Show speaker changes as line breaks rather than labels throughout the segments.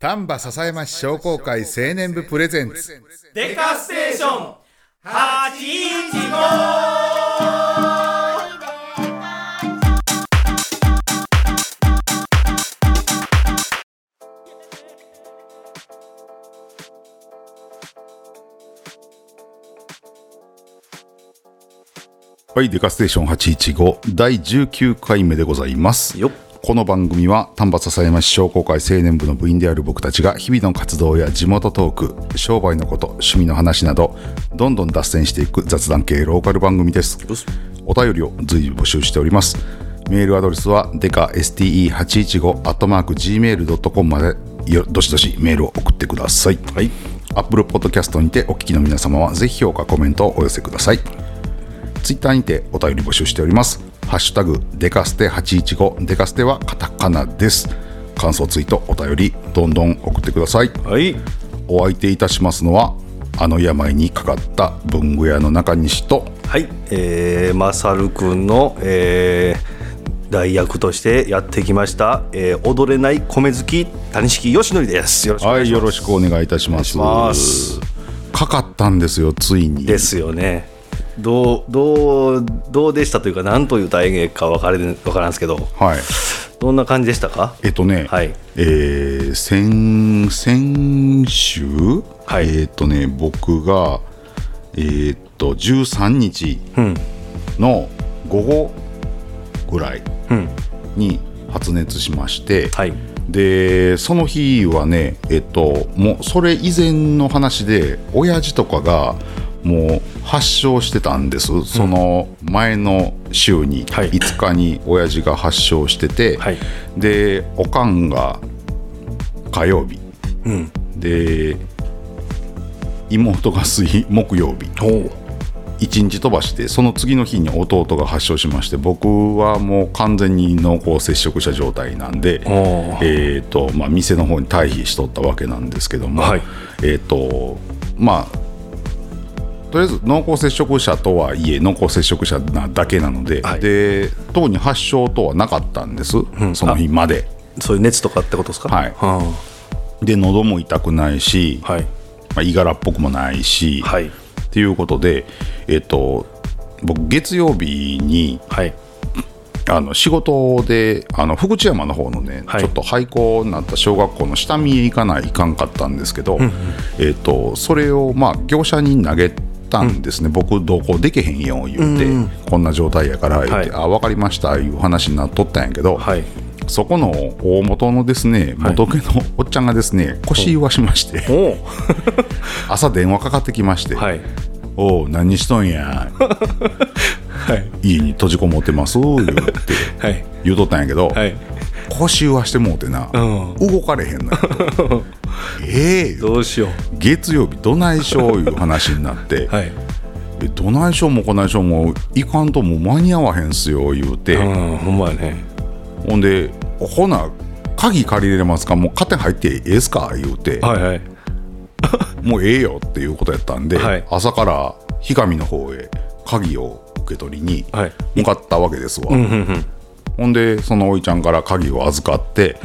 丹波篠山市商工会青年部プレゼンツ
デカステーション8インチ
はい、デカステーション815第19回目でございます。
よっ
この番組は丹波篠山市商工会青年部の部員である僕たちが日々の活動や地元トーク、商売のこと、趣味の話など、どんどん脱線していく雑談系ローカル番組です。お便りを随時募集しております。メールアドレスはデカ STE815-gmail.com までよどしどしメールを送ってください。はい。Apple Podcast にてお聞きの皆様はぜひ評価、コメントをお寄せください。ツイッターにてお便り募集しております。ハッシュタグデカステ815デカステはカタカナです。感想ツイートお便りどんどん送ってください。
はい
お相手いたしますのはあの病にかかった文具屋の中西と
はいえー、マサルくんの、えー、代役としてやってきました、えー、踊れない米好き谷敷義則ですよろしくお
は
願
いい
しま
よ
す、
ろしくお願いいたします。
ます
かかったんですよついに。
ですよねどうどうどうでしたというか何という大変か分かれ分からんですけど
はい。
どんな感じでしたか
えっとね、
はい
えー先先週、
はい
えっとね僕がえーっと13日
うん
の午後ぐらい
うん
に発熱しまして、
はい
でその日はねえっともうそれ以前の話で親父とかがもう発症してたんです、その前の週に
はい
5日に親父が発症してて、
はい
でおかんが火曜日
うん
で妹が水木曜日1日飛ばしてその次の日に弟が発症しまして僕はもう完全に濃厚接触者状態なんで、
おー
えーとまあ、店の方に退避しとったわけなんですけども、
はい
えーとまあ、とりあえず濃厚接触者とはいえ濃厚接触者なだけなので,、
はい
で当に発症とはなかったんです、
ん
その日まで。
そういう熱とかってことですか
はい
は
で喉も痛くないし、
あはい
まあ、いがらっぽくもないし、
はい
っていうことで、えっと、僕月曜日に
はい
あの仕事であの福知山の方のね、
はい
ちょっと廃校になった小学校の下見へ行かないいかんかったんですけど、えっと、それを、まあ、業者に投げたんですね、僕同行できへんよ言うて、こんな状態やから言うて、
は
あ分かりましたいう話になっとったんやけど、
はい
そこの大元のですね
はい
元家のおっちゃんがですね腰言わしまして、
おお
朝電話かかってきまして。
はい
おう何しとん や
はい
家に閉じこもってます言うて
はい
言うとったんやけど、
はい
腰言わしてもうてな、
うん
動かれへん のよええ
どうしよ
月曜日どないしょういう話になって、
う はい
えどないしょうもこないしょうもいかんともう間に合わへんすよ言うて、
うんほんまやね
ほんでほな鍵借りれますかもう勝手に入ってええっすか言うて、
はいはい
もうええよっていうことやったんで、
はい
朝から日上の方へ鍵を受け取りに
はい
向かったわけですわ、
うんうんうん
ほんでそのおいちゃんから鍵を預かって、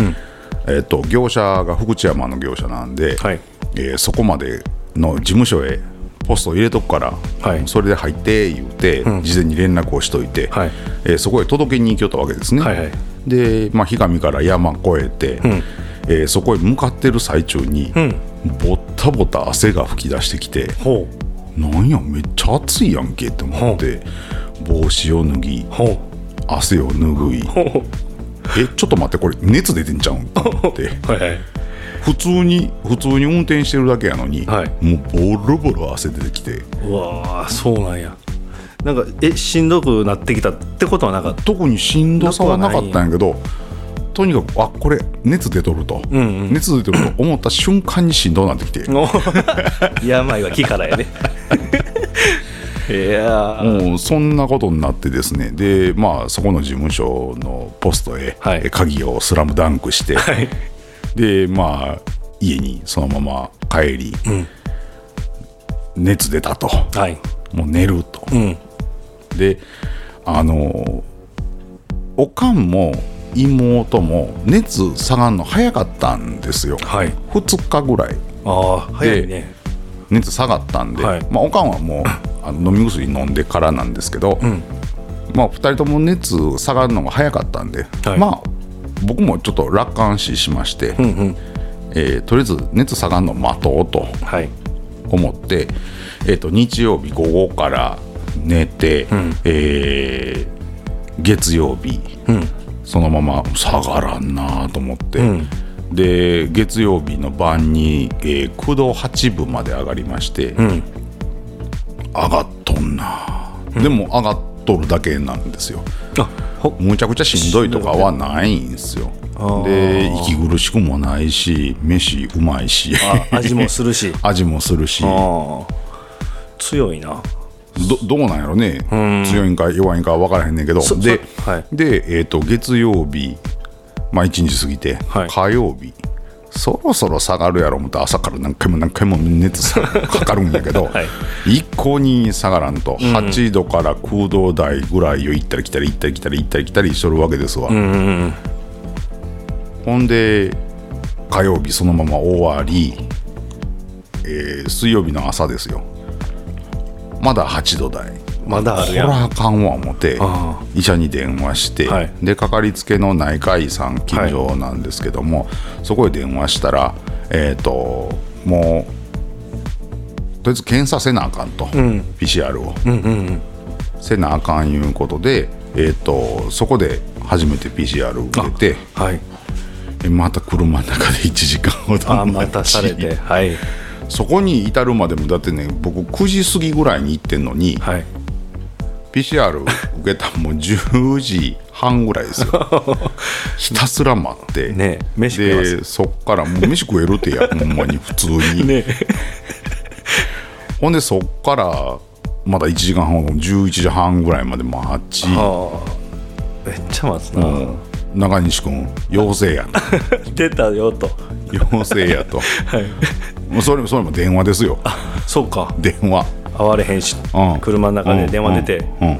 えっと業者が福知山の業者なんで、
はい
えーそこまでの事務所へポストを入れとくから、
はい
それで入って言うて、事前に連絡をしといて、
はい
えーそこへ届けに行きよったわけですね、
はいはい
で、まあ、日上から山越えて、えーそこへ向かってる最中に、
ん
ぼったぼた汗が噴き出してきて
ほ
なんやめっちゃ暑いやんけって思って帽子を脱ぎ
うほう
汗を拭い
ほ
えちょっと待ってこれ熱出てんちゃうんと思って
うはいはい
普通に普通に運転してるだけやのに、
はい
もうボロボロ汗出てきて
うわあそうなんやなんかえしんどくなってきたってことはなかった
特にしんどさはなかったんやけどとにかくあこれ熱出とると、
んう
熱出てると思った瞬間にしんどなってきても
お病は木からやね いやー
うそんなことになってですねでまあそこの事務所のポストへ、
はい
え鍵をスラムダンクして、
はい
でまあ家にそのまま帰り、
ん
熱出たと
はい
もう寝ると
うん
であのおかんも妹も熱下がるの早かったんですよ、
はい
2日ぐらい
ああ早いね
熱下がったんで、
はい
まあ、おかんは もうあの飲み薬飲んでからなんですけど、
ん
まあ、2人とも熱下がるのが早かったんで、
はい
まあ僕もちょっと楽観視しまして、
うんうん
えーとりあえず熱下がるのを待とうと
はい
思って、えー、と日曜日午後から寝て、
ん
えー月曜日
うん
そのまま下がらんなと思って、
うん
で月曜日の晩に、えー、9度8分まで上がりまして、
うん
上がっとんな、でも上がっとるだけなんですよ
あほ
むちゃくちゃしんどいとかはないんですよ
ー
で息苦しくもないし飯うまいし
あ味もするし
味もするし
ああ強いな
どどうなんやろね、強いんか弱いんか分からへんねんけど
そ
で,、
そはい
で、えー、と月曜日、まあ、1日過ぎて、
はい
火曜日そろそろ下がるやろ思って朝から何回も何回も熱さかかるんだけど、
はい
一向に下がらんと、8度から空洞台ぐらいを行ったり来たり行ったり来たり行ったり来たりしとるわけですわ、
うんうん
ほんで火曜日そのまま終わり、えー水曜日の朝ですよまだ8度台
まだあ
こ
る
れ
やん
はあかんわ思って
あ
医者に電話して、
はい
でかかりつけの内科医さん近所なんですけども、そこへ電話したらえっ、ともうとりあえず検査せなあかんと、PCR を、せなあかんいうことで、えー、とそこで初めて PCR 受けて
はい
えまた車の中で1時間ほど
あ待たされ てはい
そこに至るまでもだってね僕9時過ぎぐらいに行ってんのに、
はい
PCR 受けたもう10時半ぐらいですよ ひたすら待って
ねえ飯食えます
でそっからもう飯食えるってやほん まに普通に、
ね
ほんでそっからまだ1時間半後11時半ぐらいまで待ち、
ああめっちゃ待つな、
うん中西君陽性 やと
出たよと
陽性やと
はい
もうそれもそれも電話ですよ
そうか
電話
会われへんし、
うん
車の中で電話出て、
うんうんうん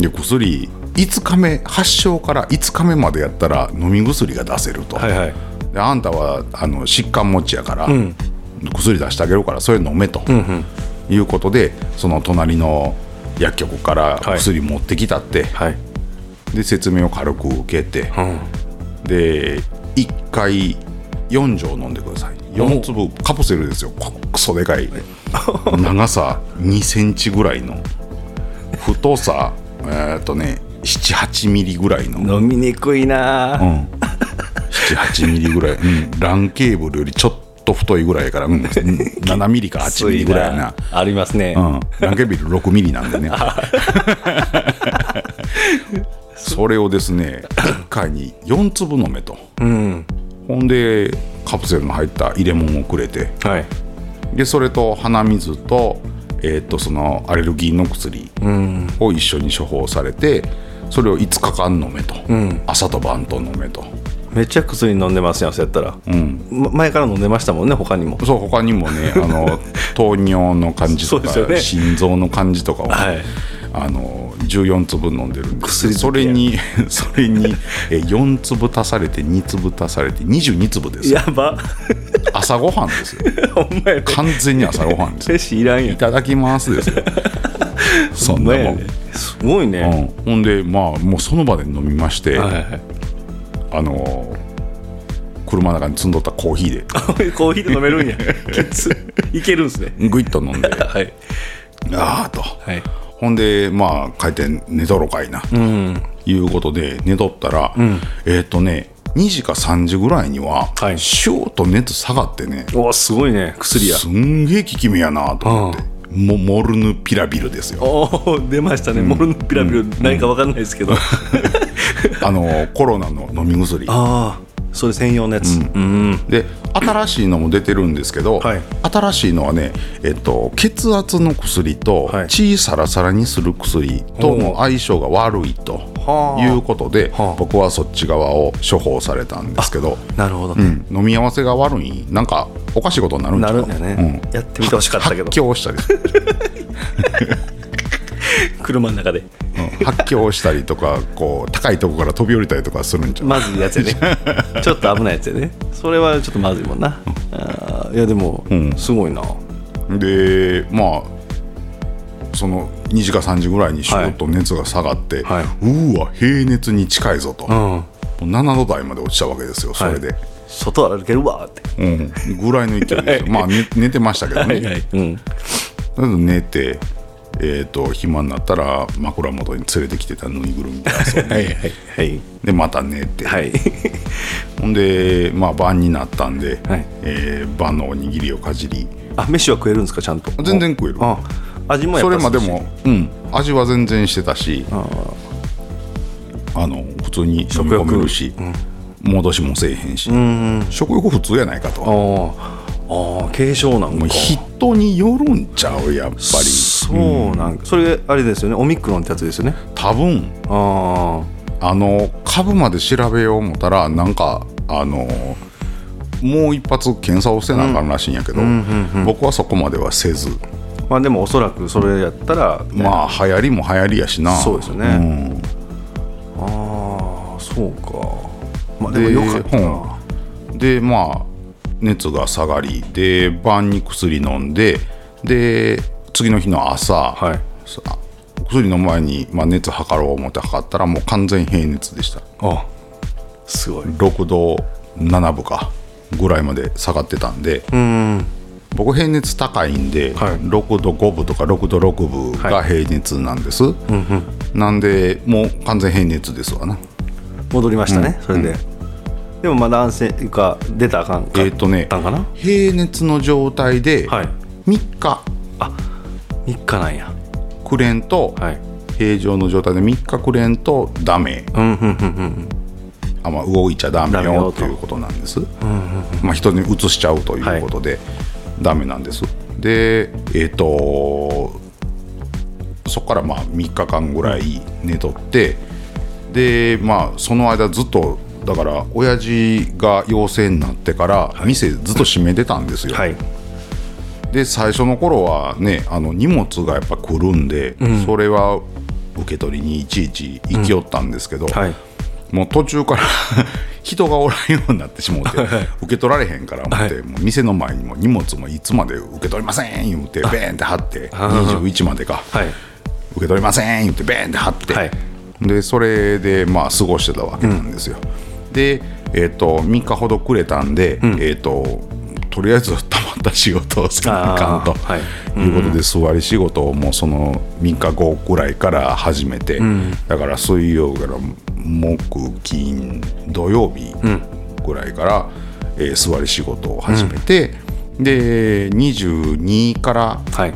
で薬5日目発症から5日目までやったら飲み薬が出せると、
はいはい
であんたはあの疾患持ちやから、薬出してあげるからそれ飲めと、いうことでその隣の薬局から
はい
薬持ってきたって、
はい
で説明を軽く受けて、
うん
で1回4錠飲んでください4粒カプセルですよこクソでか い長さ2センチぐらいの太さえーっとね78ミリぐらいの
飲みにくいな
う
あ、
ん、78ミリぐらい、うん、ランケーブルよりちょっと太いぐらいやから、うん、7ミリか8ミリぐらいやな、
ありますね、
うん、ランケーブル6ミリなんでねそれをですね1回に4粒飲めと、ほんでカプセルの入った入れ物をくれて
はい
でそれと鼻水と,、えーっとそのアレルギーの薬を一緒に処方されてそれを5日間飲めと、朝と晩と飲めと。
めっちゃ薬飲んでますやんそうやったら、ま前から飲んでましたもんね他にも
そう他にも ねあの糖尿の感じと
そうですよ
か、
ね
心臓の感じとかをね、
はい
あの14粒飲んでるんですけど
薬
そ
好き
れ
や
にそれに え4粒足されて2粒足されて22粒ですよ
やば
朝ごはんですよ
ほんまやね
完全に朝ごはんですよ
摂氏いらんや
いただきます ですよそ
ほ
ん
んま
な
や
もん、
ねすごいね、
うん、ほんでまあもうその場で飲みまして、
はい はい
あの車の中に積んどったコーヒーで
はい、コーヒーで飲めるんやきついけるんすね
グイッと飲ん で
はい
ああと。
はい
ほんでまあ帰って寝とろかいな、いうことで寝とったら、えーっ、とね2時か3時ぐらいには、
はい
シューッと熱下がってね
おすごいね薬や
すんげえ効き目やなと思って、もモルヌピラビルですよ
おお出ましたね、モルヌピラビル何か分かんないですけど、
あのコロナの飲み薬
ああそれ専用のやつうん、
で新しいのも出てるんですけど、
はい
新しいのはね、えっと、血圧の薬と
はい
血サラサラにする薬との相性が悪いと
はあ
いうことで、
はあ
僕はそっち側を処方されたんですけど、
なるほど、
うん飲み合わせが悪いなんかおかしいことになるんじ
な
ゃ
るんだね、やってみてほしかったけど
発狂したりする
車の中で
発狂したりとかこう高いとこから飛び降りたりとかするんじゃん
まずいやつ やねちょっと危ないやつやねそれはちょっとまずいもんな、あーいやでも、すごいな
でまあその2時か3時ぐらいにシューッと熱が下がって、
はいう
ーわ平熱に近いぞと、も
うん
う7度台まで落ちたわけですよそれで、
外は歩けるわって
うん、ぐらいの勢い ですよ、まあ寝寝てましたけどね、
うん
だけど寝て、えー、と暇になったら枕元に連れてきてたぬいぐるみで遊んで
はい
でまた寝て、
はい
ほんで、まあ、晩になったんで、
はい
えー晩のおにぎりをかじり
あ飯は食えるんですかちゃんと
全然食える
あ味もやっ
そ
ぱ
れ
り
までも、うん、味は全然してたしあの普通に飲み込めるし、戻しもせえへんし食欲普通やないかと
あーあー軽症なん
も
か
う人によるんちゃうやっぱり
そうなんかそれあれですよねオミクロンってやつですよね
多分
あ
あの株まで調べよう思ったらなんかあのもう一発検査をせなあかんらしいんやけど、僕はそこまではせず
あまあでもおそらくそれやったら
まあ流行りも流行りやしな
そうですよね、ああそうかまあでも
で
よかったな
うんでまあ熱が下がりで晩に薬飲んでで次の日の朝、
はい
さ薬の前に、まあ、熱測ろう思って測ったらもう完全平熱でした
あすごい
6度7分かぐらいまで下がってたんで僕平熱高いんで、
はい
6度5分とか6度6分が平熱なんです、なんでもう完全平熱ですわな
戻りましたね、それで、でもまだ安静いうか出たらあかんか
えっ、とね
たんかな
平熱の状態で
はい
3日
3日なんや
くれんと、
はい
平常の状態で3日くれんとダメ、
うんうんうんうん
あまあ、動いちゃダメ
ダメ
よ
よ
と
と
いうことなんです、まあ、人にうつしちゃうということで、ダメなんですでえっ、とそこからまあ3日間ぐらい寝とってでまあその間ずっとだから親父が陽性になってから店ずっと閉めてたんですよ、
はい
で最初の頃はねあの荷物がやっぱ来るんで、それは受け取りにいちいち行きよったんですけど、
はい
もう途中から 人がおらんようになってしもうて受け取られへんから思って、
は
もう店の前にも荷物もいつまで受け取りません言ってベーンって貼って21までか、
はい
受け取りません言ってベーンって貼って、
はい
でそれでまあ過ごしてたわけなんですよ、で、えっと3日ほどくれたんで、えっととりあえずたまった仕事をせなあかんと、
あーはい
いうことで座り仕事をもうその3日後ぐらいから始めて、だから水曜から木金土曜日ぐらいから、えー座り仕事を始めて、で22から
はい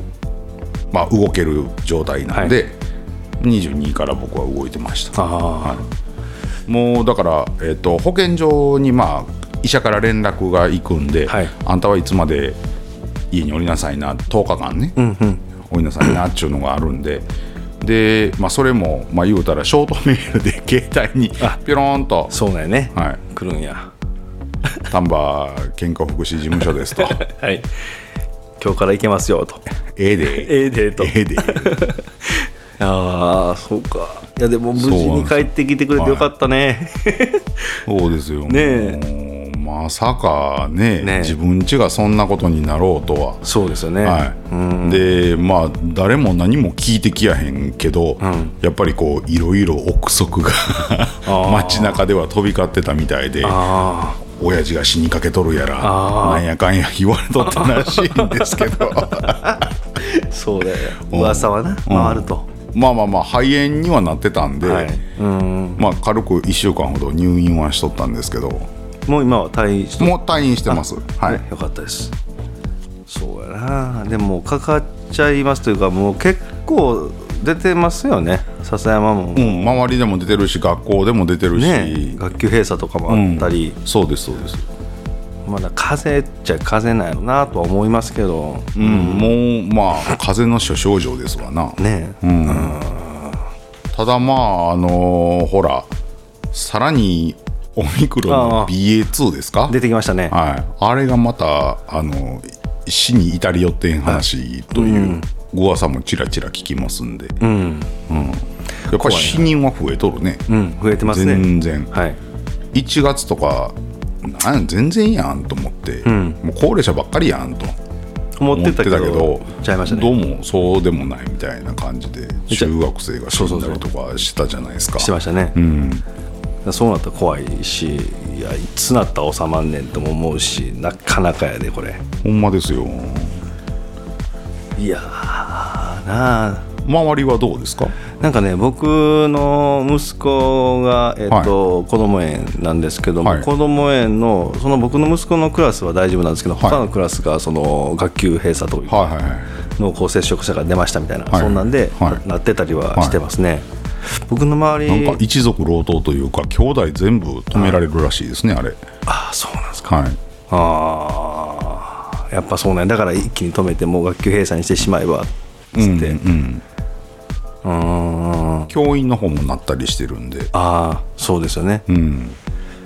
まあ、動ける状態なんで、22から僕は動いてました
あ
もうだから、えっと保健所にまあ医者から連絡が行くんで、
はい
あんたはいつまで家におりなさいな10日間ね、おりなさいなっていうのがあるんでで、まあ、それも、まあ、言うたらショートメールで携帯にピョロンと
あそうなんやね、
「はい、
来るんや
丹波健康福祉事務所です」 と
はい今日から行けますよと
「ええでえ
ええでと
えで
ああそうかいやでも無事
そうなん
に
です
帰ってきてくれてよかったね、
そうですよ
ね
もうまさかね
ねえ
自分家がそんなことになろうとは、
そうですよね、
はい、でまあ誰も何も聞いてきやへんけど、やっぱりこういろいろ憶測が
ー
街中では飛び交ってたみたいで
あ
親父が死にかけとるやら
あー
なんやかんや言われとったらしいんですけ ど
あそうだよ噂はな回ると、
まあまあまあ肺炎にはなってたんで、
はいうん
まあ、軽く1週間ほど入院はしとったんですけども
もう今は退
う
治
退院してます。はい
よかったですそうやなでもかかっちゃいますというかもう結構出てますよね笹山も、
うん、周りでも出てるし学校でも出てるし、
ね学級閉鎖とかもあったり、
そうですそうです、
まだ風邪っちゃ風邪なんやろなとは思いますけど
うんもうまあ風邪の諸症状ですわな、
ねえ、
ただまああのーほらさらにオミクロンの
あー
BA2 ですか
出てきましたね
はい、あれがまたあの死に至りよってん話という噂もちらちら聞きますんで、
うん
やっぱり死人は増えとるね、
うん、増えてますね。
全然
はい。
1月とかなんや全然やんと思って、もう高齢者ばっかりやんと
思っ
思っててた
たけ
けど
ど、ちゃいました
どう
ね。
もそうでもないみたいな感じで
ちゃ
中学生が死んだり
そ
とかしたじゃないですか
してましたね。うん。そうなったら怖いし、いやいつなったら収まんねんとも思うし、なかなかやでこれ。
ほんまですよ
いやーなあ。
周りはどうですか
なんかね僕の息子が、えっと子供園なんですけども、
はい
子供園のその僕の息子のクラスは大丈夫なんですけど、他のクラスがその学級閉鎖というか、
はいはいはい
濃厚接触者が出ましたみたいな、
はい
そんなんで、
はい
なってたりはしてますね、僕の周り
なんか一族郎党というか兄弟全部止められるらしいですねあれ
ああそうなんですか
はい
ああやっぱそうなんやだから一気に止めてもう学級閉鎖にしてしまえばっつって
うん
うーんあ
教員の方もなったりしてるんで
あそうですよね、
うん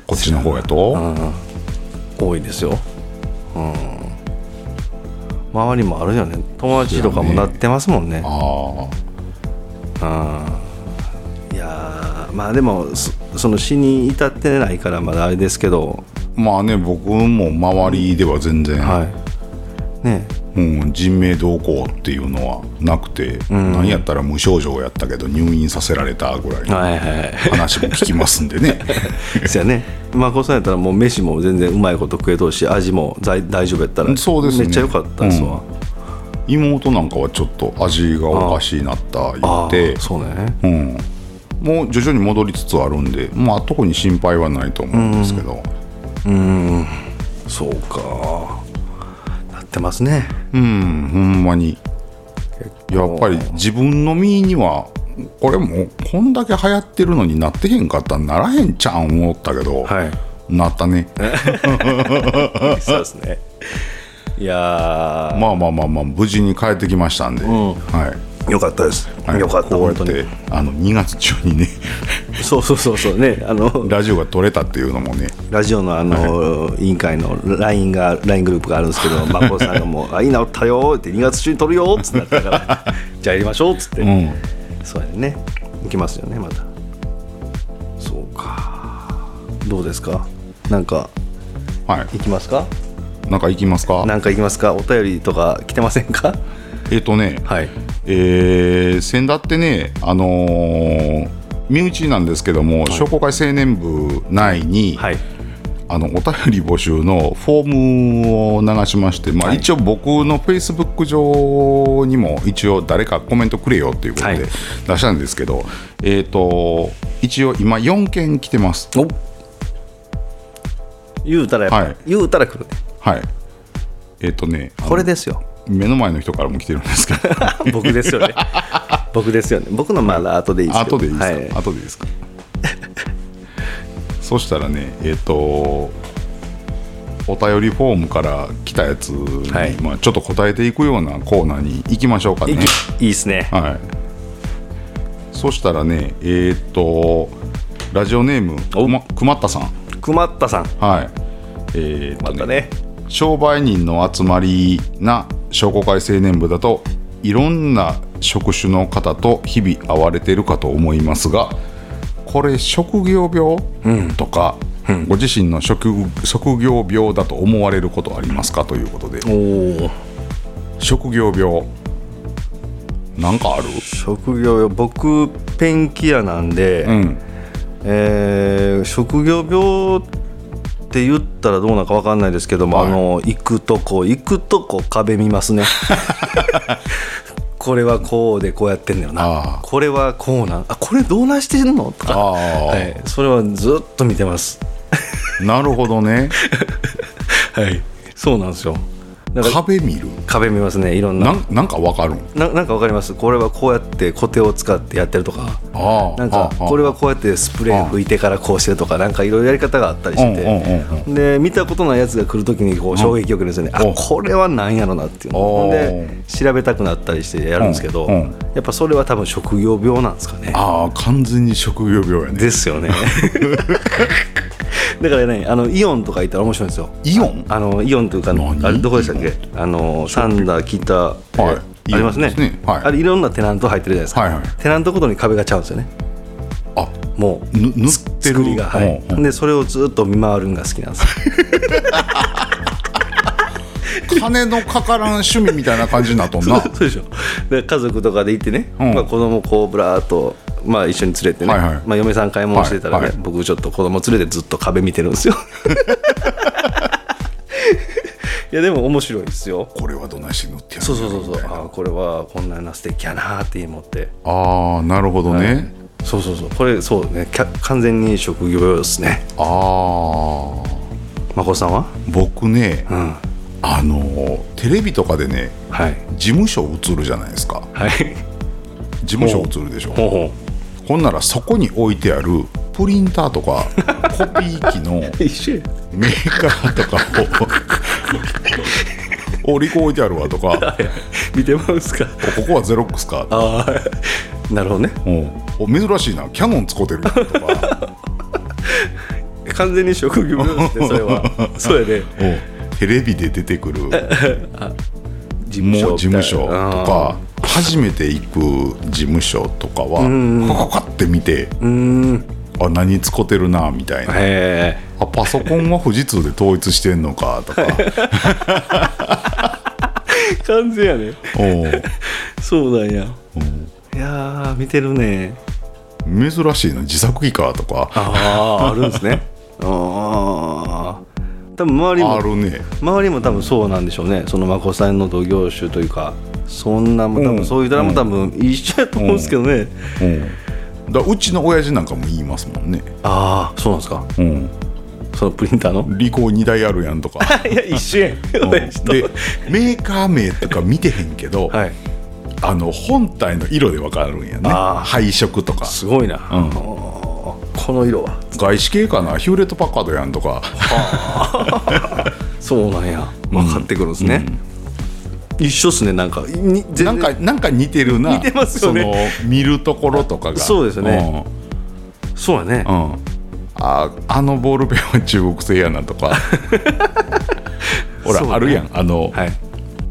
こっちの方やと、
多いですよ、うん、周りもあるよね友達とかもなってますもんね
あ
いやーまあでもそその死に至ってないからまだあれですけど
あまあね僕も周りでは全然、
はいね
うん、人命同行っていうのはなくて、何やったら無症状やったけど入院させられたぐらいの
はいはいはい
話も聞きますんで ね
ですよねまあこうさんやったらもう飯も全然うまいこと食えとるし味も大大丈夫やったら
そうですね
めっちゃ良かったですわ、
妹なんかはちょっと味がおかしいなった言っ
あー
て
そうね
うん、もう徐々に戻りつつあるんで、まあ、特に心配はないと思うんですけど、
そうかなってますね
うん、ほんまにやっぱり自分の身にはこれもうこんだけ流行ってるのになってへんかったらならへんちゃうん思ったけど、
はい
なったね
そうですねいやー
まあまあまあまあ無事に帰ってきましたんで、はい
よかったです、
はい、
よかった
こうや
本
っ
当に
てあの2月中にね
そうそうそうそうねあの
ラジオが撮れたっていうのもね
ラジオのあの、委員会の LINE が LINE グループがあるんですけど眞子さんがも う「あいいなおったよ」って「2月中に撮るよ」っつってなったから「 じゃあやりましょう」っつって、
ん
そうやね行きますよねまたそうかどうですかなんか
は
行きますか
いなんか行きますか
なんか行きますかお便りとか来てませんか
えっ、とね、
はい
えー先だってねあのー身内なんですけども、商工会青年部内に、
はい
あのお便り募集のフォームを流しまして、まあ、
はい
一応僕のフェイスブック上にも一応誰かコメントくれよっていうこと
は
で
い
出したんですけど、えっ、と一応今4件来てます
お言うたらやっぱ、
はい
言うたら来るね
はいえっ、とねあの
これですよ
目の前の人からも来てるんです けど
僕です よね僕ですよね僕のまだ後でいいですけど
後でいいですか、
はい
後でいいですか そしたらねえっ、とお便りフォームから来たやつに、
はい
まあ、ちょっと答えていくようなコーナーに行きましょうかね
いきいいですね。
はい。そしたらね、えーっと、ラジオネーム、くまくまったさん。
くまったさん、
はい。えーっ
ま
と
たね。
商売人の集まりな商工会青年部だといろんな職種の方と日々会われているかと思いますがこれ職業病、とか、ご自身の職職業病だと思われることありますかということで
おお、
職業病なんかある
職業病僕ペンキ屋なんで、
うん
えー職業病って言ったらどうなんかわかんないですけども、
はい
あの行くとこ行くとこ壁見ま すね。これはこうでこうやってんだよ
あ
な
ー。
これはこうなん。あこれどうなしてんのとか。
ああ、
はい、それはずっと見てます。
なるほどね
はい、そうなんですよ。だから
壁見る
壁見ますね。いろんな
なんなんかわかるん
ななんかわかりますこれはこうやってコテを使ってやってるとか
ああ
なんかこれはこうやってスプレー拭いてからこうしてるとかなんかいろいろやり方があったりして
うんうん
てで見たことないやつが来るときにこう衝撃を受けるんですよねあ
お
これはなんやろなっていうの
お
ほんで調べたくなったりしてやるんですけど
うんうん
やっぱそれは多分職業病なんですかね
ああ完全に職業病やね
です よねだからねあのイオンとか行ったら面白いんですよ
イオン
あのイオンというかあの
何
あれどこでしたっけあのサンダー北、
はい
え
いい
ありますね
ですねはい
あれいろんなテナント入ってるじゃないですか、
はいはい
テナントごとに壁がちゃうんですよね
あ
もう
ぬ塗ってる
作りがはい
うんうん
でそれをずっと見回るのが好きなんです
金のかからん趣味みたいな感じになっとん な
そうでしょで家族とかで行ってね、
うん
まあ、子供こうぶらーっと、まあ、一緒に連れてね、
はいはい
まあ、嫁さん買い物してたらね、
はいはい
僕ちょっと子供連れてずっと壁見てるん ですよいやでも面白いですよ
これはどないして塗ってやる
そうそうそうそうあーこれはこんなな素敵やなーって思って
ああなるほどね、
そうそうそうこれそうねきゃ完全に職業用ですね
ああ
まこさんは
僕ね、
うん
あのーテレビとかでね
はい
事務所映るじゃないですか
はい
事務所映るでしょ
ほうほ
ほんならそこに置いてあるプリンターとかコピー機の
う一緒や
メーカーとか をお利口置いてあるわとか
見てますか
ここはゼロックスか
ああなるほどね
うんお珍しいなキャノン使ってると か
完全に職業病ですねそれ はそうやね
うんテレビで出てくる
事
もう事務所と
あ
か初めて行く事務所とかはここかって見て
ーうーん
あ何使ってるなみたいな
へえ
あパソコンは富士通で統一してんのか とか
完全やね
おう
そうなんやいやー見てるね
珍しいな自作機かとか
あああるんです ねああ多分周り
あ
も
るね
周りも多分そうなんでしょうねその眞子さんの同業種というかそんなも多
うん
分そういうドラマ多分一緒やと思うんですけどね、
うんだうちの親父なんかも言いますもんね
ああそうなんですか
うん
そのプリンター の
リコー2台あるやんとか
いや一緒やん
うんで
親父と
メーカー名とか見てへんけど、
はい
あの本体の色でわかるんやね
あー
配色とか
すごいな、
ん
この色は
外資系かなヒューレット・パッカードやんとか
そうなんや分かってくるんですね、一緒っすねなんかに全然
なんかなんか似てるな
似てますよね
その見るところとかが
そうですよねそうやね
う、ん、うんああのボールペンは中国製やなと かほら、
そうね
あるやんあの、
はい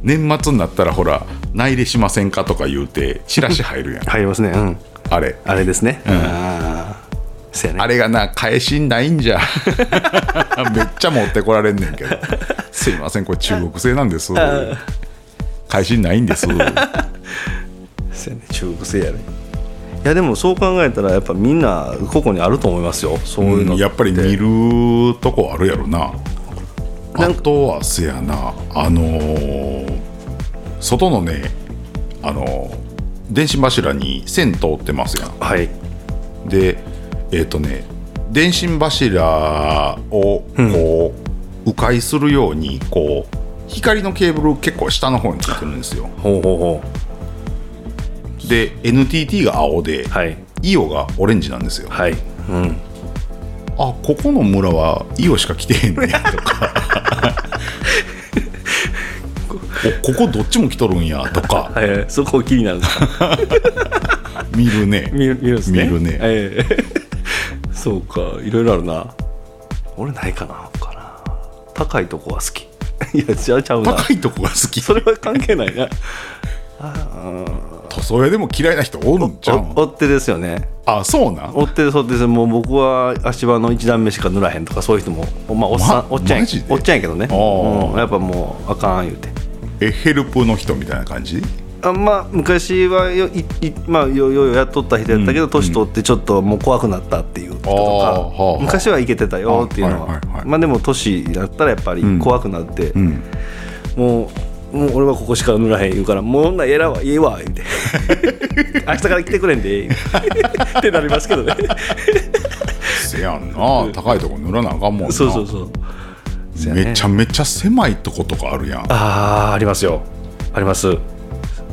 年末になったらほら内入れしませんかとか言うてチラシ入るやん
入りますねうん
あれ
あれですね、ああそうやね
あれがな返しないんじゃ めっちゃ持ってこられんねんけどすいませんこれ中国製なんです返しないんです
そうやね中国製やねいやでもそう考えたらやっぱみんな個々にあると思いますよそういうの、
やっぱり見るとこあるやろな
な
あ
んか
とはせやなあのー外のねあのー電信柱に線通ってますやん
はい
でえっ、とね電信柱をこう、迂回するようにこう光のケーブル結構下の方についてるんですよ
ほうほうほ
で NTT が青で、
うはい
イオがオレンジなんですよあ
はいうん
ここの村はイオしか来てへんねんとか おここどっちも来とるんやとか
はいはいそこ気になるん ですか
見るね
見る見るんですね
見るね
ええ そうかいろいろあるな俺ないかなかな高いとこは好き いやちゃうちゃうな
高いとこが好き
それは関係ないな
塗装屋でも嫌いな人おるんちゃうん
お追ってですよね
あそうなん
追ってそうですもう僕は足場の一段目しか塗らへんとかそういう人もまあおっさん、
ま
おっちゃんや
マジで
おっちゃんやけどね、
あー
うんやっぱもうあかん言うて
えヘルプの人みたいな感じ
あまあ昔はよいいまあよよよやっとった人やったけど年、取ってちょっともう怖くなったっていう人とか、
あーはあ
昔はいけてたよっていうのは,、
あはいはいはい
まあでも年だったらやっぱり怖くなって、
ん
もうもう俺はここしか塗らへん言うからもう女えらわええ わ言うて明日から来てくれんで言うてってなりますけどね
せやんな高いとこ塗らなあかんもんな
そうそうそうそうやね
めちゃめちゃ狭いとことかあるやん
ああありますよあります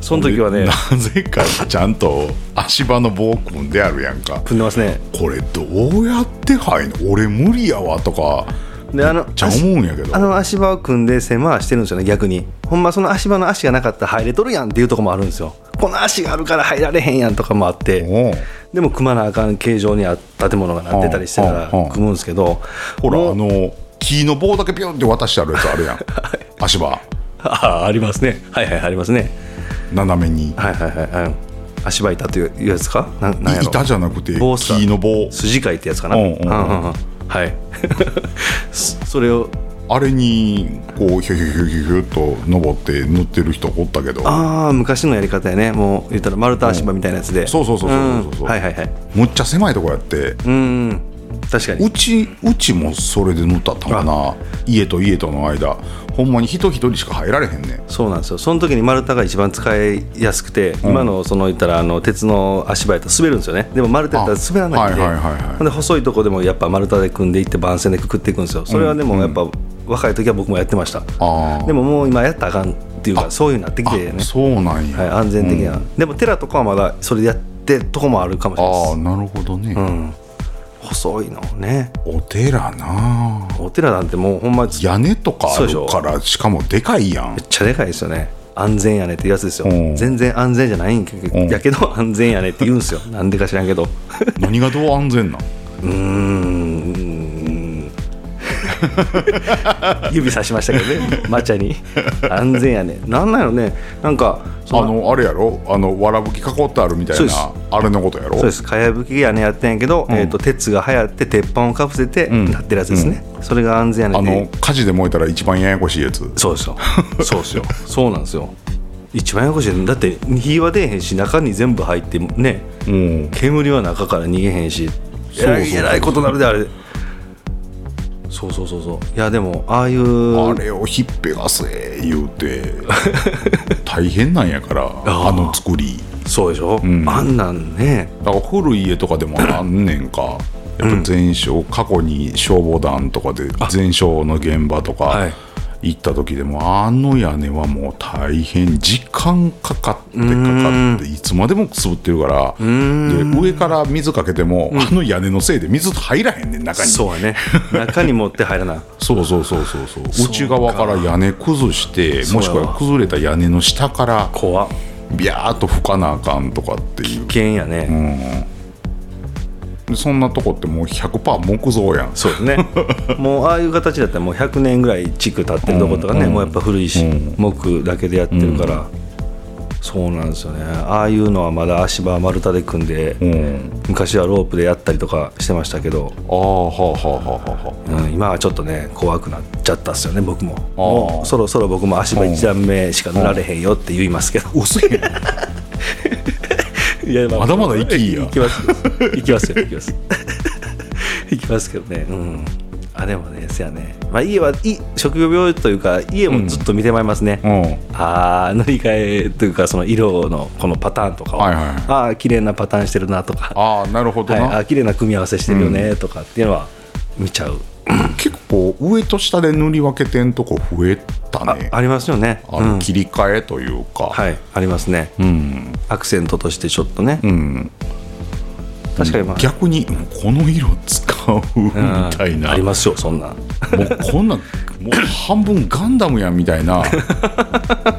その時はね
なぜかちゃんと足場の棒組んであるやんか
踏んでますね
これどうやって入んの俺無理やわとか
であの
ちゃ思うんやけど
あの足場を組んで狭いしてるんですよね逆にほんまその足場の足がなかったら入れとるやんっていうとこもあるんですよこの足があるから入られへんやんとかもあって
おう
でも組まなあかん形状にあ建物がなってたりしてたら
うんうんうん
組むんですけど
ほら
もう
あの木の棒だけ ピョンって渡してあるやつあるやん足場
ああありますねはいはいありますね
斜めに
はいはいはいはい足場板というやつかななんやろ
い板じゃなくて
棒っすか
木の棒
筋貝ってやつかな、
うんうんうん
はい そそれを
あれにこうひょひょひょひょひょっと登って塗ってる人おったけど
ああ昔のやり方やねもう言ったら丸太足場みたいなやつで、
そうそうそうそうそうそう
うんはいはいはい
むっちゃ狭いとこやって
うん確かに
うちうちもそれで塗ったったかな家と家との間ほんまに人一人しか入られへんねん
そうなんですよその時に丸太が一番使いやすくて、今のその言ったらあの鉄の足場やったら滑るんですよねでも丸太やったら滑らないんで,、
あはいはいはいはい
ほんで細いとこでもやっぱ丸太で組んでいって番線でくくっていくんですよそれはでもやっぱ、若い時は僕もやってました
あー
でももう今やったらあかんっていうかそういうふうになってきてね
あ、そうなんや、
はい、安全的な、でも寺とかはまだそれでやってるとこもあるかもしれない
ああ
で
なるほどね、
す細いのね
お寺な
お寺なんてもうほんまめっ
屋根とかあ
そうでし
る
ょ
からしかもでかいや ん
ちゃでかいですよね安全やねっていうやつですよ、
うん
全然安全じゃないんけ
ん
やけど安全やねって言う んですよなんでか知らんけど
何がどう安全なん
指さしましたけどね抹茶に安全やねなんなんやろねなんかそ
あ
の
のあれやろあのわらぶき囲ってあるみたい
そうで
な
す
あれのことやろ
そうですかやぶき屋根やってんやけど、えー、と鉄が流行って鉄板をかぶせて
ん
立ってるやつですね、それが安全やね
あ
って
の火事で燃えたら一番ややこしいやつ
そうですよ そうですよそうなんですよ一番ややこしいだって火は出えへんし中に全部入ってね、
ん
煙は中から逃げへんしえ
うそうそう
らいえらいことなるであれそうそうそうそういやでもああいう
あれをひっぺがせ言うて大変なんや からあの作り
そうでしょ、あんなんね
だから古い家とかでも何年かやっぱ全焼過去に消防団とかで全焼の現場と
は
か
い
行った時でもあの屋根はもう大変時間かかってかかっていつまでもくすぶってるからで上から水かけてもあの屋根のせいで水入らへんねん中に
そうやね中に持って入らない
そうそうそうそうそう内側から屋根崩して
そ
も
うや
し
わ
くは崩れた屋根の下から
怖っ
ビャーっと吹かなあかんとかっていう
危険やね、
でそんなとこってもう100%木造やん
そうです ねもうああいう形だったらもう100年ぐらい地区経ってるとことかね、もうやっぱ古いし、木だけでやってるから、そうなんですよねああいうのはまだ足場丸太で組んで、
うん
昔はロープでやったりとかしてましたけど、
ああはあはあはあはあ
うん、今はちょっとね怖くなっちゃったっすよね僕も
あ
もうそろそろ僕も足場1段目しか塗られへんよって言いま すけど、
薄いやん
いやま
まだまだ息いいや
行きます行きますよ行きます行きますけどねうんあでもねせやね、まあ、家はい職業病というか家もずっと見てまいりますね、
うん
ああ塗り替えというかその色のこのパターンとかを、
はいはいはい
ああ綺麗なパターンしてるなとか
ああなるほど
はい、
な、
あ綺麗な組み合わせしてるよねとかっていうのは見ちゃう、
結構上と下で塗り分けてんとこ増えた
あ
ねあ
ありますよね、うん
の切り替えというか、
はいありますね、アクセントとしてちょっとね、確かにまあ、
逆にもうこの色使うみ
うん
たいな、
ありますよそんな
もうこんなんもう半分ガンダムやんみたいな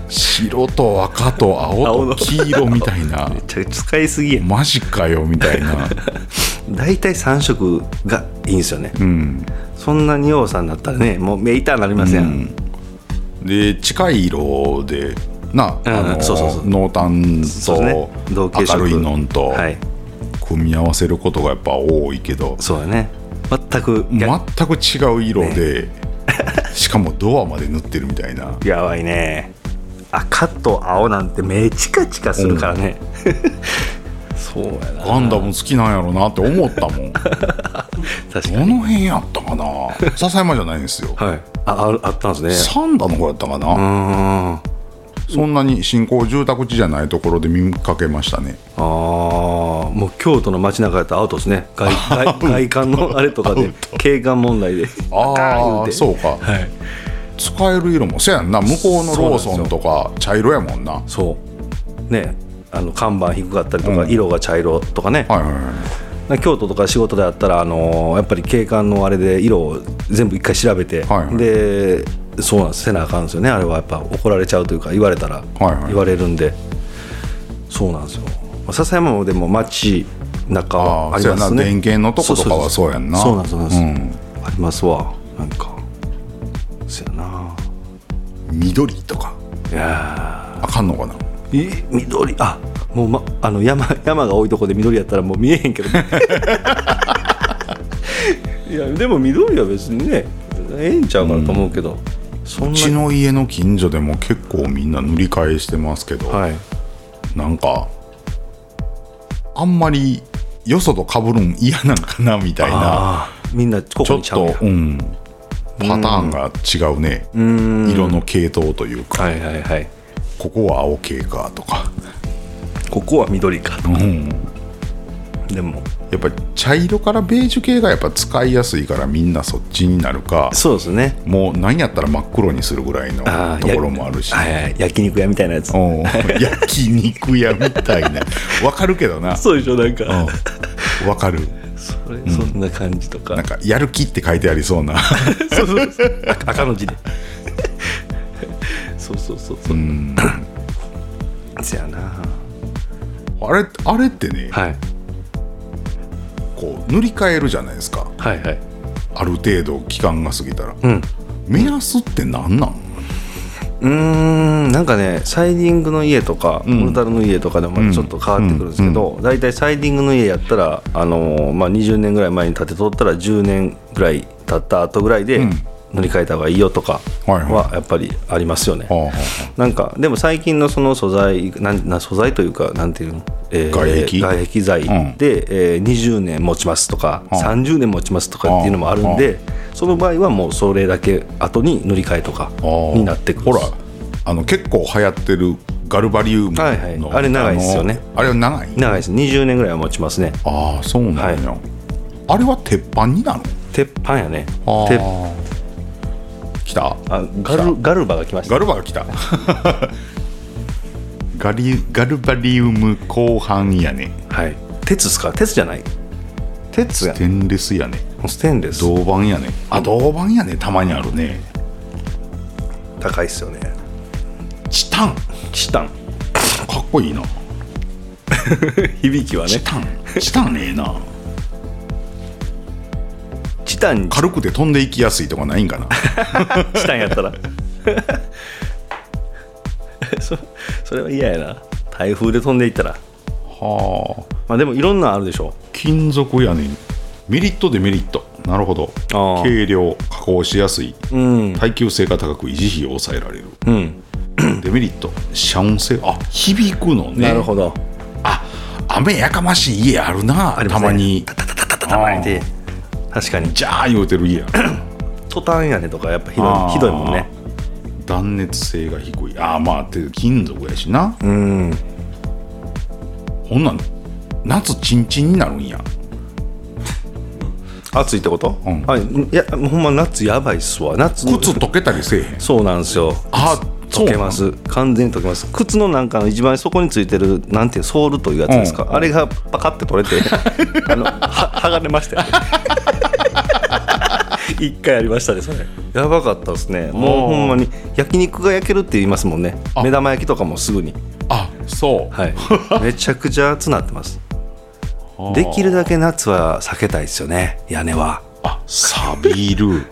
白と赤と
青
青
の
と黄色みたい な
めっちゃ使いすぎや
マジかよみたいな
大体3色がいいんですよね、
うん
そんな仁王さんだったらねもうメイターになりません、
で近い色でなあの
そうそうそう
濃淡
そう
と
ですね同系色
明るいのんと
はい
組み合わせることがやっぱ多いけど
そうだね全く逆
全く違う色でしかもドアまで塗ってるみたいな
やばいね赤と青なんて目チカチカするからね、 そうやな
ガンダム好きなんやろなって思ったも んど
確かに
の辺やったかな笹山じゃないんですよ
はいあああったんですね
サンダの方やったか
う
な
ーん
そんなに新興住宅地じゃないところで見かけましたね
あーもう京都の街中やったらアウトですね 外外外観のあれとかで景観問題で
あ
言う
あ
て
そうか
はい
使える色もせやんな向こうのローソンとか茶色やもんなはい
そうねあの看板低かったりとか、
うん
色が茶色とかね、
はいはい
なんか京都とか仕事であったら、あのーやっぱり景観のあれで色を全部一回調べて、
はいはい
でそうなんですせなあかんですよねあれはやっぱ怒られちゃうというか言われたら
はいはい
言われるんで、そうなんですよまあ笹山もでも町中
あ
は
あ
あり
そうや
ま
な
すね
電源のとことかはそうやんな
そうなんですそうなんです、
うん
ありますわなんかそうやな
緑とか
いや
あかんのかな
ーい緑あもう、ま、あの山山が多いとこで緑やったらもう見えへんけど いやでも緑は別にねええんちゃうかなと思うけど、そん
う
な
ちの家の近所でも結構みんな塗り替えしてますけど、
はい
なんかあんまりよそと被るん嫌なんかなみたいな
ああみんなこ
ち
こ
ょっ
にちゃう
と、うん、パターンが違うね、色の系統というか、
はいはいはい
ここは青系かとか、
ここは緑かと
うん、
でも
やっぱり茶色からベージュ系がやっぱ使いやすいからみんなそっちになるか
そうですね
もう何やったら真っ黒にするぐらいの
あ
ところもあるし。
はいはい、焼肉屋みたいなやつ
うん 焼肉屋みたいなわかるけどな
そうでしょなんか、
うんわかる
それそんな感じとか、
なんかやる気って書いてありそうな
そうそうそう赤赤の字でそうそうそうそう
うん
せやな
あれあれってね、
はい
こう塗り替えるじゃないですか
はいはい
ある程度期間が過ぎたら、
ん
目安って何なん
うーんなんかねサイディングの家とか、モルタルの家とかでもちょっと変わってくるんですけど大体、サイディングの家やったら、あのーまあ、20年ぐらい前に建て取ったら10年ぐらい経った後ぐらいで乗り換えた方がいいよとか
はいはい
はやっぱりありますよね。
ああは
なんかでも最近のその素材なんな素材というかなんていうの、えー
外壁
外壁材で、
うん
えー20年持ちますとか、
うん
30年持ちますとかっていうのもあるんで、その場合はもうそれだけ後に塗り替えとか
あああ
になってくる
ほらあの結構流行ってるガルバリウムの、
はいはいあれ長いっすよね
あのあれは長い
長いです20年ぐらいは持ちますね
ああそうなんや、
は
あれは鉄板になる
鉄板やね
の
鉄
来た
あガルガルバが来ました
ガルバが来た ガリガルバリウム後半やね
はい鉄ですか鉄じゃない鉄や
ステンレスやね
ステンレス
銅板やねあ銅板やねたまにあるね
高いっすよね
チタン
チタン
かっこいいな
響きはね
チタンチタンええな
チタン
軽くて飛んでいきやすいとかないんかな
チタンやったらそそれは嫌やな台風で飛んでいったら
はあ
まあでもいろんなのあるでしょ
金属やねメリットデメリットなるほど
ああ
軽量加工しやすい
うん
耐久性が高く維持費を抑えられる
うん
デメリット遮音性あ響くのね
なるほど
あ雨やかましい家あるな
ありま
た
すね
まに
たまにで確かに
じゃあ言うてる 家ある
トタン屋根とかやっぱひ
あ
ど
ー
いひどいもんね
断熱性が低いああまあて金属やしな
うん
ほんなん夏チンチンになるんや
暑いってこと、
うん
あいやほんま夏やばいっすわ夏
靴溶けたりせえへん
そうなんですよ
あそう
溶
な
け
の
ます完全に溶けます靴のなんかの一番底についてるなんていうソールというやつですか、
うん
あれがパカッて取れて あのは剥がれましたよね 一回ありましたねそれやばかったですねもうほんまに焼肉が焼けるって言いますもんね目玉焼きとかもすぐに
あそう、
はい めちゃくちゃ暑なってます
ああ
できるだけ夏は避けたいですよね屋根は
あサビる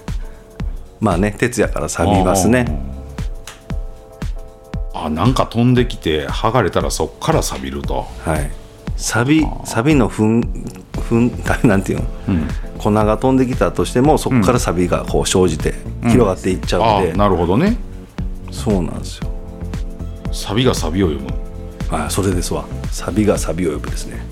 まあね鉄やから錆びますね
あなんか飛んできて剥がれたらそっから錆びると
はい、サビサビのふんふん だなんていうの、粉が飛んできたとしてもそこからサビがこう生じて広がっていっちゃ
あ
う
あ
んで、
なるほどね
そうなんですよ
サビがサビを読む
あそれですわサビがサビを呼ぶですね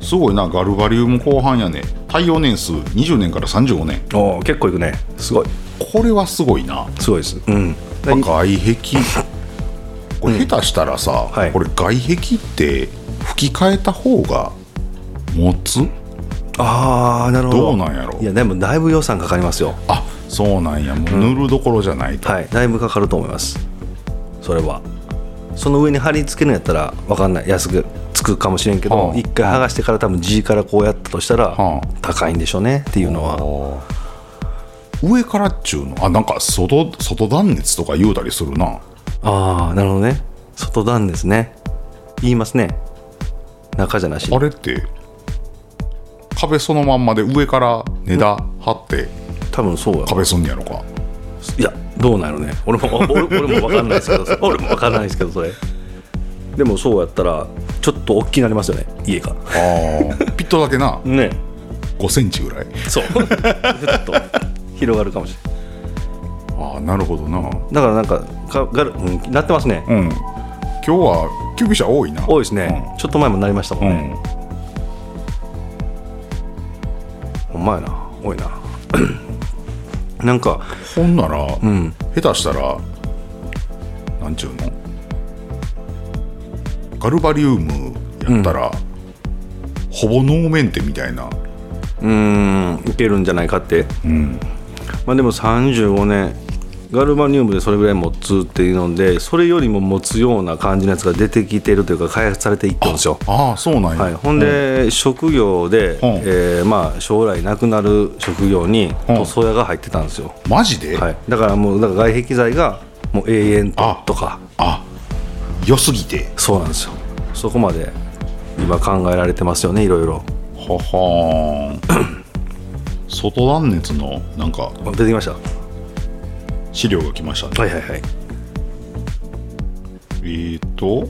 すごいなガルバリウム後半やね耐用年数20年から35年
おー結構いくねすごい
これはすごいな
すごいですうんで
外壁これ下手したらさ、
はい
これ外壁って吹き替えた方が持つ
ああなるほど
どうなんやろ
いやでもだいぶ予算かかりますよ
あそうなんやもう塗るどころじゃないと、
はいだいぶかかると思いますそれはその上に貼り付けるんやったら分かんない安くつくかもしれんけ
は
ど
あ
一回剥がしてから多分 G からこうやったとしたら
はあ
高いんでしょうねっていうのは
上からっちゅうのあなんか外外断熱とか言うたりするな
ああなるほどね外段ですね言いますね中じゃなしに
あれって壁そのまんまで上から根田張って
多分そうや
壁すんねやろか
いやどうなのね俺も 俺俺も分かんないですけど 俺も分かんないですけどそれでもそうやったらちょっと大きくなりますよね家が
あーピットだけな
ね
5センチぐらい
そう ふっと広がるかもしれない
ああなるほどな
だからなんかかがる、うん、なってますね、
うん今日は救急車多いな
多いですね、ちょっと前もなりましたもん
う
ね、
ん
ほんまやな多いな なんか
ほんなら、
ん
下手したらなんちゅうのガルバリウムやったら、ほぼノーメンテみたいな
うーんいけるんじゃないかって、
ん
まあ、でも35年ガルバニウムでそれぐらい持つっていうのでそれよりも持つような感じのやつが出てきてるというか開発されていったんですよ。
ああそうなんや、
はい、ほんで、職業で、
うん
えーまあ、将来亡くなる職業に
うん
塗装屋が入ってたんですよ、
マジで、
はい、だからもうだから外壁材がもう永遠と
あ
とか
あ良すぎて
そうなんですよそこまで今考えられてますよねいろいろ
ははーん 外断熱のなんか
あ出てきましたは
資料が来ましたね
いはいはい
えーと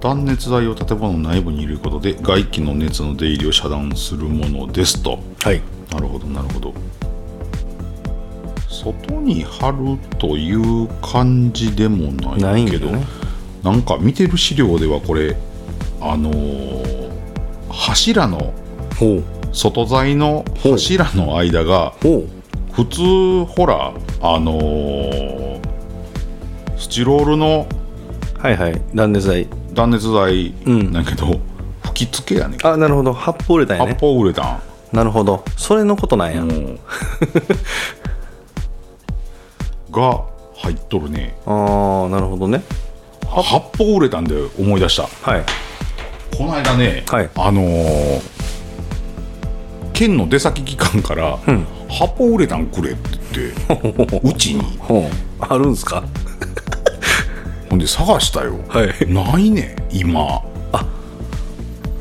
断熱材を建物の内部に入れることで外気の熱の出入りを遮断するものですと
はい
なるほどなるほど外に貼るという感じでも
な
ない
ん
い
だ
け
よ
どな
ね
んか見てる資料ではこれあのー柱の
ほう
外材の柱の間が
ほう
普通ほらあのースチロールの
はいはい断熱材
断熱材
うん
だけど、吹き付けやねん
あなるほど発泡ウレタンやね
発泡ウレタ
なるほどそれのことなんや、
ン、 うんが入っとるね
ああなるほどね
発泡ウレタンで思い出した
はい
この間ね、
はい
あのー県の出先機関から、
ん
発泡ウレタンくれって言って うちに
ほうあるんすか
ほんで探したよ、
は い
ないね今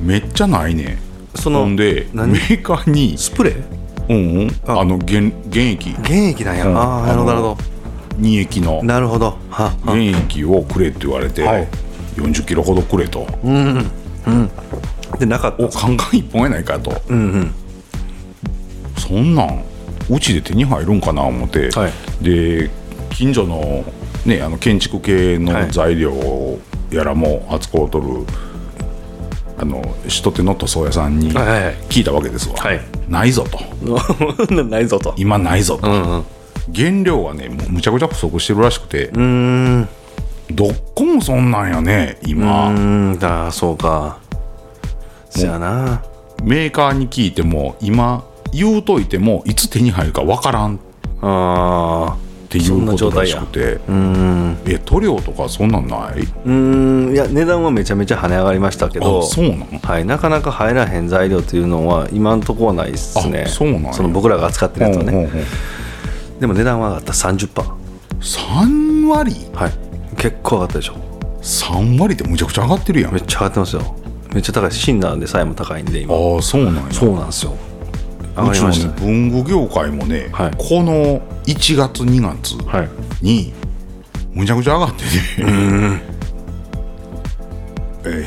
めっちゃないね
その
ほんでメ
何
ーカーに、
スプレー
うんうん、あの原原液
原液なんや、
うん
ああなるほど
あ
なる
の
ほ
二液の
どなるほどは
原液をくれって言われて、
はい
40キロほどくれと、
あでなかったん
お
です
カンカン一本やないかと、
うんうん
そんなんうちで手に入るんかな思って、
はい
で近所の,、ね、あの建築系
は
の
い
材料やらも扱うとる、あの人手の塗装屋さんに
はいはいはい
聞いたわけですわ、
はい
ないぞと
ないぞと
今ないぞと、
んうん
原料はねもうむちゃくちゃ不足してるらしくて、
うーんう
どっこもそんなんやね今、
ーんだそうかそやな
メーカーに聞いても今言うといてもいつ手に入るかわからんっ
あ
てい
そん
う
な
こと
状
ら
態
し
や
くて
ーうーん
え塗料とかそんなんないう
ーんいや値段はめちゃめちゃ跳ね上がりましたけど
あそうなん
はい、なかなか入らへん材料というのは今のところはないですね
あそうなんや
その僕らが扱ってるやつはね、
うんうんうん
でも値段は上がった30%
3割
はい結構上がったでしょ
3割ってむちゃくちゃ上がってるやん
め
あ
っちゃ上がってますよめっちゃ高いシンナーでさえも高いんで今
あそうなんや
そうなんですよ上が
う
り
ち
ま
の
した
ね
ね
文具業界もね、
はい
この1月2月
はい
にむちゃくちゃ上がってて、えー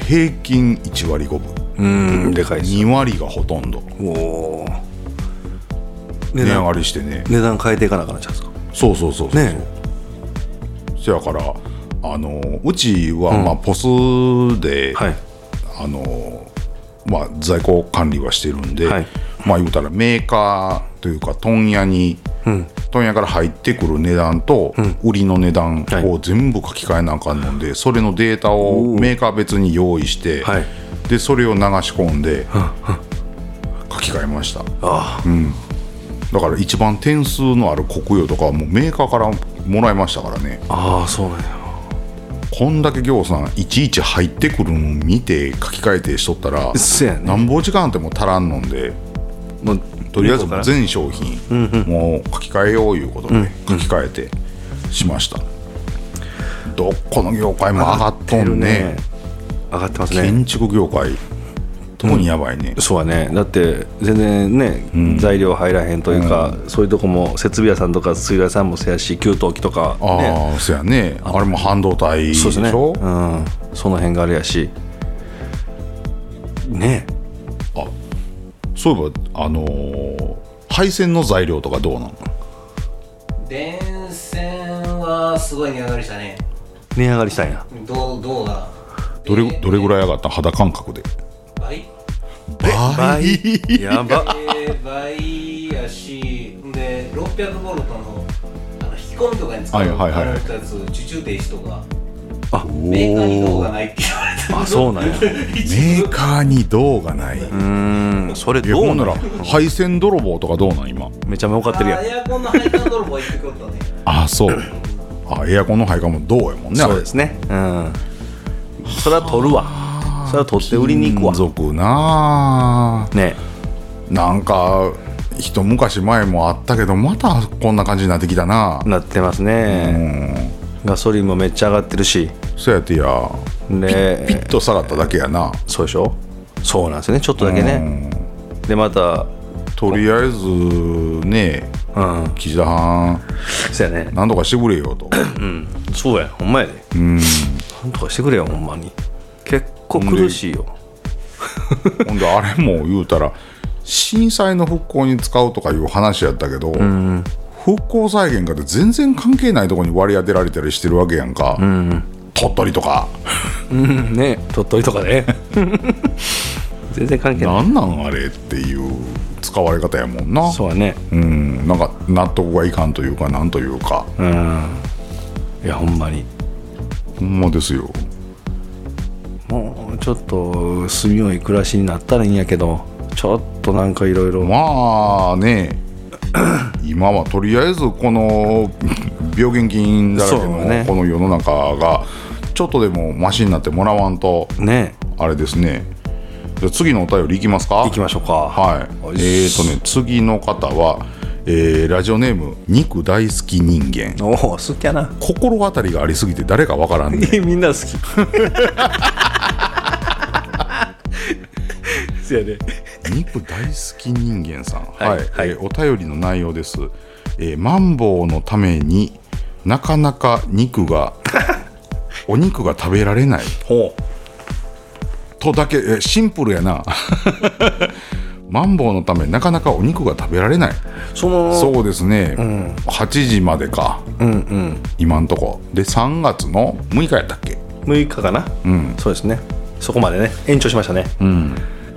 平均1割5分
うーんでかいです
2割がほとんど
おおー
値
値
上
段
がりしてね
値段変えていかなくなっちゃうんですか
そうそうそうそうそう、
ね
せやからあのうちは、まあポスで、
はい
あのまあ、在庫管理はしてるんで、
はい
まあ言うたらメーカーというか問屋に、問屋から入ってくる値段と売りの値段
はい
を全部書き換えなあかんので、それのデータをメーカー別に用意して、
はい
でそれを流し込んで書き換えました
ああ
だから一番点数のある国用とかはもうメーカーからもらいましたからね
ああそうなんや
こんだけ行さんいちいち入ってくるの見て書き換えてしとったら
せや
な
ね
んぼ時間ってもう足らんのんで
もう
とりあえず
向こうから
全商品もう書き換えよういうことで書き換えてしました、どっこの業界も上がっとんね
上がってますね
建築業界特にやばいね、
そうやねだって全然ね、材料入らへんというか、そういうとこも設備屋さんとか水道屋さんもせやし給湯器とか
ああ、
ね
そうやねあれも半導体でし
そう
ょ
ですねうんその辺があれやしね
そういえばあのー配線の材料とかどうなの
電線はすごい値上がりしたね
値上がりしたんや
どうどうだ
どれどれぐらい上がった肌感覚で
倍
倍やば
えー倍やしで600ボルトのあの引き込みとかに使う
はいはいはい
あのやつ受注停止とか
あ
メーカーに動がないって言われて
あそうなんやう
メーカーに銅がない
ーんそれ
いや
ど
ほ
うんな
なら
の
配線泥棒とかどうなん今
めちゃ儲かってるや
あ
ん
エアコンの配管泥棒行ってくるとね
ああそうあエアコンの配管も銅やもんね
そうですねうんそれは取るわそれは取って売りに行くわ
金属なあ
ね
なんか一昔前もあったけどまたこんな感じになってきたな
なってます
う
ね
ん
ガソリンもめっちゃ上がってるし
そうやってやピ
で
ッと下がっただけやな
そうでしょそうなんですよねちょっとだけねでまた
とりあえずね
うん
岸田藩
そうやね
何とかしてくれよ と
そうやほんまやでなんとかしてくれよほんまに結構苦しいよ
ほんであれも言うたら震災の復興に使うとかいう話やったけど、復興再現かって全然関係ないところに割り当てられたりしてるわけやんか、鳥取とか
うんね鳥取とかね 全然関係ない
なんなんあれっていう使われ方やもんな
そうやね
うんなんか納得がいかんというかなんというか、
うんいやほんまに
ほんまですよ
もうちょっと住みよい暮らしになったらいいんやけどちょっとなんかいろいろ
まあね 今はとりあえずこの 病原菌だらけ
そう
の
ね
この世の中がちょっとでもマシになってもらわんと
ね
あれですねじゃあ次のお便りいきますか
行きましょうか
はい
おい
えーとね次の方は、えーラジオネーム肉大好き人間
おお好きやな
心当たりがありすぎて誰かわからんね
みんな好 きそうやね
肉大好き人間さんは、
はいい
えーお便りの内容です、えーマンボウのためになかなか肉 がお肉が食べられない
ほ
とだけ、えーシンプルやな マンボウのためなかなかお肉が食べられないう
その
そうですね、8時までか、今んとこで3月の6日やったっけ
6日かな、うん、そうですねそこまでね延長しましたね、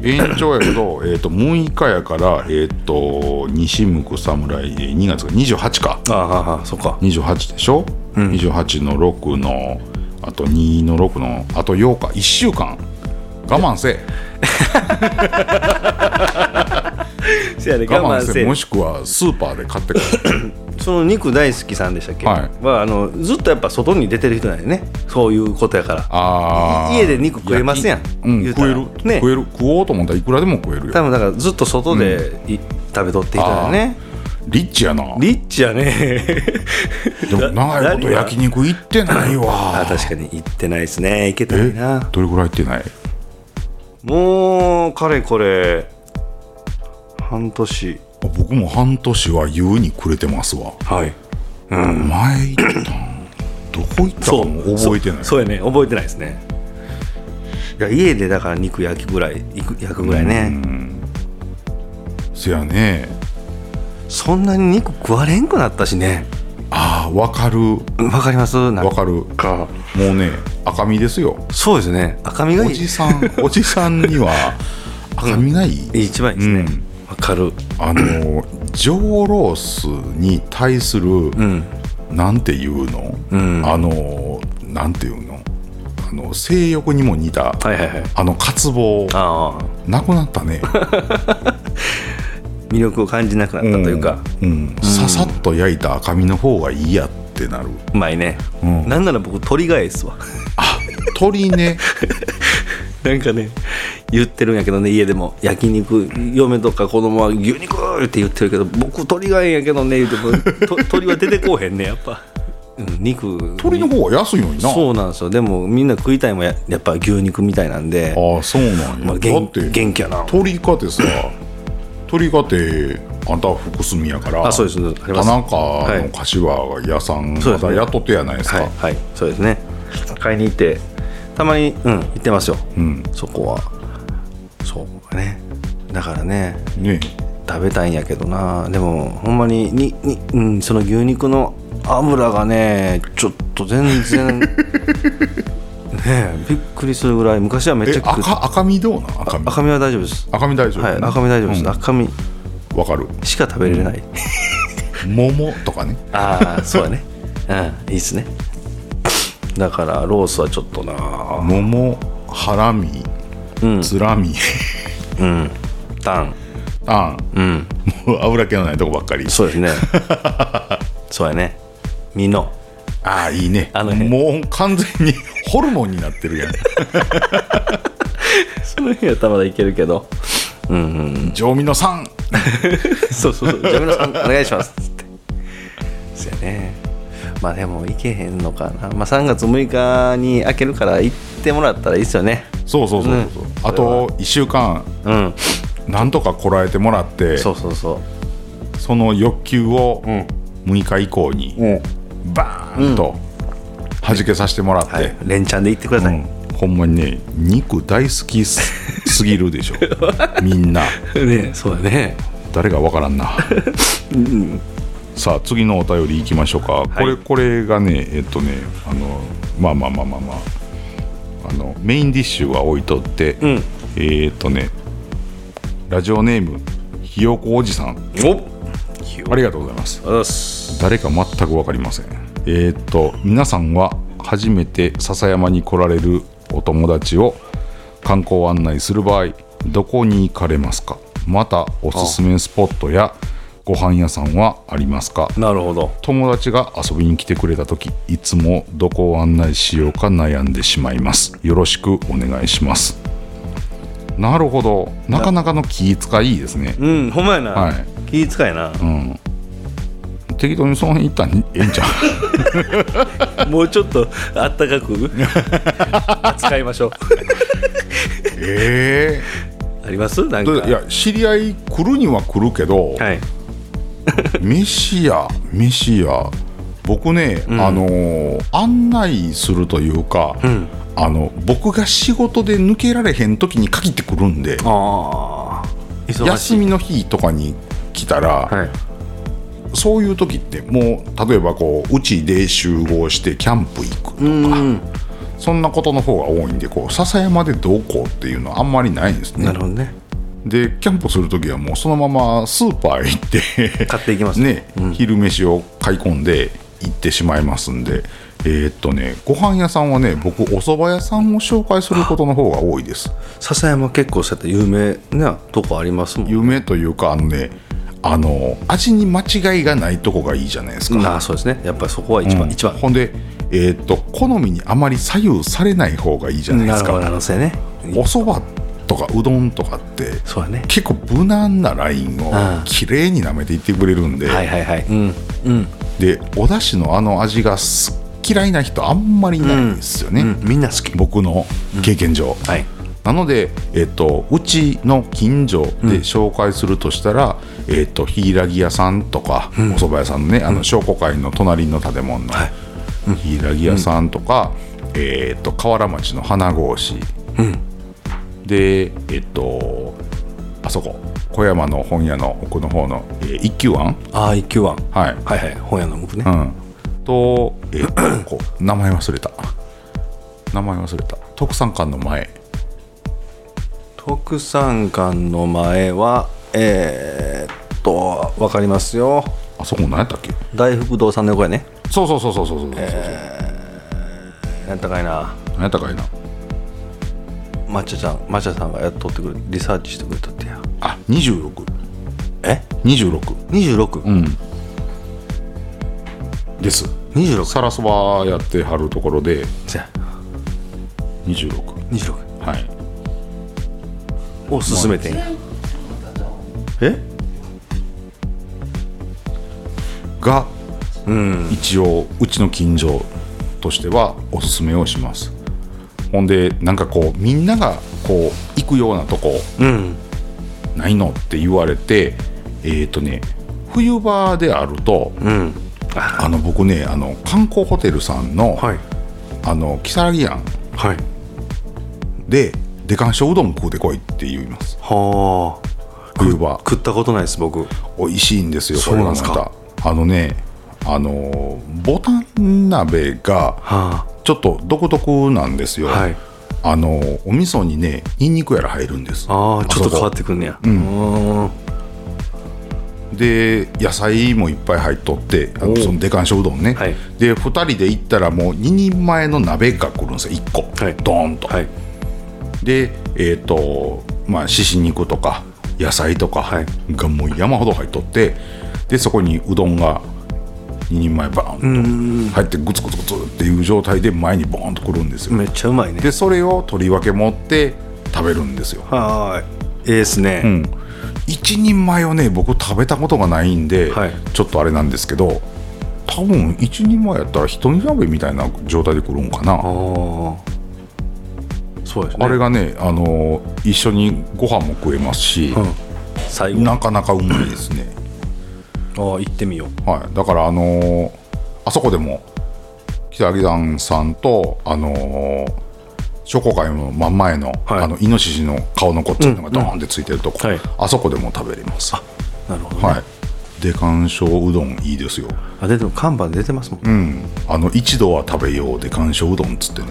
延長やけどえーと6日やから、えー、と西向く侍えー2月が28か
ああああそっか
28でしょ、28の6のあと2の6のあと8日1週間我慢せえ
せやね
我慢
我慢
せ
せ
え
え
もしくはスーパーで買ってくる
その肉大好きさんでしたっけ、
はい
あのずっとやっぱ外に出てる人なんやねそういうことやから
あー
家で肉食えますやん
焼きうん、
言うた
食
ら
える、
ね
食える食おうと思ったらいくらでも食えるよ
多分だからずっと外でい、食べとっていたよね
リッチやな
リッチやね
でも長いこと焼肉行ってないわ
あ確かに行ってないですね行けたらいい
え
な
どれぐらい行ってない
もうかれこれ半年
僕も半年は優にくれてますわ
はい
前行ったんどこ行ったかも覚えてない
そうそうやね覚えてないですねいや家でだから肉焼きぐらい肉焼くぐらいね
せやね
そんなに肉食われんくなったしね
ああわかる
うんわかりますなん
わかる
か
もうね赤身ですよ
そうですね赤身がい
お
い
じさ んおじさんには赤身がいい、
一番いいですね
うん
わ、かる
あの上ロースに対する、
うん
なんていうの、
ん
あのなんていうのあの性欲にも似た、
はいはいはい
あの渇望
ああ
なくなったね
魅力を感じなくなったというか、
うん、ささっと焼いた赤身の方がいいやってなる
うまいね、
うん
なんなら僕鳥がええっすわ
鳥ね
なんかね言ってるんやけどね家でも焼肉嫁とか子供は牛 肉って言ってるけど僕鳥がええんやけどね言うてもと鳥は出てこうへんねやっぱうん肉
鳥の方は安いのにな
そうなんですよでもみんな食いたいもんややっぱ牛肉みたいなんで
ああそうなんや、
まあ元
だって
元気やな
鳥かてさ鳥かてあんたは福住やから
あそうですあ
田
ります
中
はい
の柏が屋さん
そう
ま
で
す
ね
だ雇ってやないですか、
はいはいそうですね買いに行ってたまにうん行ってますよ、
うん
そこはそうねだからね
ね
食べたいんやけどなでもほんまににに、うん、その牛肉の油がねちょっと全 然ねえびっくりするぐらい昔はめっち
え
ゃ食って
赤赤身どうなん赤身
赤身は大丈夫です
赤身大丈夫、
はい赤身大丈夫です、赤身
うんわかる
しか食べれない、
桃とかね
ああそうだねうんいいっすねだからロースはちょっとな
桃ハラミ
うん
つら み
うんタン
あ
うん
んもう油気のないとこばっかり
そう ですねそうやね身の
ああいいね
あの辺
もう完全に ホルモンになってるやん
その辺はたまだいけるけどうんうん
上味の酸
そうそうそう。じゃあ皆さんお願いします。つって。そうやね。まあでも行けへんのかな。まあ3月6日に開けるから行ってもらったらいいっすよね。
そうそうそうそう、あと1週間
うん。
なんとかこらえてもらって
そ
そう
そうそ
の欲求を
ん
6日以降に、
う。うん。
バーンと弾けさせてもらって、
はい。連チャンで行ってください。
うんほんまにね肉大好きすすぎるで しょみんな
ねそうだね。
誰がわからんなさあ次のお便りいきましょうか、これこれがねえっとねあのまあまあまあまあまああのメインディッシュは置いとって、
ん
えーっとねラジオネームひよこおじさん
おっ
ありがとうございます
よし。
誰か全く分かりませんえーっと皆さんは初めて笹山に来られるお友達を観光案内する場合どこに行かれますかまたおすすめスポットやご飯屋さんはありますか
なるほど。
友達が遊びに来てくれた時いつもどこを案内しようか悩んでしまいますよろしくお願いしますなるほどなかなかの気遣いいですね
うん、ほんまやな。
はい
気遣いな。
うん適当にその辺行ったらええんちゃう
もうちょっと あったかく 扱いましょう。
え
ありますな
え
んか。
いや知り合い来るには来るけど、
はい。
飯や飯や僕ね、あのー案内するというか、
ん
あの僕が仕事で抜けられへん時に限ってくるんで
ああ。忙し
休
い。
みの日とかに来たら、
はい。
そういう時ってもう例えばこううちで集合してキャンプ行く
うーん。
そんなことの方が多いんでこう笹山でどうこうっていうのはあんまりないんですね
なるほどね。
でキャンプする時はもうそのままスーパー行って
買っていきます
ね、昼飯を買い込んで行ってしまいますんでえーっとねご飯屋さんはね僕お蕎麦屋さんを紹介することの方が多いです
笹山結構そうやって有名なとこありますもん
夢というかあのねあの味に間違いがないとこがいいじゃないですか、
ああそうですねやっぱりそこは一番、一番
ほんでえーっと好みにあまり左右されない方がいいじゃないで
な
す
るほどなる
か
ほどね
お蕎麦とかうどんとかって
そうだね
結構無難なラインを
うん
綺麗に舐めていってくれるんで、
はいはいはいうんうん、
でお出汁のあの味がす嫌いな人あんまりいないんですよね、
うん、みんな好き
僕の経験上、
はい
なので、えっと、うちの近所で紹介するとしたら、えっと、柊屋さんとか、お蕎麦屋さんのねあの商工会の隣の建物の、
はい
柊屋さんとか、えっと、河原町の花格子、でえっとあそこ小山の本屋の奥の方の、えー一休庵
ああ一級は
はい
はいはい本屋の向くね、
うん、と、えーこう名前忘れた名前忘れた特産館の前
特産館の前はえー、っとわかりますよ
あそこ何やったっけ
大福堂さんの横やね
そうそうそうそうそうそうそう、
なんたかいな
何やったかいな
抹茶ちゃん抹茶さんがやっとってくれリサーチしてくれたってや
あ二2626
え
う
26?26
んです
26
サラそばやってはるところで
じゃあ
26
26
はい
を勧めてんや
えが一応うちの近所としてはおすすめをしますほんでなんかこうみんながこう行くようなとこ
うん
ないのって言われてえっ、とね冬場であると、
うん
あの僕ねあの観光ホテルさんの、
はい
あのキサラギアン
はい
でデカンショうどん食うてこいって言います
はあ
冬場
食ったことないです僕
美味しいんですよ
そうなんですか
これがまたあのねあのボタン鍋が
は
ちょっと独特なんですよ、
はい
あのお味噌にねニンニクやら入るんです
ああちょっと
そこ
変わってくんねやうん
で野菜もいっぱい入っとってあの
おう
そのデカンショうどんね、
はい
で2人で行ったらもう2人前の鍋が来るんですよ1個、
はい
ドーンと、
はい
でえっ、とまあしし肉とか野菜とか
はい
がもう山ほど入っとってでそこにうどんが2人前バーンと入ってグツグツグツっていう状態で前にボーンとくるんですよ、
めっちゃうまいね
でそれをとりわけ持って食べるんですよ、
はーいええっす
う
ね
ん、1人前をね僕食べたことがないんで、
はい
ちょっとあれなんですけど多分1人前やったら1人鍋みたいな状態で来るんかな
ああそうですね
あれがね、あのー一緒にご飯も食えますし、
うん最後あ
なかなかうまいです ね、
あ行ってみよう
はい、だから、あのーあそこでも北木山さんと、あのー商工会の真ん前の,、
はい
あのイノシシの顔のこっちのがドーンってついてるとこ、
うんはい
あそこでも食べれます、は
なるほどね、
い、で鑑賞うどんいいですよ、
あででも看板出てますもん、
うん、あの一度は食べようで鑑賞うどんっつってね、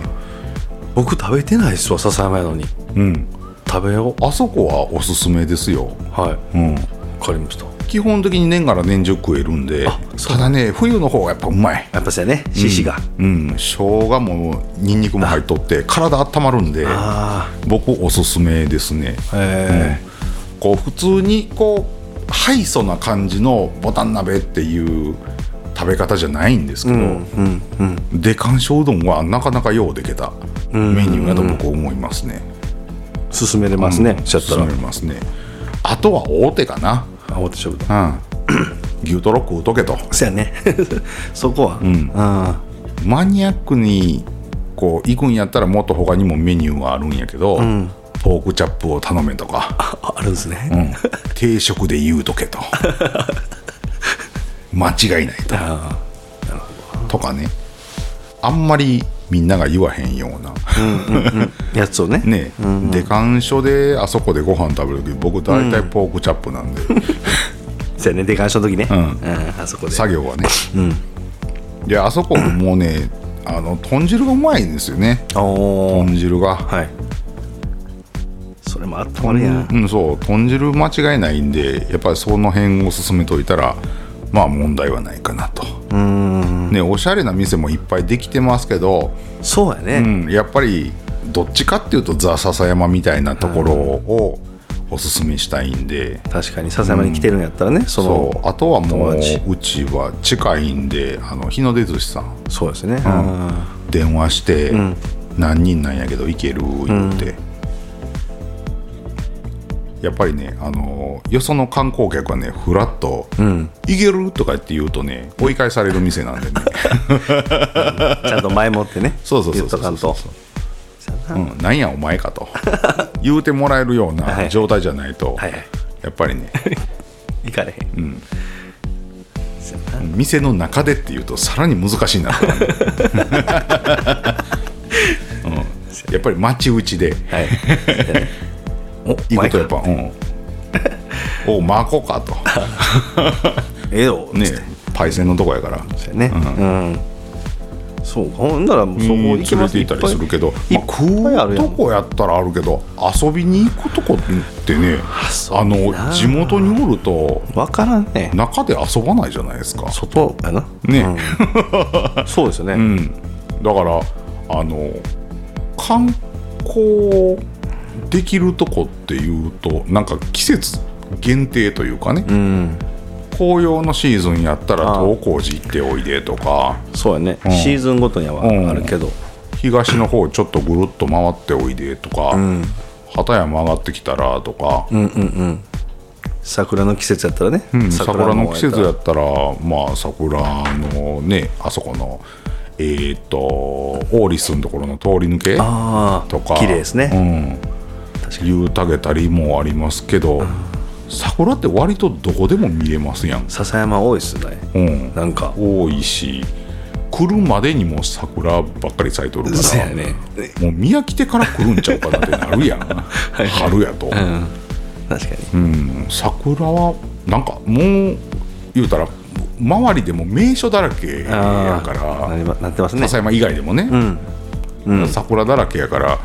僕食べてないっすわ笹山やのに
うん、
食べよ
あそこはおすすめですよ、
うはい
うん、
わかりました
基本的に年がら年中食えるんで
そう
ただね冬の方がやっぱうまい
やっぱそうやね獅子が、
うん生姜もにんにくも入っとって体温まるんで
あ
僕おすすめですね
あえ
こう普通にこう敗訴な感じのボタン鍋っていう食べ方じゃないんですけど、
うんうん
で鑑賞うどんはなかなかようできたメニューだと僕思いますね、
進めれますね、
うん
しちゃった
勧
ら
めますねあとは大手かな、
あ大手勝負だ
うん、牛トロ食うとけと
そうやね そこはうんあ
マニアックにこう行くんやったらもっと他にもメニューはあるんやけど、ポークチャップを頼めとか、
ああるんですね、
うん、定食で言うとけ と間違いないと
あ
とかねあんまりみんなが言わへんような
あやつをね
ねで鑑賞であそこでご飯食べる時僕大体ポークチャップなん で、
そうやねで鑑賞の時ね、
ん
あそこで
作業はね、であそこもうねあの豚汁がうまいんですよね
おー
豚汁が。
はいそれもあったまるやん、
うん、そう豚汁間違いないんでやっぱりその辺を進めといたらまあ問題はないかなと、ね、おしゃれな店もいっぱいできてますけど、
そうやね、
うん、やっぱりどっちかっていうとザ・笹山みたいなところをおすすめしたいんで、
確かに笹山に来てるんやったらね、その
そうあとはも
友
う
達
うちは近いんであの日の出寿司さん
そうですね、あ
電話して、何人なんやけど行ける言って、やっぱりねあのよその観光客はねふらっと「行ける?」とかって言うとね追い返される店なんでね
ーちゃんと前もってね
そうそうそうそ
言
う
っとかんと
うん、なんやお前かと言うてもらえるよう
は
ない状態じゃないと、
はいはい
やっぱりね
行かれへん、
店の中でっていうとさらに難しいなと、 ねうん、やっぱり町打ちで
はいお
行くと
前
やっぱ「
か
うん、おマコか」と。
ええよ
ね
つって
パイセンのとこやから
そうやねうん、そうかほんならもうそこ
に
行き
連
ま
れ
す
て行ったりするけど
いっ
まあ
ぱいいっぱいあるや
ど
ん
こやったらあるけど遊びに行くとこってねあ
び
の
な
地元におると
わからんね
中で遊ばないじゃないですか
外やな
ね、
そうですよね、
うんだからあの観光できるとこっていうとなんか季節限定というかね、紅葉のシーズンやったら
ああ
東光寺行っておいでとか
そうやね、
ん
シーズンごとには
うん
あるけど、
東の方ちょっとぐるっと回っておいでとか、畑山上がってきたらとか、
桜の季節やったらね、
うん桜の
も
季
やった
節
ら
やったらまあ桜のねあそこのえーっとオーリスのところの通り抜け
ああ
とか
綺麗ですね、
うん言うたげたりもありますけど、桜って割とどこでも見れますやん、
笹山多いっすね
うん、
なんか
多いし来るまでにも桜ばっかり咲いとるか
そうや
ら、
ね
もう宮来てから来るんちゃうかなってなる やん春やと、
うん確かに
うん桜はなんかもう言うたら周りでも名所だらけやか
あーな
ら
りまなってますね
笹山以外でもね、
うんうん
桜だらけやから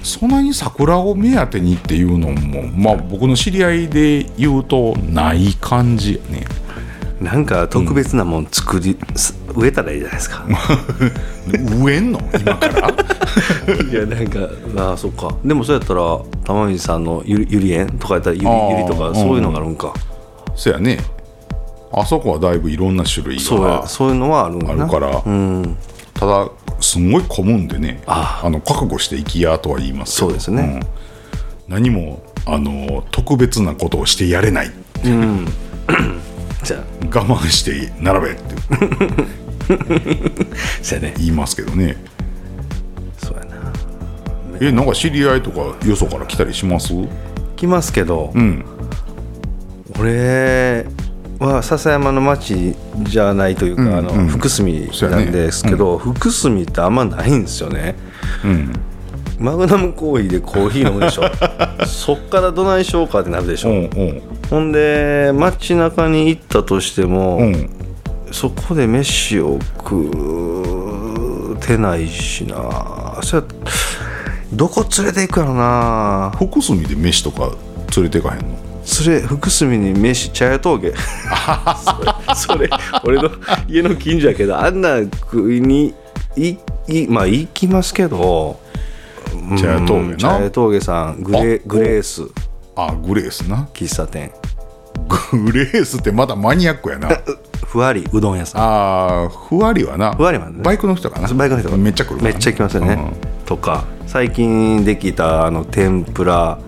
そんなに桜を目当てにっていうのもまあ僕の知り合いで言うとない感じや ね
なんか特別なもん作り、す植えたらいいじゃないですか
植えんの今 から
いやなんかああそっかでもそうやったら玉水さんのゆりゆり園とかやったらゆり
あー
ゆりとかそういうのがあるんか、
そやねあそこはだいぶいろんな種類
そう
が
やそういうのはあるん
あ
かな
るから
うん
ただすんごい混むんでね
あ
あの覚悟していきやとは言いますけど
そうですね
うん何もあの特別なことをしてやれない
じゃあ
我慢して並べって
そうやね
言いますけど ね
そうやな
えなんか知り合いとかよそから来たりします
来ますけど、
うん
俺は笹山の町じゃないというか、
うん
あの
うん
福住
そうや
な
ね
んですけど、福住ってあんまないんですよね
うん
マグナムコーヒーでコーヒー飲む でしょそっからどないしようかってなるでし
う
ょ、
んうん
ほんで街中に行ったとしても、
うん
そこで飯を食うてないしなそやどこ連れて行くやろな
福住で飯とか連れてかへんの
連れ福住に飯茶屋峠 それそれ俺の家の近所やけどあんな国にいいまあ行きますけど
茶屋峠な
茶屋峠さんグレ
あ
グレース
あグレースな
喫茶店
グレースってまだマニアックやな
ふわりうどん屋さん
あーふわりはな
ふわりはね
バイクの人かな
バイクの人が
めっちゃ来るから
めっちゃ行きますよね、
うん
とか最近できたあの天ぷら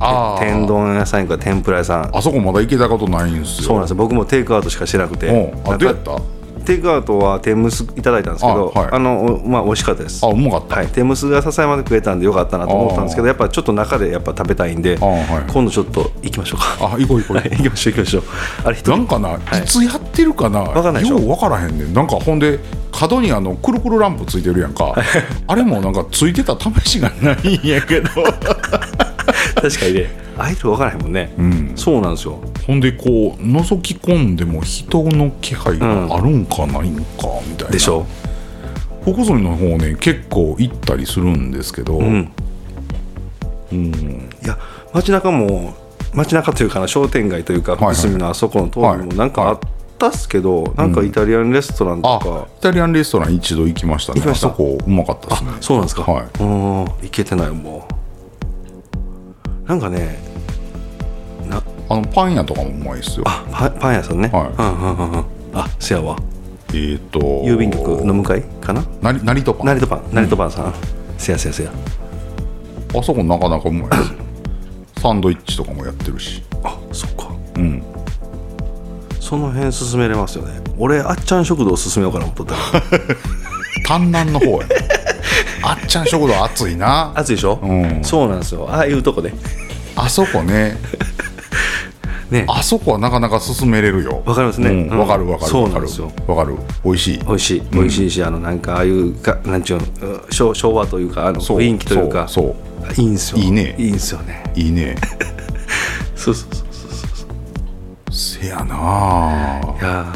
あー
天丼屋さんか天ぷら屋さん
あそこまだ行けたことないんですよ
そうなんですよ僕もテイクアウトしかしてなくて
うん、
な
あ
んか
どうやったあ
テイクアウトは天むすいただいたんですけどあ,、
あはい
のおまあ美味しかったです
うまかった、
はい、天むすが笹山で食えたんでよかったなと思ったんですけどやっぱちょっと中でやっぱ食べたいんで、
あはい
今度ちょっと行きましょうか
あ行こう行こう行こ
行きましょう行きましょうあれ一
うな
人
んかな、い、つやってるかな
わかんないでし
よ
ょ
う分からへんねんなんかほんで角にあのくるくるランプついてるやんかあれもなんかついてた試しがないんやけ ど
確かにねアイドル分からへんもんね、
ん
そうなんですよ
ほんでこう覗き込んでも人の気配があるんかないんかみたいな
でしょ
細住の方ね結構行ったりするんですけど、
うん
うん
いや街中も街中というかな商店街というか
いはい
福住のあそこの通り
はい
もなんかあったっすけど、なんかイタリアンレストランと
あ
か、
イタリアンレストラン一度行きましたね
行きました
あそこうまかったですね
そうなんですか、
はいう
ーん行けてないもうなんかねな
あのパン屋とかもうまいですよ
あパンパン屋さんね、
はい
うんうんうんうんあせやわ
えっ、と
郵便局の向かいかな
なりなりとパン
成田パン成田パンさん、せやせやせや
あそこなかなかうまいですよ サンドイッチとかもやってるし
あそっか
うん
その辺進めれますよね俺あっちゃん食堂進めようかな思っとった けど
丹南の 方やねあっちゃん食堂暑いな
熱いでしょ、
うん
そうなんですよああいうとこで
あそこね
ね
あそこはなかなか進めれるよ
わかりますね
うん
うん
わ、かるわかる
そう
わ
な
か
ん
る
ですよ
わかる美味しい
美味しい美味しいし、あのなんかああいうかなんちゅうのうん昭昭和というかあの
そう
雰囲気というか
そう
いいんすよ
いいね
いいんすよね
そういいね
そうそうそうそう
せやなあ
いや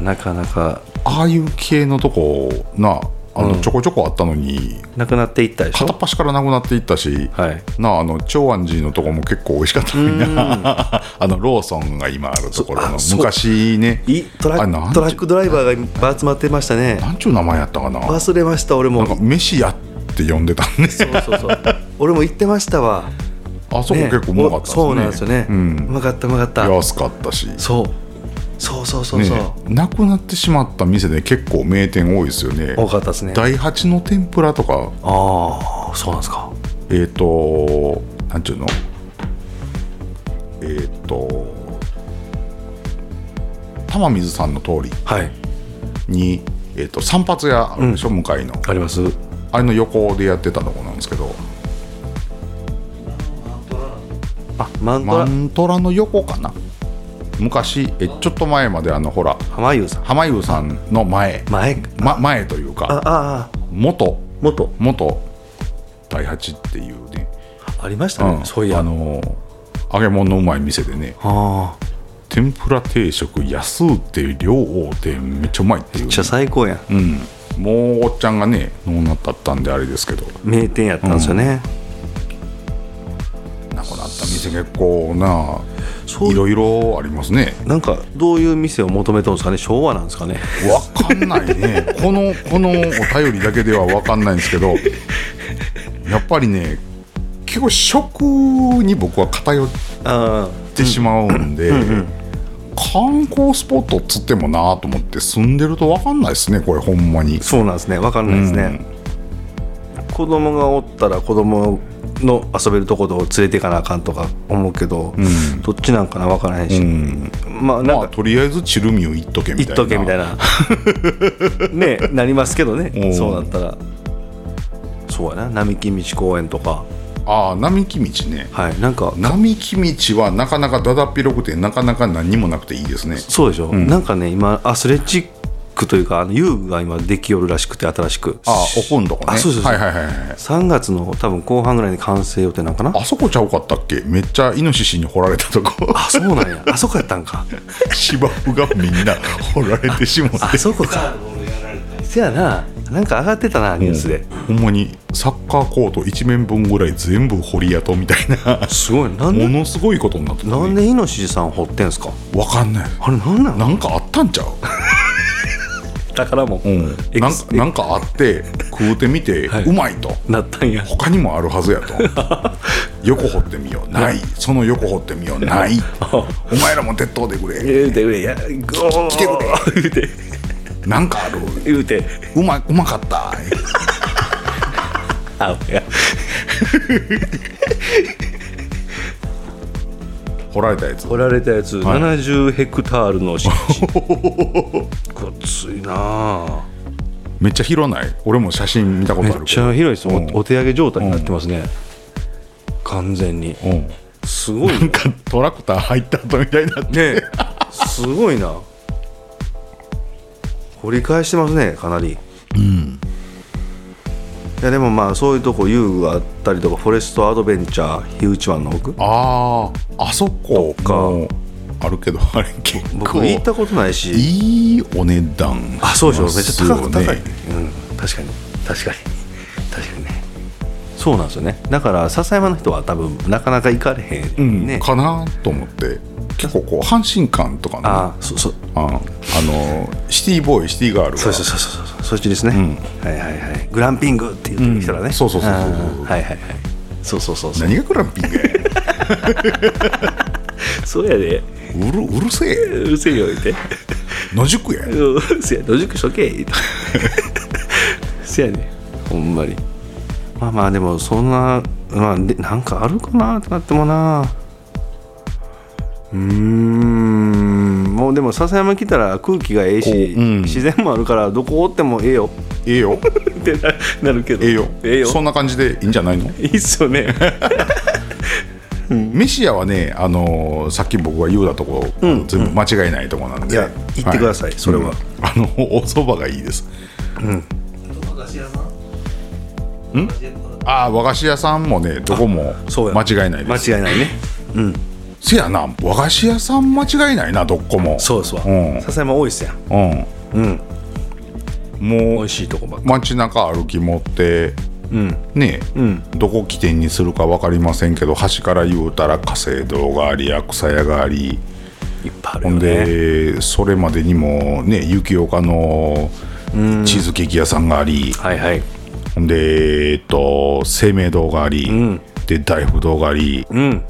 ーなかなか
ああいう系のとこなあのちょこちょこあったのに、
なくなっていったでし
片っ
ょ
端からなくなっていったし、
はい
なああの長安寺のとこも結構美味しかったのにな あのローソンが今あるところの
そあそう
昔ね
いトラ
あれなんち
ックトラックドライバーがいっぱい集まってましたね
なんちゅう名前やったかなな
忘れました俺も
んか飯屋って呼んでたんです
そうそうそう俺も行ってましたわ
あそこ結構うまかった
おそうなんですよね、う
うん
まかったうまかった
安かったし
そうそうそうそうそう、
ねなくなってしまった店で結構名店多いですよね
多かったですね
第八の天ぷらとか
ああそうなんですか
えっ、となんちゅうのえーっと玉水さんの通り
はい
に、えーっと散髪屋あるでしょ、向かいの
あります
あれの横でやってたとこなんですけど
あマント
マ
ラ
ントラの横かな昔えちょっと前まであのほら
浜優さん
浜湯さんの前、
前
ま、前という
あ
か
ああ
元
元
元第八っていうね、
ありましたね、
ん
そういや
あの揚げ物のうまい店でね
ああ
天ぷら定食安うて量多うてめっちゃうまいっていう
めっちゃ最高やん
うん、もうおっちゃんがね脳なったったんであれですけど
名店やったんですよね、
亡くなった店結構な
そう
いろいろありますね
なんかどういう店を求めてるんですかね昭和なんで すかね
分かんないね このこのお便りだけでは分かんないんですけどやっぱりね結構食に僕は偏っ
あ
てしまうんで、観光スポットっつってもなと思って住んでると分かんないですねこれほんまに
あそうなんですね分かんないですね、子供がおったら子供の遊べるところを連れていかなあかんとか思うけど、
ん
どっちなんかな分からへんし、
うん
まあなん
まあ
か
とりあえずチルミを行っとけみ
行
た
っ
いな
とけみたいな ねなりますけどね
おう
そうなったらそうやな並木道公園とか
ああ並木道ね
はいなんか
並木道はなかなかだだっ広くてなかなか何もなくていいですね
そうでしょ、なんかね今アスレチックというかあの遊具が今できよるらしくて新しく
ああおこんとかね
あそうそうそう
はいはいはいはい
3月の多分後半ぐらいに完成予定なんかな
あそこちゃうかったっけめっちゃイノシシに掘られたと こ
あそうなんやあそこやったんか
芝生がみんな掘られてしまって
あそこ
カ
か
ード俺やられたり
せやななんか上がってたなニュースで、
ほんまにサッカーコート1面分ぐらい全部掘り跡みたい な
すごいな
も
んで
のすごいことになってた、ね、
なんでイノシシさん掘ってんすか
わかんない
あれなんなん
なんかあったんちゃう
宝も、
うん
エ
な
ク
ん
ス
かなんかあって食うてみて、
はいう
まいと
なったんや
他にもあるはずや と横掘ってみようないその横掘ってみよう ないお前らも鉄塔でくれ
言うてくれやゴー
来てく
れ言うて
なんかある
言うて
うまうまか った
あいや
掘られたやつ
掘られたやつ、70ヘクタールの敷地 ごっついなあ
めっちゃ広ない俺も写真見たこと
め
あ
っ
るけ
ち
ど
ゃ広いです、お
うん
お手上げ状態になってますね、完全に
うん
すごい
なんかトラクター入った後みたいになって
ね すごいな掘り返してますねかなりうんいやでもまあそういうとこ遊具があったりとかフォレストアドベンチャー火打ち湾の奥
あーあそこ
か
もうあるけど あれ結構
僕行ったことないし
いいお値段
あそうでしょ、
し
め
ま
っち
す
ゃ
よ
高く高い、うん、確かに確かに確かにねそうなんですよねだから笹山の人は多分なかなか行かれへん、
うん
ね
かなと思って結構こう阪神館とかね
あそうそう
うんあのシティボーイシティガールが
そうそうそうそうそうそっちですね、はいはいはいグランピングって言ってる人らね、
うんそうそうそうそう
あーはいはいはいそうそうそうそう
何がグランピングや
そうやで
うるうるせえ
うるせえよ言うて
野宿や
うんせや野宿しとけ言うてせやねほんまにまあまあでもそんな、まあ、でなんかあるかなってなってもなうーんもうでも笹山来たら空気がええし、
おうん
自然もあるからどこおってもええよ
ええよ
ってななるけど
ええよ
ええよ
そんな感じでいいんじゃないの
いいっすよね
メシアはね、あのーさっき僕が言うたとこ、全部間違いないとこなんで
いや行ってくださいそれ
う
は
んあのお 蕎麦がいいです
とか菓子屋さんん
ああ和菓子屋さんもねどこも
そうや
間違いないです
間違いないね
せやな和菓子屋さん間違いないなどこも
そうそう
うん
笹山多いっすやん
うん
うん美
もう
味しいとこばっか
街中歩き持って
うん
ね
うん
どこ起点にするか分かりませんけど端から言うたら加勢堂がありや草屋があり
いっぱいある
ほ
よ
ん
ね
でそれまでにもね雪岡のチーズケーキ屋さんがあり
はいはい
ほんでえっと生命堂があり、
ん
で大不堂があり
うん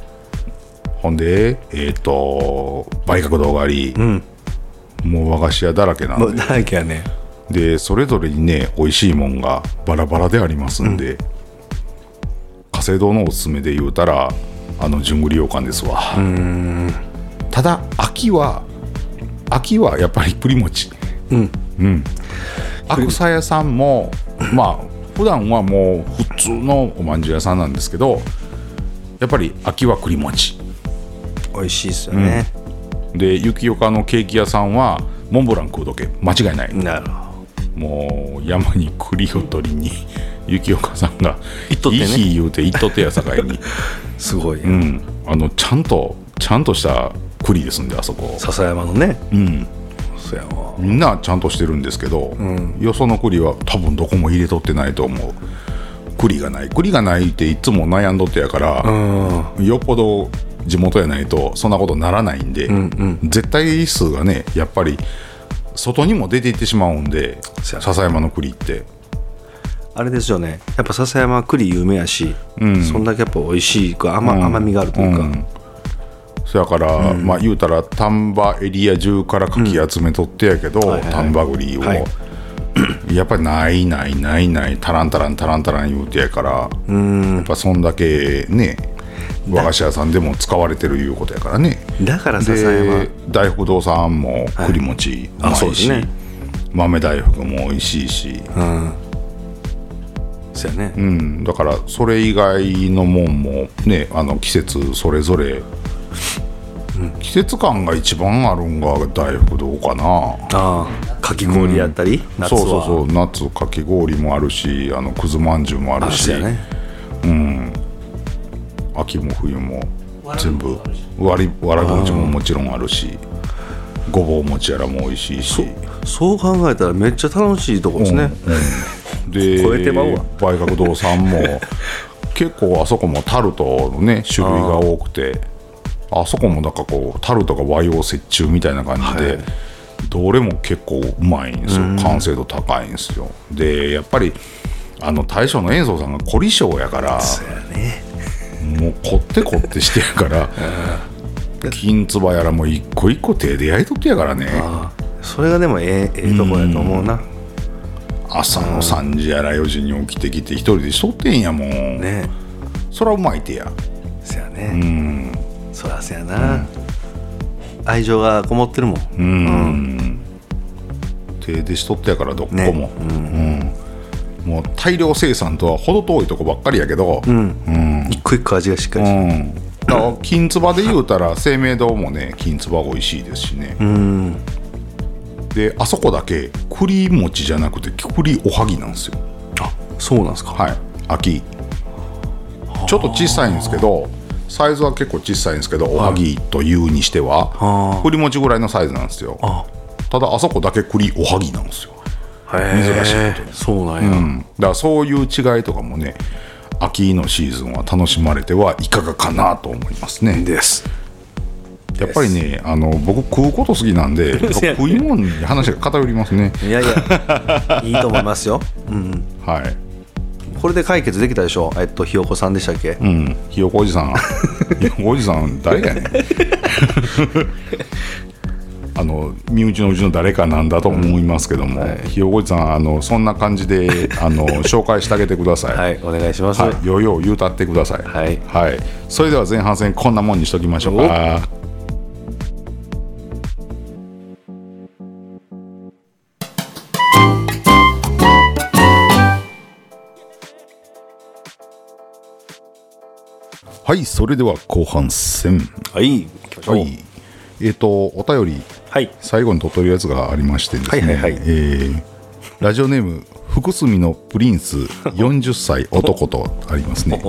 ほんでえっと売角堂があり、
ん
もう和菓子屋だらけなん
も
で
うだらけやね
でそれぞれにね美味しいもんがバラバラでありますんで、加勢堂のおすすめで言うたらあの順繰り洋館ですわただ秋は秋はやっぱりプリモチ
うん
うんアクサ屋さんもまあ普段はもう普通のおまんじゅう屋さんなんですけどやっぱり秋は栗餅
美味しいですよね、
で雪岡のケーキ屋さんはモンブラン食うどけ間違いない、
なるほど
もう山に栗を取 りに雪岡さんが「
行っとってね
いい日言うて行っとってやさかい に、
すごい、
うん、あのちゃんとちゃんとした栗ですんであそこ
笹山のね
うん
笹山は
みんなちゃんとしてるんですけど、よその栗は多分どこも入れとってないと思う栗がない栗がないっていつも悩んどってやから、
う
よっぽど地元やないとそんなことならないんで、絶対数がねやっぱり外にも出ていってしまうんで
そうや
笹山の栗って
あれですよねやっぱ笹山は栗有名やし、そんだけやっぱ美味しいこう甘,、甘みがあるというか、
そやから、まあ言うたら丹波エリア中からかき集めとってやけど、
いはい
丹波栗を、
はい
やっぱりないないないないタランタランタランタラン言うてやからやっぱそんだけね和菓子屋さんでも使われてるいうことやからね
だから笹山
で大福堂さんも栗餅うま
あそう
い
です
し、
ね
豆大福も美味しいし、
そうやね、
うん、だからそれ以外のもんもねあの季節それぞれ、季節感が一番あるんが大福堂かな
ああかき氷やったり、夏は
そうそうそう夏かき氷もあるしあのくずまんじゅうもあ
あ
るし
そうやね
秋も冬も全部わりわらび餅ももちろんあるしごぼう餅やらも美味しいし
そう考えたらめっちゃ楽しいとこですね、
うんで
超えてまうわ
梅角堂さんも 結構あそこもタルトのね種類が多くてあそこもなんかこうタルトが和洋折衷みたいな感じで、どれも結構うまいんですよ完成度高いんですよでやっぱりあの大将の演奏さんが凝り性やからもう凝って凝ってしてやから 金つばやらもう一個一個手で焼いとってやからね
ああそれがでもええええとこやと思うな、
朝の3時やら4時に起きてきて一人でしとってんやもん、
ね
そらうまいてや
そやねそらそやな、愛情がこもってるもん、
手でしとってやからどっこも、
ね
うんもう大量生産とは程遠いとこばっかりやけど、
一個一個味がしっかりして
うんだから金つばで言うたら生命堂もね金つば美味しいですしね、であそこだけ栗餅じゃなくて栗おはぎなんですよ
そうなんですか、
はい秋ちょっと小さいんですけどサイズは結構小さいんですけどおはぎというにしては栗餅ぐらいのサイズなんですよただあそこだけ栗おはぎなんですよ
へ
珍しい
えそうなんや、
うんだからそういう違いとかもね秋のシーズンは楽しまれてはいかがかなと思いますね
です
やっぱりねあの僕食うこと好きなん で食い物に話が偏りますね
いや いやいいと思いますよ、うん、
はい
これで解決できたでしょえっとひよこさんでしたっけ、
うんひよこおじさ んひよこおじさん誰やね んあの身内のうちの誰かなんだと思いますけども、ひよこおじさんあのそんな感じであ の紹介してあげてください、
はいお願いします、
はい、よいよう言うたってください
はい
はい、それでは前半戦こんなもんにしときましょうかはいそれでは後半戦
はい、行きましょう
はいえっ、とお便り
はい
最後に取っとるやつがありましてですね、
はいはいはい
えーラジオネーム福住のプリンス40歳男とありますね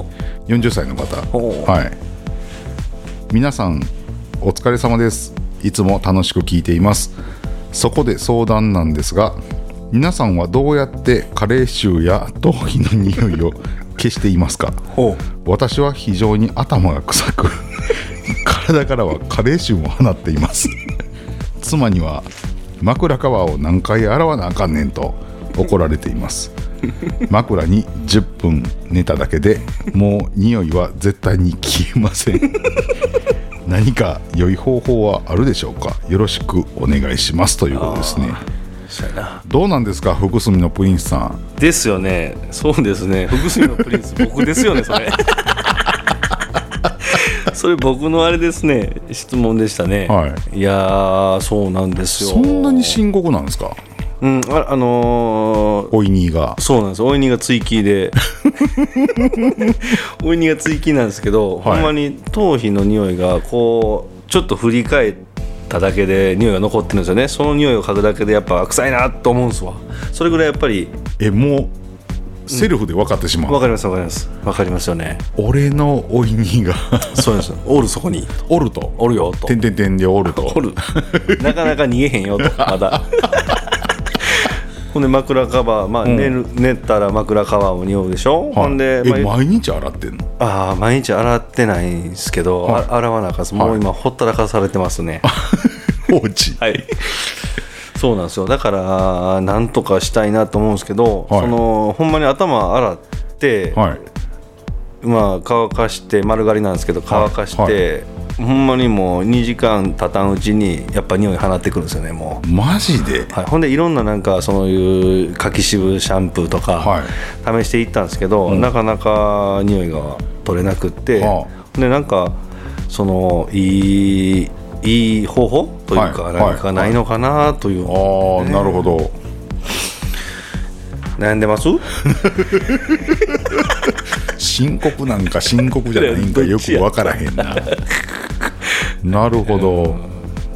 40歳の方
お
はい皆さんお疲れ様ですいつも楽しく聞いていますそこで相談なんですが皆さんはどうやってカレー臭や頭皮の匂いを消していますか私は非常に頭が臭く 体からは加齢臭も放っています妻には枕カバーを何回洗わなあかんねんと怒られています枕に10分寝ただけでもう匂いは絶対に消えません何か良い方法はあるでしょうかよろしくお願いしますということですね
そうやな
どうなんですか福住のプリンスさん
です よねそうですね福住のプリンス僕ですよねそれそれ僕のあれですね質問でしたね、、
はい
やーそうなんですよ
そんなに深刻なんですか
うんああのー
おいにが
そうなんですおいにが追記 でおいにが追記なんですけど、
はい
ほんまに頭皮の匂いがこうちょっと振り返っただけで匂いが残ってるんですよねその匂いを嗅ぐだけでやっぱ臭いなと思うんですわそれぐらいやっぱり
えもうセルフで分かってしまう、
わかりますわかりますわかりますよね
俺のおいにが
そうなんですよおるそこに
おると
おるよと
てんてんてんでおると
おるなかなか逃げへん よとまだほんで枕カバー、まあ寝る寝たら枕カバーも匂うでしょ、
はい
ほんで、
え
まあ
毎日洗ってんの
あー毎日洗ってないんですけど、
はい
あ洗わなあかんすも
は
う
い
今ほったらかされてます ね
放置
はい そうなんですよだからなんとかしたいなと思うんですけど、
はい
そのほんまに頭洗って、
はい
まあ乾かして丸刈りなんですけど乾かして、
は
ほんまにもう2時間経たんうちにやっぱ匂い放ってくるんですよねもう。
マジで
はい、ほんでいろんななんかそういう柿渋シャンプーと
は
か試していったんですけど、なかなか匂いが取れなくって、
は
でなんかそのいいいい方法というか、
はい
何かないのかなという、
ああ、なるほど
悩んでます
深刻なんか深刻じゃないん かよく分からへんななるほど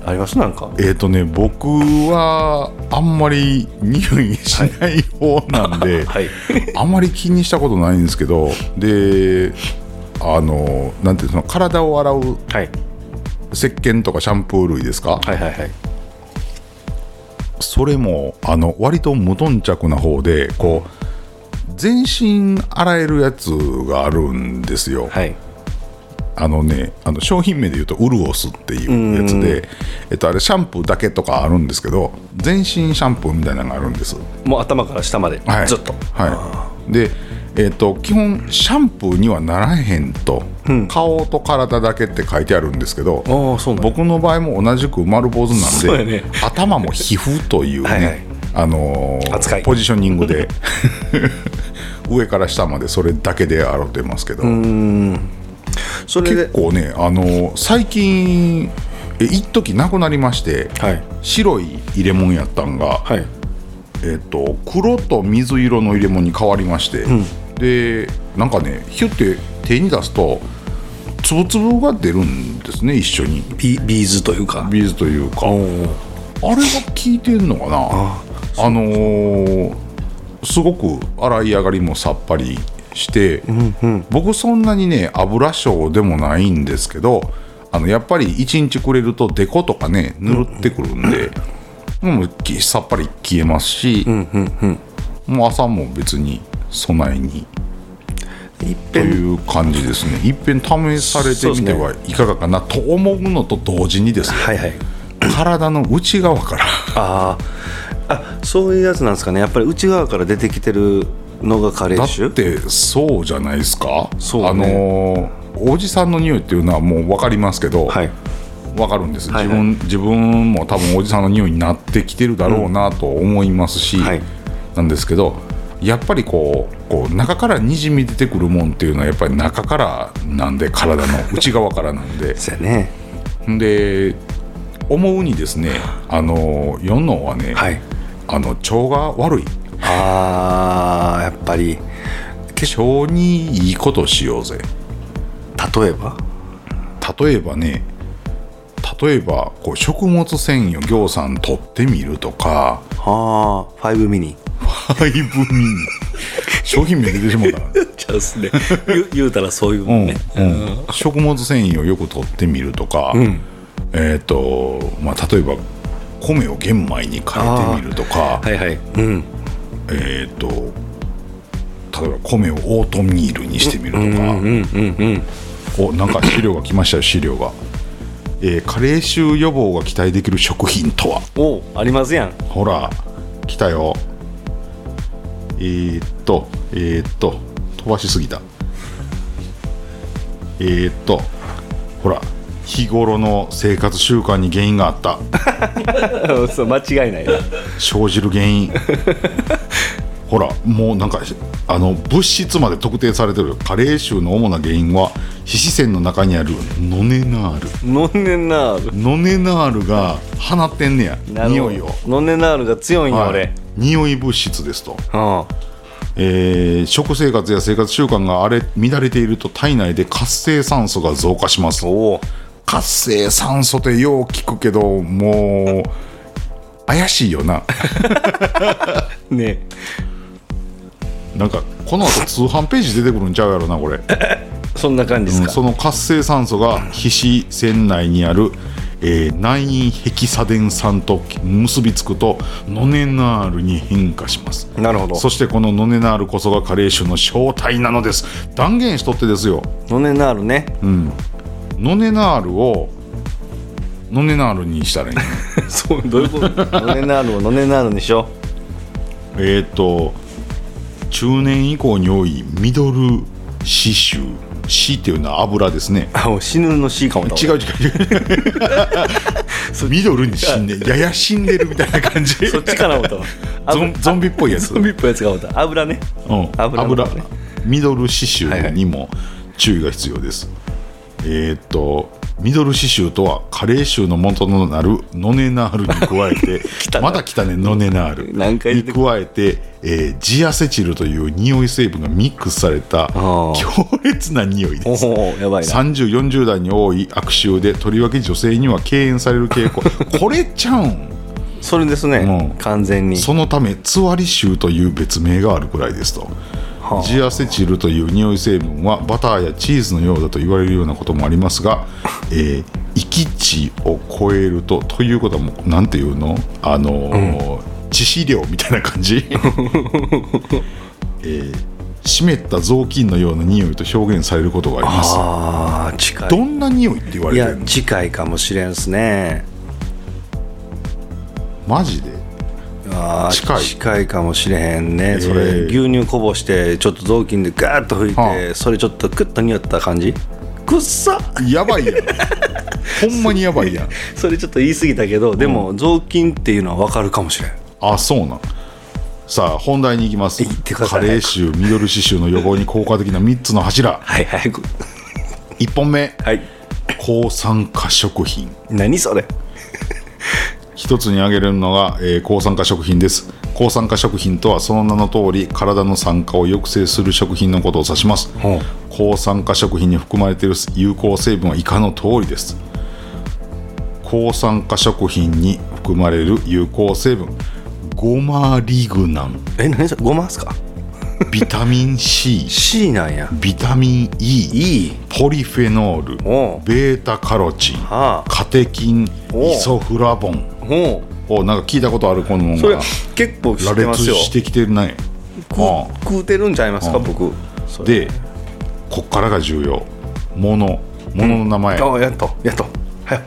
ありますなんか
えっ、とね僕はあんまり匂いしない方なんで、
はい
あんまり気にしたことないんですけどであのなんていうの体を洗う
はい
石鹸とかシャンプー類ですか、
はいはいはい
それもあの割と無頓着な方でこう全身洗えるやつがあるんですよ、
はい
あのねあの商品名で言うとウルオスっていうやつで、えっと、あれシャンプーだけとかあるんですけど全身シャンプーみたいなのがあるんです、
もう頭から下まで、
はい、
ずっと
はい、で、えっと、基本シャンプーにはならへんと、顔と体だけって書いてあるんですけど
ああそうなんや
僕の場合も同じく丸坊主
そう
な
や
んで、
ね
頭も皮膚というね
はいはい
あのー
扱い
ポジショニングで 上から下までそれだけで洗ってますけど
それで
結構ね、あのー最近え一時なくなりまして、
はい
白い入れ物やったんが、
はい
えっと黒と水色の入れ物に変わりまして、でなんかねヒュッて手に出すと粒々が出るんですね一緒に
ビビーズというか
ビーズというか。
おー
あれが効いてんのかなあのーすごく洗い上がりもさっぱりして、僕そんなにね油性でもないんですけどあのやっぱり1日くれるとデコとかねぬるってくるんで、もうきさっぱり消えますし、もう朝も別に備えに
いっ
と
ぺん
いう感じですねいっぺん試されてみてはいかがかなと思うのと同時にですね
はいはい
体の内側 から
あーあそういうやつなんですかねやっぱり内側から出てきてるのが加齢
だっ
臭
てそうじゃないですか
そうね
あのーおじさんの匂いっていうのはもう分かりますけど、わ
はい
分かるんです、
はいは
自
い
分自分も多分おじさんの匂いになってきてるだろうなと思いますし、
はい
なんですけどやっぱりこうこう中からにじみ出てくるもんっていうのはやっぱり中からなんで体の内側からなん で
そうやね
で思うにですねあのー世のはね、
はい
あの腸が悪い
あーやっぱり
腸にいいことしようぜ
例えば
例えばね例えばこう食物繊維をぎょうさん取ってみるとか
ああ5ミニ
だいぶに商品名出てしまうからね、
チャンスね 言う言うたらそういうもんね、
うんうん、食物繊維をよく取ってみるとか、えっ、とまあ例えば米を玄米に変えてみるとか、
はいはいうん
えっ、と例えば米をオートミールにしてみるとか、
うんうんうん
おなんか資料が来ましたよ資料が、えー、加齢臭予防が期待できる食品とは
おうありますやん
ほら、来たよ。えー、っと、えー、っと、飛ばしすぎた。えー、っと、ほら、日頃の生活習慣に原因があった。
そう間違いないな
生じる原因。ほらもうなんかあの物質まで特定されてるよ加齢臭の主な原因は皮脂腺の中にあるノネナール
ノンネナール
ノネナールが放ってんねや匂いを、
ノンネナールが強いんよ、
はい
俺
匂い物質ですと、
うん
えー食生活や生活習慣があれ乱れていると体内で活性酸素が増加します
おお
活性酸素ってよう聞くけどもう怪しいよな
ね
なんかこの後通販ページ出てくるんちゃうやろなこれ
そんな感じですか、
その活性酸素が皮脂腺内にある、えー内因ヘキサデン酸と結びつくとノネナールに変化します
なるほど
そしてこのノネナールこそが加齢臭の正体なのです断言しとってですよ
ノンネナールね、
ノネナールをノネナールにした らいいの
そうどういうことノンネナールをノンネナールにしよ
えっと中年以降に多いミドル脂臭脂っていうのは油ですね
うあお死ぬの C かも
違う違う違う ミドルに死んでやや死んでるみたいな感じ
そっちかな思ったわ
ゾンゾンビっぽいやつ
ゾンビっぽいやつが思った油ね
うん、
油
油
のね
ミドル刺繍にも注意が必要です、えーっとミドル刺繍とは加齢臭の元となるノネナールに加え て
たな
まだ来たねノネナール
何回出
に
てくる
加えて、えージアセチルという匂い成分がミックスされた強烈な匂い
お
です
おやばいな
3040代に多い悪臭でとりわけ女性には敬遠される傾向これちゃうん
それですね、
うん
完全に
そのためツワリ臭という別名があるくらいですと、ジアセチルという匂い成分はバターやチーズのようだと言われるようなこともあります が、えー、域値を超えるとということはもうなんていうのあのー致死量みたいな感 じ、えー湿った雑巾のような匂いと表現されることがあります
ああ近い
どんな匂いって言わ
い
れて
や
るの
近いかもしれんっすね
マジで
あー
近い
近いかもしれへんね、
ー
それ牛乳こぼしてちょっと雑巾でガーッと拭いて、
は
それちょっとクッと匂った感じくっさ
やばいやんほんまにやばいやん
それちょっと言い過ぎたけどでも雑巾っていうのは分かるかもしれん
あそうなんさあ本題に行きます
行ってくださ
加
い
齢臭ミドル刺繍の予防に効果的な3つの柱
はい早く
1本目
はい
抗酸化食品
何それ
一つに挙げるのが、えー抗酸化食品です抗酸化食品とはその名の通り体の酸化を抑制する食品のことを指します
ほう
抗酸化食品に含まれている有効成分は以下の通りです抗酸化食品に含まれる有効成分ゴマリグナン
え何それごまっすか
ビタミン C
C なんや
ビタミン E
E
ポリフェノール
おう
ベータカロチン
ああ
カテキンイ
おう
ソフラボン
ほ
おなんか聞いたことあるこのも
う
の
それ
が
結構知
羅
ってま
列
すよ
してきてるね
食う食うてるんちゃいますか
うん
僕それ
でこっからが重要ものものの名前、
あやっとやっとはい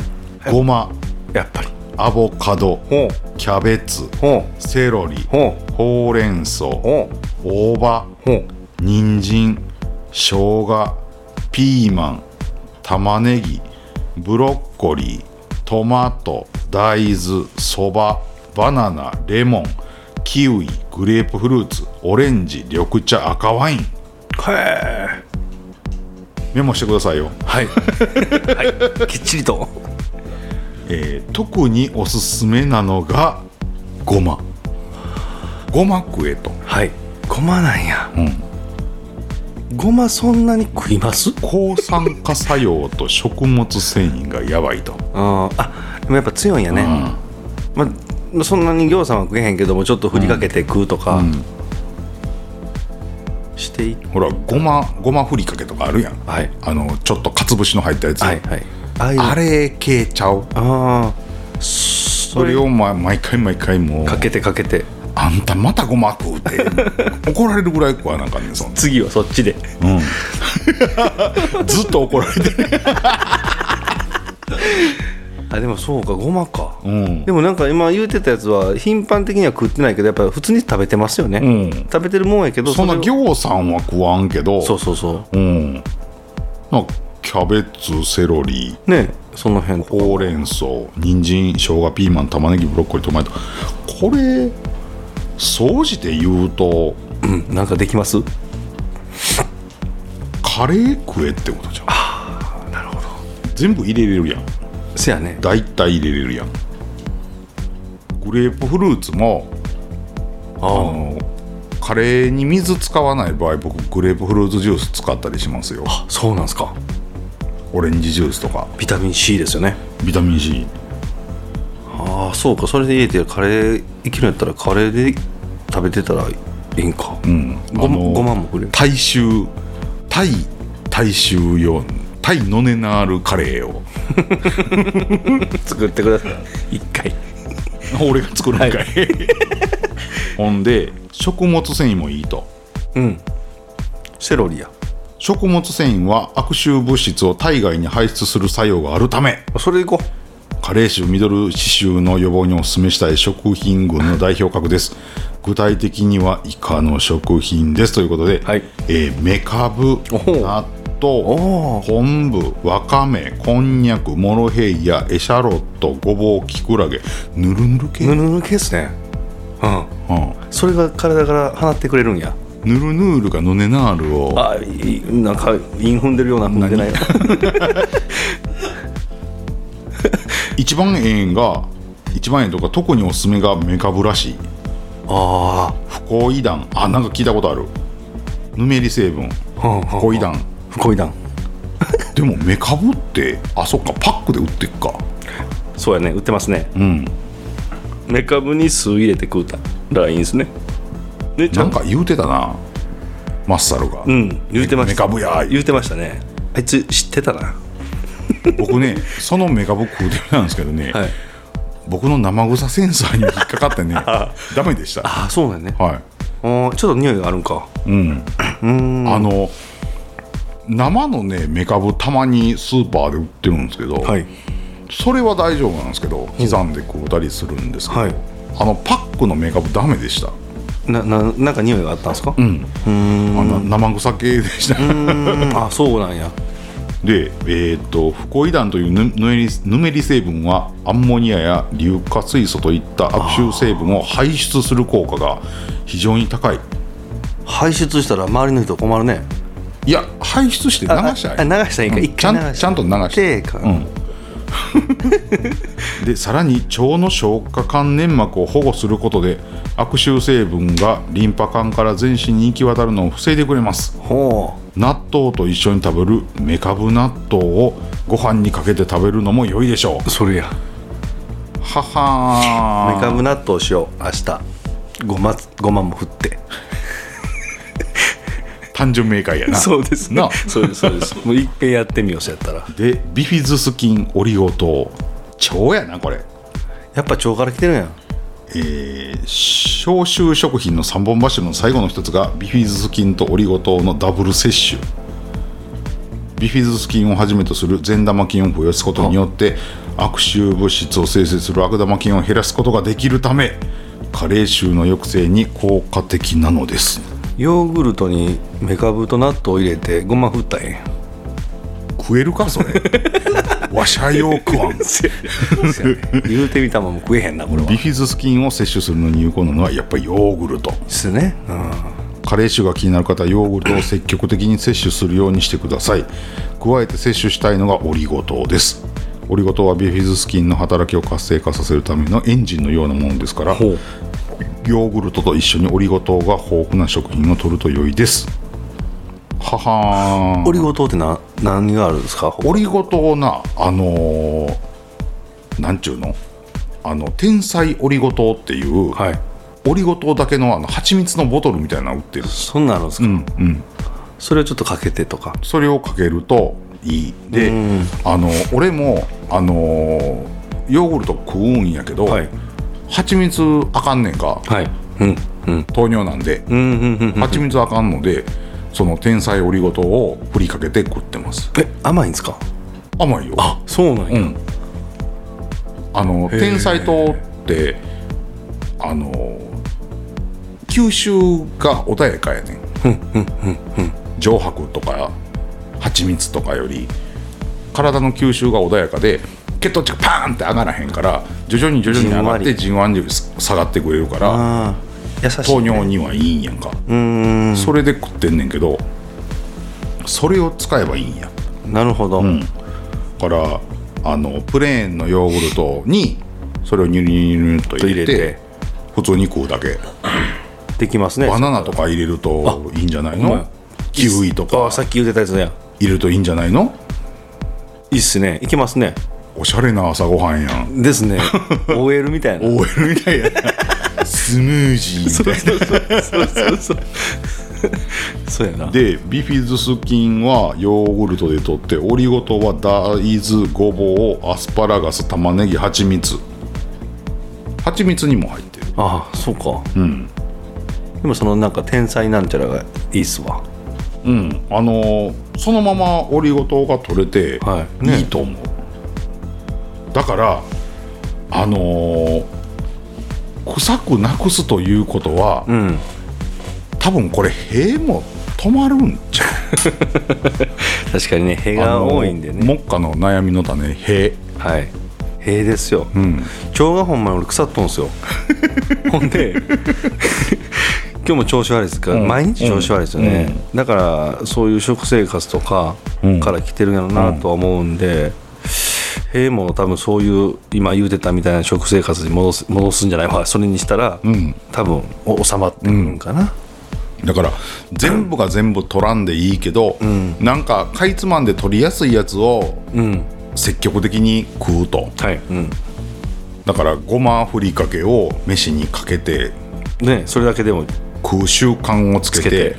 ごま
やっぱり
アボカド
ほう
キャベツ
ほ
セロリ
うほ
ほうれん草
うほう
大葉
ほう
人参生姜ピーマン玉ねぎブロッコリートマト大豆そばバナナレモンキウイグレープフルーツオレンジ緑茶赤ワイン
へ
メモしてくださいよ、
はいはいきっちりと
えー特におすすめなのがごまごま食えと
はいごまなんや
うん
ごまそんなに食います
抗酸化作用と食物繊維がやばいと、
あーあでもやっぱ強いんやね、
うん
まあ、そんなに餃子は食えへんけどもちょっと振りかけて食うとか、してい
ほらごまごまふりかけとかあるやん
はい
あのちょっとかつぶしの入ったやつ、
はいはいああいう
あれ系ちゃう
あ
それを、ま、毎回毎回もう
あかけてかけて
あんたまたごま食うて 怒られるぐらい食わなあかんねんそんな
次はそっちで
ずっと怒られてる、
あでもそうかごまか、
うん
でもなんか今言うてたやつは頻繁的には食ってないけどやっぱ普通に食べてますよね、
うん
食べてるもんやけど
そんな
れを
ぎょうさんは食わんけど
そうそうそ
うんなんかキャベツセロリ
うねその辺と
ほうれん草人参生姜ピーマン玉ねぎブロッコリートマトこれ総じて言うと
うんなんかできます
カレー食えってことじゃんなるほど全部入れれるやん
せやね
大体入れれるやんグレープフルーツも
あ
あ
ー
のカレーに水使わない場合僕グレープフルーツジュース使ったりしますよ
そうなんすか
オレンジジュースとか
ビタミン C ですよね
ビタミン C
ああそうかそれで家でカレー生きるんやったらカレーで食べてたらいいんか、
うん
ご
あの
ごまんもくれる
大衆対大衆用対のねなるカレーを
作ってください 一回
俺が作るんかい、 ほんで食物繊維もいいと
うんセロリや
食物繊維は悪臭物質を体外に排出する作用があるため
それでいこ
加齢臭ミドル歯周の予防にお勧めしたい食品群の代表格です具体的には以下の食品ですということで、
はい
えーめかぶ
おほう
納豆
お
昆布わかめこんにゃくモロヘイヤエシャロットごぼうきくらげぬるぬる
う
系、
ぬぬぬ系ですねうん
うん
それが体から放ってくれるんや
ぬるぬるがのねなるを
あいいなんか韻踏んでるような踏んでないよ
一番ええんが一番ええとか特におすすめがメカブらしい
あ
不行遺弾あなんか聞いたことあるぬめり成分
あうんうん
不行遺弾
不恋弾
でもメカブってあそっかパックで売ってっか
そうやね売ってますね
うん
メカブに酢入れて食うたらいいんですねでちゃ
なんんか言うてたなマッサルが、
うん言うてました
メカブやー
言うてましたねあいつ知ってたな
僕ねそのメカブ食うてるなんですけどね、
はい
僕の生臭センサーに引っかかって ねダメでした
ああそうだね
は
あーちょっと匂いがあるんか
いうんあの生のねメカブたまにスーパーで売ってるんですけど、
はい
それは大丈夫なんですけど刻んで食うたりするんですけど、
はい
あのパックのメカブダメでした
なななんか匂いがあったんですか
う、んあの生臭系でした
うんあそうなんや
でえっ、と不行遺弾というぬぬめりぬめり成分はアンモニアや硫化水素といった悪臭成分を排出する効果が非常に高い
排出したら周りの人困るね
いや排出して流しちゃ
ああ
え
流したらいいか、
うん
一回
ち
流
ゃ
し
んちゃんと流 して
手か
うん、でさらに腸の消化管粘膜を保護することで悪臭成分がリンパ管から全身に行き渡るのを防いでくれます
ほ
納豆と一緒に食べるメカブ納豆をご飯にかけて食べるのも良いでしょ
うそれや
うははー
メ カブ納豆しよう明日ごまごまも振って
単純明快やな
そうですね
な
そうですそうですもういっぺんやってみようそうやったら
でビフィズス菌オリゴ糖腸やなこれ
やっぱ腸から来てるやん
えー消臭食品の3本柱の最後の一つがビフィズス菌とオリゴ糖のダブル摂取ビフィズス菌をはじめとする善玉菌を増やすことによって悪臭物質を生成する悪玉菌を減らすことができるため加齢臭の抑制に効果的なのです
ヨーグルトにメカブと納豆を入れてごま振ったらええんや
食えるかそ れわしゃよう食わん
言うてみたまま食えへんなこれは
ビフィズス菌を摂取するのに有効なのはやっぱりヨーグルト
ですね、うん、
加齢臭が気になる方はヨーグルトを積極的に摂取するようにしてください加えて摂取したいのがオリゴ糖ですオリゴ糖はビフィズス菌の働きを活性化させるためのエンジンのようなものですからヨー
う
グルトと一緒にオリゴ糖が豊富な食品を摂ると良いですははーん
オリゴ糖ってな何があるんですか
オリゴ糖なあのーなんちゅうのあの天才オリゴ糖っていう、
はい
オリゴ糖だけのあの蜂蜜のボトルみたいなの売ってる
そんなんあるんですか、
うんうん
それをちょっとかけてとか
それをかけるといいで、
うん
あの俺もあのーヨーグルト食うんやけど、
はい
蜂蜜あかんねんか
はいうんうん
糖尿なんで、
うんうんうんうん
蜂蜜あかんのでその天才オリゴ糖を振りかけて食ってます
え甘いんですか
甘いよ
あそうなん
う
や、
んあの
へー
天才糖ってあの吸収が穏やかやねん上白とか蜂蜜とかより体の吸収が穏やかで血糖値がパーンって上がらへんから徐々に徐々に上がってじんわり下がってくれるから
あ優しいね
糖尿にはいいんやんか
うん
それで食ってんねんけどそれを使えばいいんや
なるほど、
んだからあのプレーンのヨーグルトにそれをニュルニュルニュルと入れて
入れて
普通に食うだけ
できますね
バナナとか入れるといいんじゃない
ほんまや
のキウイと
あ
か
あさっき言ってたやつね
入れるといいんじゃないの
いいっすねいけますね
おしゃれな朝ごはんやん
です ね OL みたいな
OL みたいなスムージーみたいな
そうそうそう そうやな
でビフィズス菌はヨーグルトでとってオリゴ糖は大豆ごぼうアスパラガス玉ねぎ蜂蜜蜂蜜にも入ってる
ああそうかうんでもそのなんか天才なんちゃらがいいっすわ
うんあのーそのままオリゴ糖が取れて、
はい
い
ね
いと思うだからあのー臭くなくすということは、
ん
多分これ塀も止まるんちゃ
確かにね塀
うあ
が
の
多いんでね
目下の悩みの種塀
はい塀ですよ、
ん
今日がほんまに俺腐っとんす よほんで今日も調子悪いですから、
ん
毎日調子悪いですよね、だからそういう食生活とか
うん
から来てるんやろなとは思うんで、塀も多分そういう今言うてたみたいな食生活に戻す戻すんじゃないわそれにしたら、
ん
多分お収まってくるんかな、
だから全部が全部取らんでいいけど、なんかかいつまんで取りやすいやつを
うん
積極的に食うと
はい、うん、
だからごまふりかけを飯にかけて
ねそれだけでも
食う習慣をつけて
つけて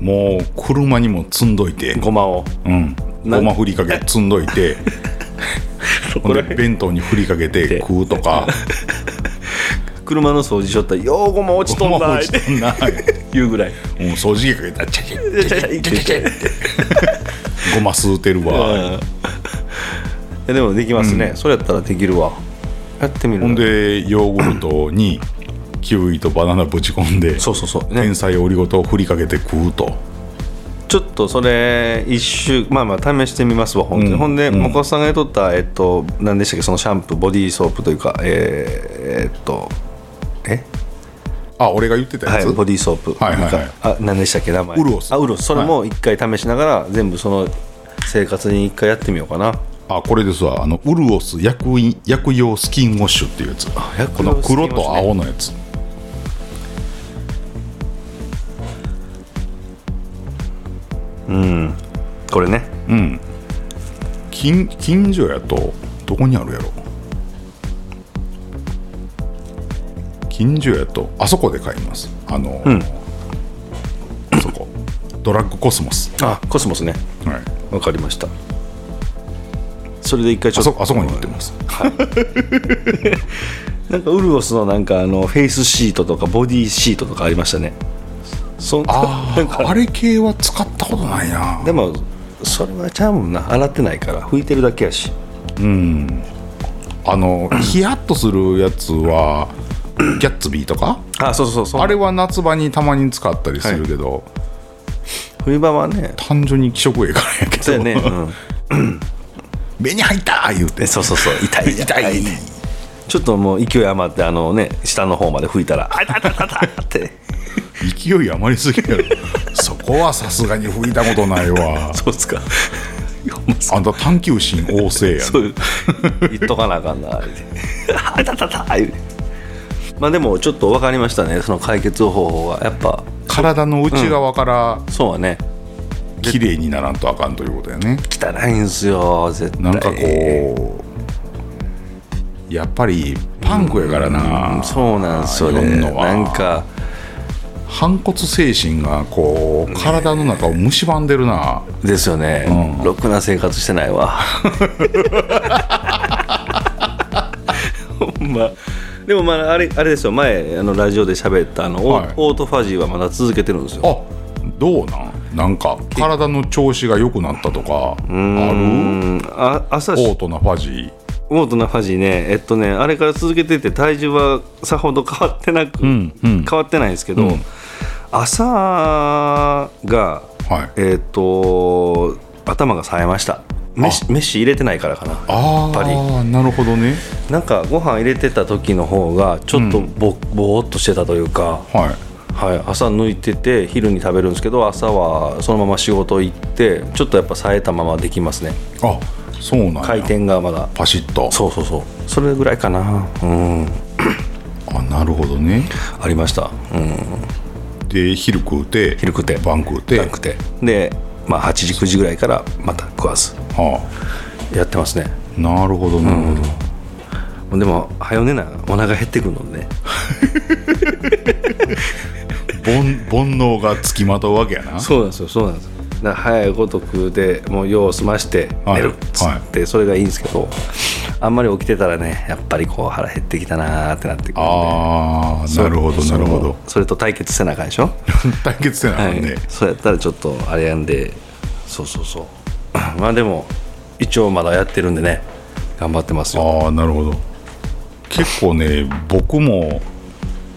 もう車にも積んどいて、
ごまを
うん、
な
ごまふりかけ積んどい てほんで弁当にふりかけて食うとか
車の掃除しよったら「ようごま落ちと
ご
ん
ま
だ」
ふ
っ
り
て
してんな
言うぐらい
うん掃除機かけたらチャチャチャチャチャチャチャごま吸うてるわ。
いやでもできますね、それやったらできるわやってみる
ほんでヨーグルトにキウイとバナナぶち込んで
そうそうそう、ね
天、才オリゴ糖を振りかけて食うと
ちょっとそれ一週まあまあ試してみますわほんで、
うん
ほんで
うん
もこさんが言っとったえっと何でしたっけそのシャンプーボディーソープというかえーえっとえ
あ俺が言ってたや
はい
つ、
ボディーソープ、
はいはいはい
なんかあ何でしたっけ名前
ウルオス
あウルオスそれも一回試しながら、全部その生活に一回やってみようかな
あこれですわあのウルオス薬飲薬用スキンウォッシュっていうやつこ
薬
の
用スキンウォッシュね
黒と青のやつ
これね
近近所やとどこにあるやろ近所やとあそこで買いますあの、あそこドラッグコスモス、
あコスモスね
はい、
わかりましたそれで一回ちょ
あ
っと
そあそこに売ってます
なんかウルオスのなんかあのフェイスシートとかボディシートとかありましたねそ
あ
なん
ー
か
あれ系は使ったことないな
でもそれはちゃうもんな洗ってないから拭いてるだけやし
あのヒヤッとするやつはギャッツビーとか
あそうそうそう
あれは夏場にたまに使ったりするけど、
冬場はね
単純に気色ええからやけ
そう
ど
やね、うん、
目に入ったー言うて
えそうそうそう 痛い痛いちょっともう勢い余ってあのね下の方まで拭いたらあ痛い痛い痛い痛いって
勢い余りすぎる そこはさすがに吹いたことないわ
そうっすかほんまっすか
あんた探求心旺盛や
そ
な
う言っとかなあかんな言うてあたたた言うてまあでもちょっと分かりましたねその解決方法はやっぱ
体の内側から
そうはね
綺麗にならんとあかんということやね
汚いんすよ絶対
なんかこうやっぱりパンクやからな、
そうなんすよね
いろんのは
なんか
反骨精神がこう体の中を蝕んでるな、
ですよね、
うん
ろくな生活してないわ ほんまでもまああれあれですよ前あのラジオで喋ったあの、オー
はい
オートファジーはまだ続けてるんですよ
あどうなんなんか体の調子が良くなったとかある
うんあ朝
オートなファジー
オートなファジーねえっとねあれから続けてて体重はさほど変わってなく、
んうん
変わってないんですけど、
うん
朝が
はい
えっと頭が冴えました飯飯入れてないからかなや
あ
っぱり
あなるほどね
なんかご飯入れてた時の方がちょっとぼ,、ぼーっとしてたというか、
はい
はい、朝抜いてて昼に食べるんですけど朝はそのまま仕事行ってちょっとやっぱ冴えたままできますね
あそうなんや
回転がまだ
パシッと
そうそうそうそれぐらいかなうん
あなるほどね
ありましたうん
で昼食うて
昼食うて
晩食うて
なくてでまあ8時9時ぐらいからまた食わず
は
やってますね
あなるほどなるほど、
でも早寝なお腹減ってくるのでね
煩煩悩がつきまとうわけやな
そうなんですよそうなんですよだから早いごとくでもう用を済まして
はい
寝るっつって、それがいいんですけどあんまり起きてたらねやっぱりこう腹減ってきたなーってなってくるんで
ああ
そう
なるほどなるほど
そのそれと対決せなあかんでしょ、
対決せなあ
は
かんね、
い、そうやったらちょっとあれやんでそうそうそう まあでも一応まだやってるんでね頑張ってますよ
ああなるほど結構ね僕も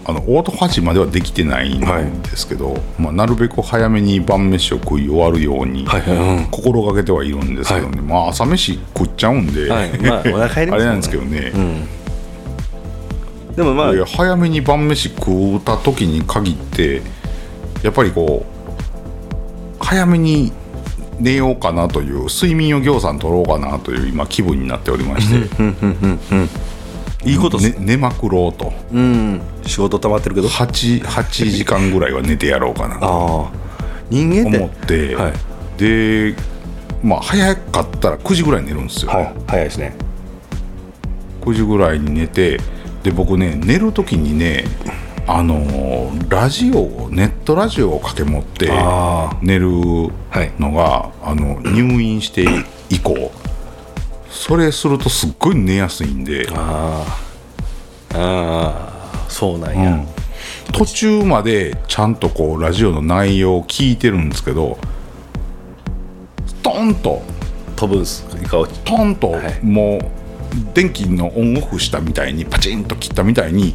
あのオートファジまではできてないんですけど、まあ、なるべく早めに晩飯を食い終わるように
はいはいうん
心がけてはいるんですけどね、まあ朝飯食っちゃうんで、
はいまあお腹減り ますよね
あれなんですけどね、
でもまあ
で早めに晩飯食うた時に限ってやっぱりこう早めに寝ようかなという睡眠をぎょうさん取ろうかなという今気分になっておりまして
いいことっす
ね寝まくろうと
うん仕事溜まってるけ ど
8, 8時間ぐらいは寝てやろうかなと
ああ人間って
思って、
はい
でまあ早かったら9時ぐらいに寝るんですよ、
はい早いですね
9時ぐらいに寝てで僕ね寝る時にねあのーラジオをネットラジオを掛け持って
ああ
寝る
はい
のが、あの入院して以降それするとすっごい寝やすいんで、
ああああそうなん
う
や、
ん途中までちゃんとこうラジオの内容を聞いてるんですけどトンと
飛ぶんすいか落ち
トンと、
はい
もう電気のオンオフしたみたいにパチンと切ったみたいに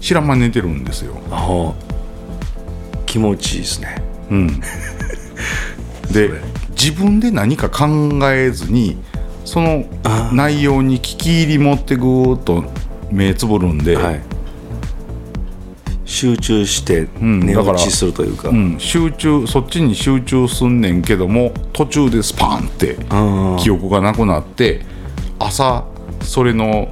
知らんま寝てるんですよ。
ああ気持ちいいですね
うん、で自分で何か考えずにその内容に聞き入り持ってぐーっと目つぶるんで、
はい集中して
ん
寝
だから
落ちするというか,、
うん、集中そっちに集中すんねんけども途中でスパンって
あー
記憶がなくなって朝それの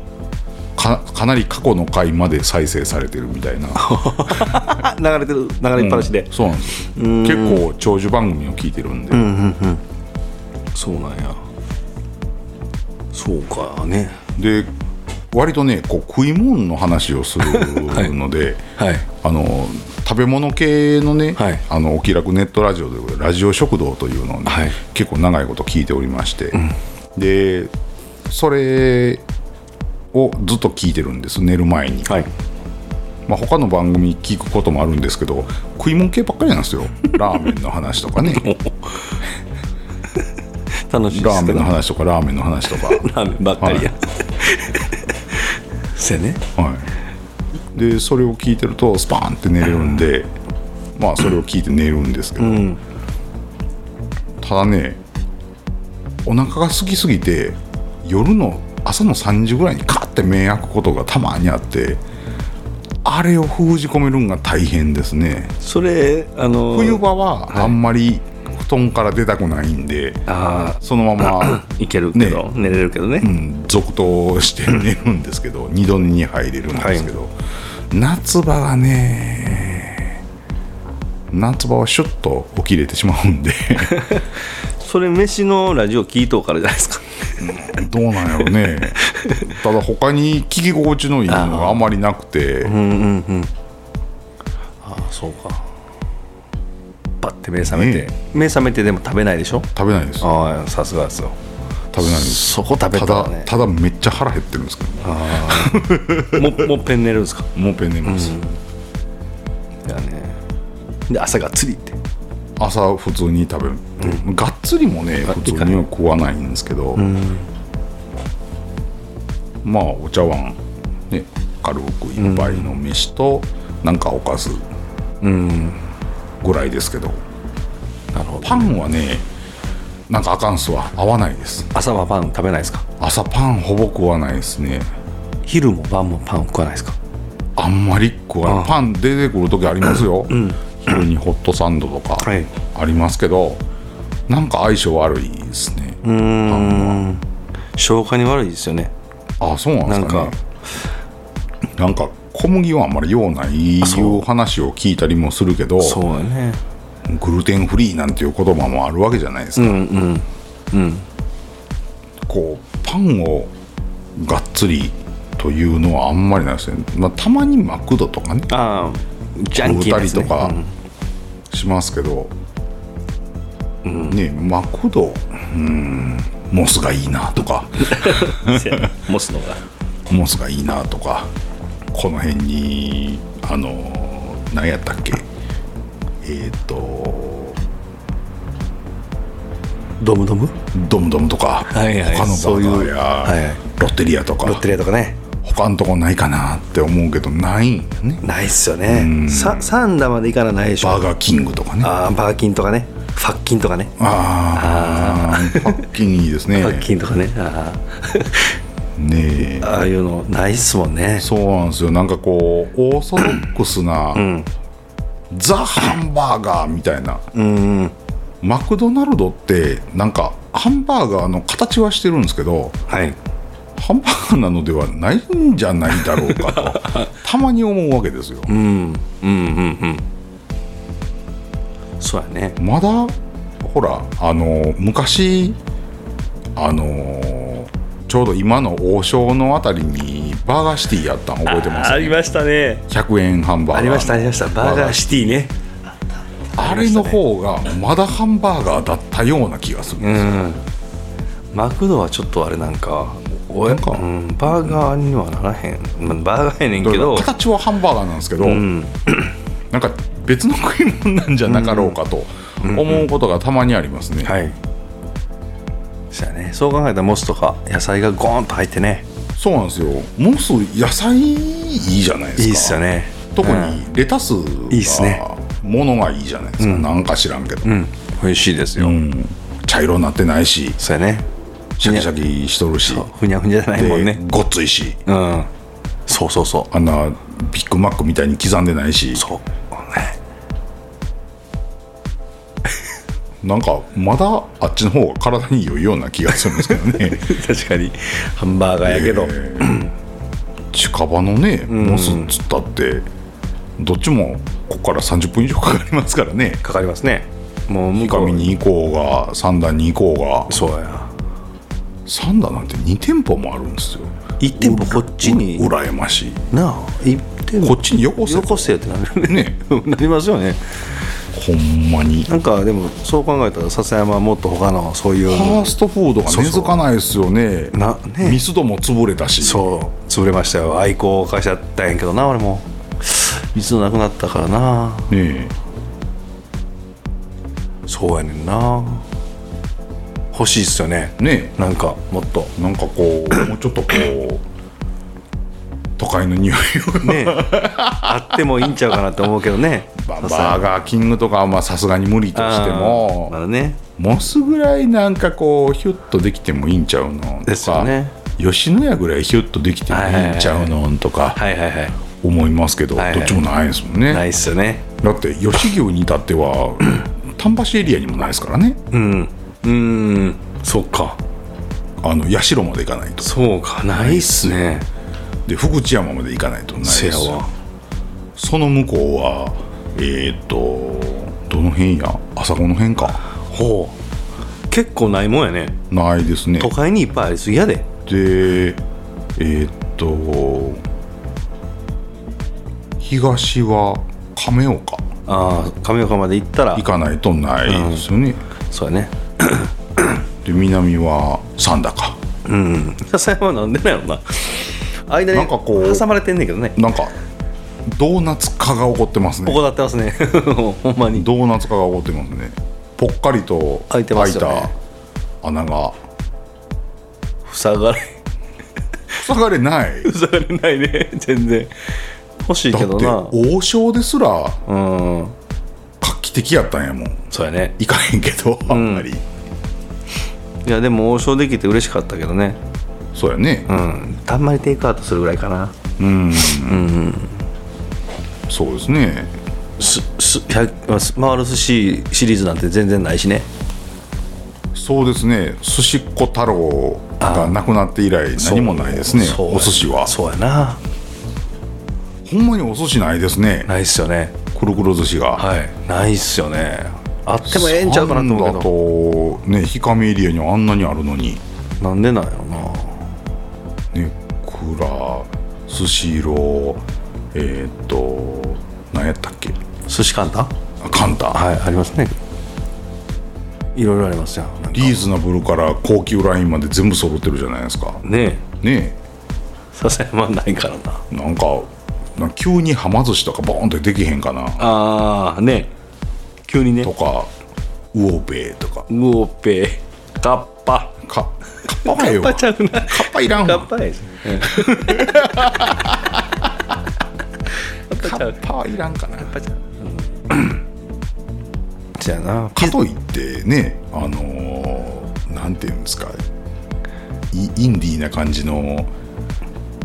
かかなり過去の回まで再生されてるみ たいな
あ流れてる流れっぱなしで、
そうなんですよ結構長寿番組を聞いてるんで、
そうなんやそうかね
で割とねこう食い物の話をするので、
はい
あの食べ物系のね、
はい
あのお気楽ネットラジオということでラジオ食堂というのをね、
はい
結構長いこと聞いておりまして、でそれをずっと聞いてるんです寝る前に、
はい
まあ、他の番組聞くこともあるんですけど食い物系ばっかりなんですよラーメンの話とか ね
楽しいで
ラー
す
メ
け
ンの
ど
話とかラーメンの話とか。
ラーメンばっかりや、
は
せやね
はい、でそれを聞いてるとスパーンって寝れるんで、まあそれを聞いて寝るんですけど、ただねお腹が空きすぎて夜の朝の3時ぐらいにカッて目開くことがたまにあってあれを封じ込めるんが大変ですね
それあの
冬場はあんまり布団から出たくないんで、
あ
そのまま、
いけるけど、寝れるけどね、
うん続投して寝るんですけど二度寝に入れるんですけど、夏場はね夏場はシュッと起きれてしまうんで
それ飯のラジオ聞いとうからじゃないですか
どうなんやろねただ他に聞き心地のいいのがあまりなくて
あそうかパッて目覚めて、
ね
目覚めてでも食べないでしょ
食べないです食
ああさすがですよ
べないです
そこ食べ
た
たら
だ
ね
ただめっちゃ腹減ってるんですけど
も もっぺん寝るんですか
もうペン寝ます、
いやねで朝がっつりって
朝普通に食べる、がっつりもね普通には食わないんですけど、まあお茶碗ね軽く一杯の飯と、なんかおかずぐらいですけど、
なるほど
パンはねなんかあかんっすわ合わないです
朝はパン食べないですか
朝パンほぼ食わないですね
昼も晩もパン食わないですか
あんまり食わな
あ
いパン出てくる時ありますよ、昼にホットサンドとか
はい
ありますけど、なんか相性悪いですね、
うーん消化に悪いですよね
あそうなんで
な
す
ん
か
か
ねなんか小麦はあんまり用ないい
あそう
う話を聞いたりもするけど
そうだね
グルテンフリーなんていう言葉もあるわけじゃないです
う
か、
んうん
こうパンをがっつりというのはあんまりないですね、まあ、たまにマクドとかね
ああジャンキーなやつ、ね、
食うたりとか
うん
しますけど、ねマクドうんモスがいいなとか
モスのが
モスがいいなとかこの辺にあの何やったっけえっ、と
ドムドム
ドムドムとか、
はいはい
他のバ
そういう
ーガーや、
はいはい
ロッテリアとか
ロッテリアとかね
他のとこないかなって思うけどないんよね
ないっすよねさ三打までいかなないでしょ
バーガーキングとかね
ああバーキンとかねファッキンとかね
ああパッキンいいですね
ファッキンとかねあ
ねえ
あああいうのないっすもんね
そうなんですよなんかこうオーソドックスな、ザ・ハンバーガーみたいな、
うん
マクドナルドってなんかハンバーガーの形はしてるんですけど
はい
ハンバーガーなのではないんじゃないだろうか とたまに思うわけですよ、
うんうんうんうんそうやね
まだほらあの昔あのちょうど今の王将のあたりにバーガーシティやったん覚えてます、ね、
ましたね
100円ハンバーガー
ありましたありましたバーガーシティね
あれの方がまだハンバーガーだったような気がするん
う
ですよ、
んマクドはちょっとあれなんかおやか、うん、バーガーにはならへん、まあ、バーガーやねんけど
形はハンバーガーなんですけど、
うん
なんか別の食い物なんじゃなかろうかと思うことがたまにありますね、
はいそうやねそう考えたらモスとか野菜がゴーンと入ってね
そうなんですよモス野菜いいじゃないですか
いいっすよね
特
うん
にレタスが
いいっすね
ものがいいじゃないですか、なんか知らんけど、
うん美味しいです
う
よ、
ん茶色になってないし
そうやね
シャキシャキしとるし
ふにゃふにゃじゃないもん
で
ね
ごっついし
うんそうそうそ
あんなビッグマックみたいに刻んでないし
うそうね
なんかまだあっちの方が体に良いような気がするんですけど ね
確かにハンバーガーやけど、
えー近場のねモスっつったってどっちもここから30分以上かかりますからね
かかりますねもう向こう
上に行こうが三段に行こうが
そうや
三段なんて2店舗もあるんですよ
一店舗こっちに
うら羨ましい
なあ一店
こ
舗
っちによこせ
よこせってなる ね
ね
なりますよね
ほんまに
なんかでもそう考えたら笹山はもっと他のそういう
ファーストフードが根付かないですよね
なね
ミスドも潰れたし
そう潰れましたよ愛好会社だったんやけどな俺も水のなくなったからな
ね
そうやねんな欲しいっすよね
えね
なんかもっと
えなんかこうもうちょっとこう都会の匂いを
ねあってもいいんちゃうかなって思うけどね
バ
笹山
バーガーキングとかはまあさすがに無理として
あー
も
まだね
モスぐらいなんかこうヒュッとできてもいいんちゃうの
で
と
すよ
か、
ね
吉野家ぐらいヒュッとできてもいいんちゃうのとか
はいはいはい
思いますけど、
はいはい
どっちもないですもんね、
ないっすよね
だって吉牛に至って は丹波市エリアにもないですからね
うんうんそっか
あの社まで行かないと
そうかないっすね
で福知山まで行かないとないです
せ
よ
やわ
その向こうはえっ、とどの辺や朝この辺か
ほう結構ないもんやね
ないですね
都会にいっぱいありすぎやで
でえーっと東は亀岡
ああ亀岡まで行ったら
行かないとないですよね、
そうやね
で南は三田か
うん笹山なんでなんやろな間に
なんかこう
挟まれてんねんけどね
なんかドーナツ化が起こってますね
行ってますね ほんまに
ドーナツ化が起こってますねぽっかりと開
開
い
いてますよね
た穴が
塞がれ
塞がれないだっ
塞がれないね全然欲しいけ
て
どな
王将ですら
うん
画期的やったんやもん
そうやね
行かへんけどあんまり、
いやでも王将できて嬉しかったけどね
そうやね、
うんたんまりテイクアウトするぐらいかな
そうですね
すす100まあす回る寿司シリーズなんて全然ないしね
そうですね寿司っ子太郎が亡くなって以来何もないですね
そう
お寿司は
そうやな
ほんまにお寿司ないですね
ないっすよね
くるくる寿司が、
はいないっすよねあってもええんちゃうかなと思う
うだ
けど
とね氷上エリアにはあんなにあるのに
なんでなんやろな
ねくらスシローえーっと何やったっけ
寿司簡単
あカンタ、
はいありますねいろいろありますよ
リーズナブルから高級ラインまで全部揃ってるじゃないですか
ね
ね
え笹山ないからな
えなんかなんか急にはま寿司とかボーンってできへんかな
ああねえ急にね
とかウオベイとか
ウオペカッパ
かカッパはええわ
カッパち
カ
ゃうな
ッパいらん
カ
わ
ッパやし
カッパはいらんかなか
じゃあな
といってねあのーなんていうんですかイインディーな感じの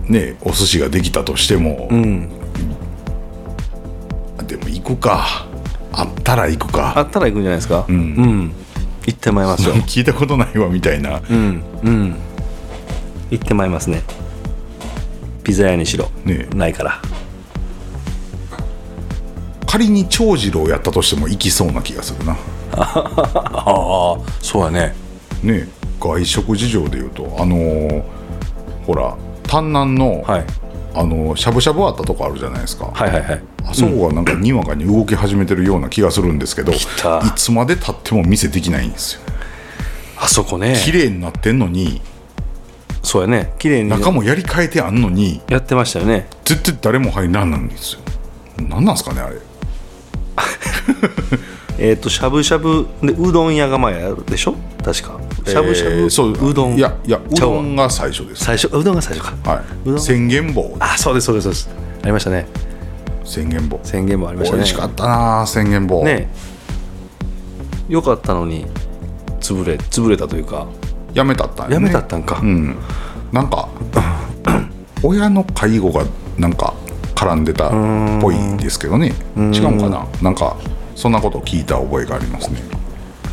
ねお寿司ができたとしても、でも行くかあったら行く
あ
か
ったら行くんじゃないですかうん、行ってまいりますよ
聞いたことないわみたいな、
うんうん 行ってまいりますねピザ屋にしろ、
ねえ
ないから
仮に長次郎やったとしても行きそうな気がするな
ああそうやね
ね外食事情でいうとあのーほら丹南の、
はい
あのーしゃぶしゃぶあったとこあるじゃないですか、
はいはいはい
あそこがなんかにわかに動き始めてるような気がするんですけど、い
た
つまでたっても店できないんですよ
あそこね
綺麗になってんのに
そうやね綺麗に
中もやり替えてあんのに
やってましたよね
絶対誰も入らんなんですよ何なんすかねあれ
えっ、としゃぶしゃぶでうどん屋が前あるでしょ確かしゃぶしゃぶ、
えーそう
うどん
いやいやう
ちゃうわ
どんが最初です、
最初あうどんが最初か、うど
は
ん
い、宣言棒
あそうですそうですそうですありましたね
宣言棒
宣言もありました
美
ね
味しかったな宣言棒、
ねえよかったのに潰れ潰れたというか
やめたったん
や
ね
めたったんか、
うんなん か親の介護がなんか絡んでたっぽいんですけどね違うんかななんかそんなこと聞いた覚えがありますね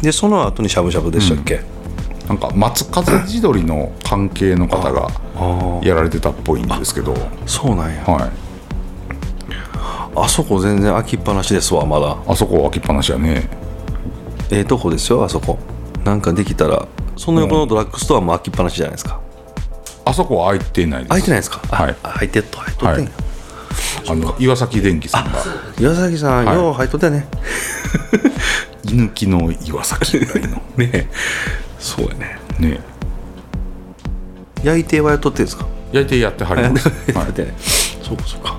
でその後にしゃぶしゃぶでしたっけ、
なんか松風地鶏の関係の方がやられてたっぽいんですけど
そうなんや
はい
あそこ全然空きっぱなしですわまだ
あそこ開きっぱなしやね
ええとこですよあそこなんかできたらその横のドラッグストアも空きっぱなしじゃないですか、
あそこは開いてないです
空いてないですか、あ
はい
空いてっと入っとってんや、
あの岩崎電機さんが
岩崎さん、
はい
よう入っとってね
居抜きの岩崎ぐらいの
ねえそうやね
ね
焼いてはやっとってんですか
焼いてやってはります、は
や
い
ってねそうかそうか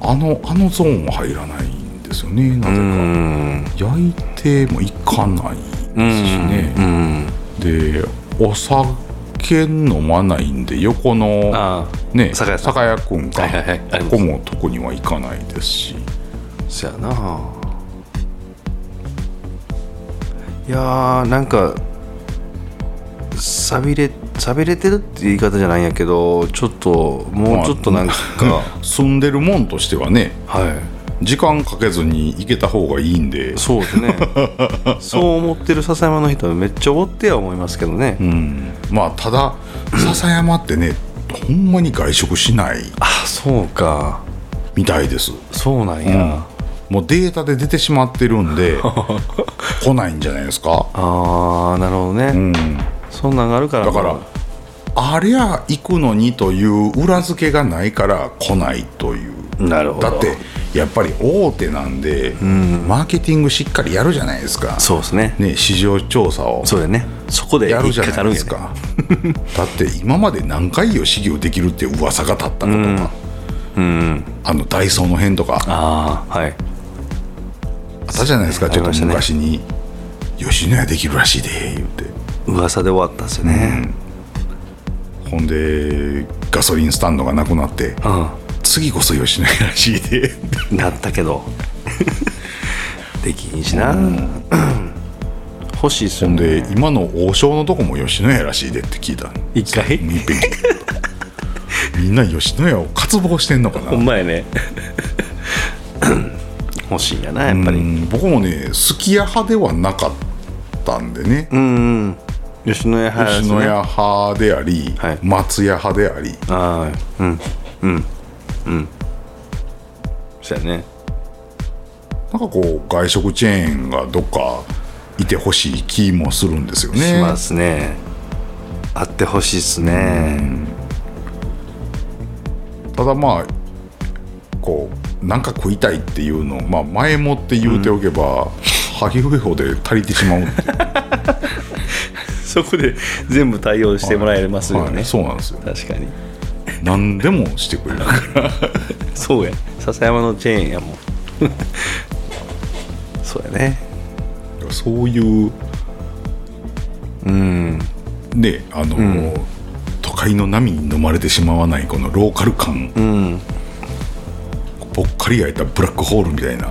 あのあのゾーンは入らないんですよねなぜか焼いてもいかないですしねでお酒飲まないんで横の
あ
ね
酒屋さん
酒屋くんか、
はいはいはいありま
こ
す
こも特には行かないですし
そやないやーなんかさびれさびれてるって言い方じゃないんやけどちょっともうちょっとなんか、
住んでるもんとしてはね
はい
時間かけずに行けた方がいいんで
そうです ねそう思ってる笹山の人はめっちゃおってや思いますけどね、
うんまあただ笹山ってねほんまに外食しない
あそうか
みたいです
そうなんや、あ
もうデータで出てしまってるん で来ないんじゃないですか、
あーなるほどね、
うん、
そんなんがあるから
だからありゃ行くのにという裏付けがないから来ないという
なるほど
だってやっぱり大手なんで、マーケティングしっかりやるじゃないですか
そうですね
ね、市場調査を
そうだよねそこで
やるじ
引
ゃ
っか
ない
かるん
で
や
す
ね
か だって今まで何回よ始業できるって噂が立ったことが、あのダイソーの辺とかあ
ああはい
ったじゃないですかちょっと昔に「吉野家できるらしいで」言って
噂で終わったんですよね、
ほんでガソリンスタンドがなくなって
うん
次こそ吉野家らしいで
なったけどできひんしな、欲しいですよね
で今の王将のとこも吉野家らしいでって聞いた
一回
もういっぺん聞いたみんな吉野家を渇望してんのかな
ほんまやね欲しいんやなやっぱり
うん僕もねすき家派ではなかったんでね、
うん吉野家派です
吉
ね
野家派であり、
はい
松屋派であり
ああうんうんうんそうやね
なんかこう外食チェーンがどっかいてほしい気もするんですよね
しますねあってほしいっすね
ただまあこうなんか食いたいっていうのを、まあ、前もって言うておけば、萩上法で足りてしまうっていう
そこで全部対応してもらえますよ
は
ね
いそうなんですよ
確かに
何でもしてくれる
そうや笹山のチェーンやもん そうやね
そういうねあの、都会の波に飲まれてしまわないこのローカル感、ぽっかり開いたブラックホールみたいな、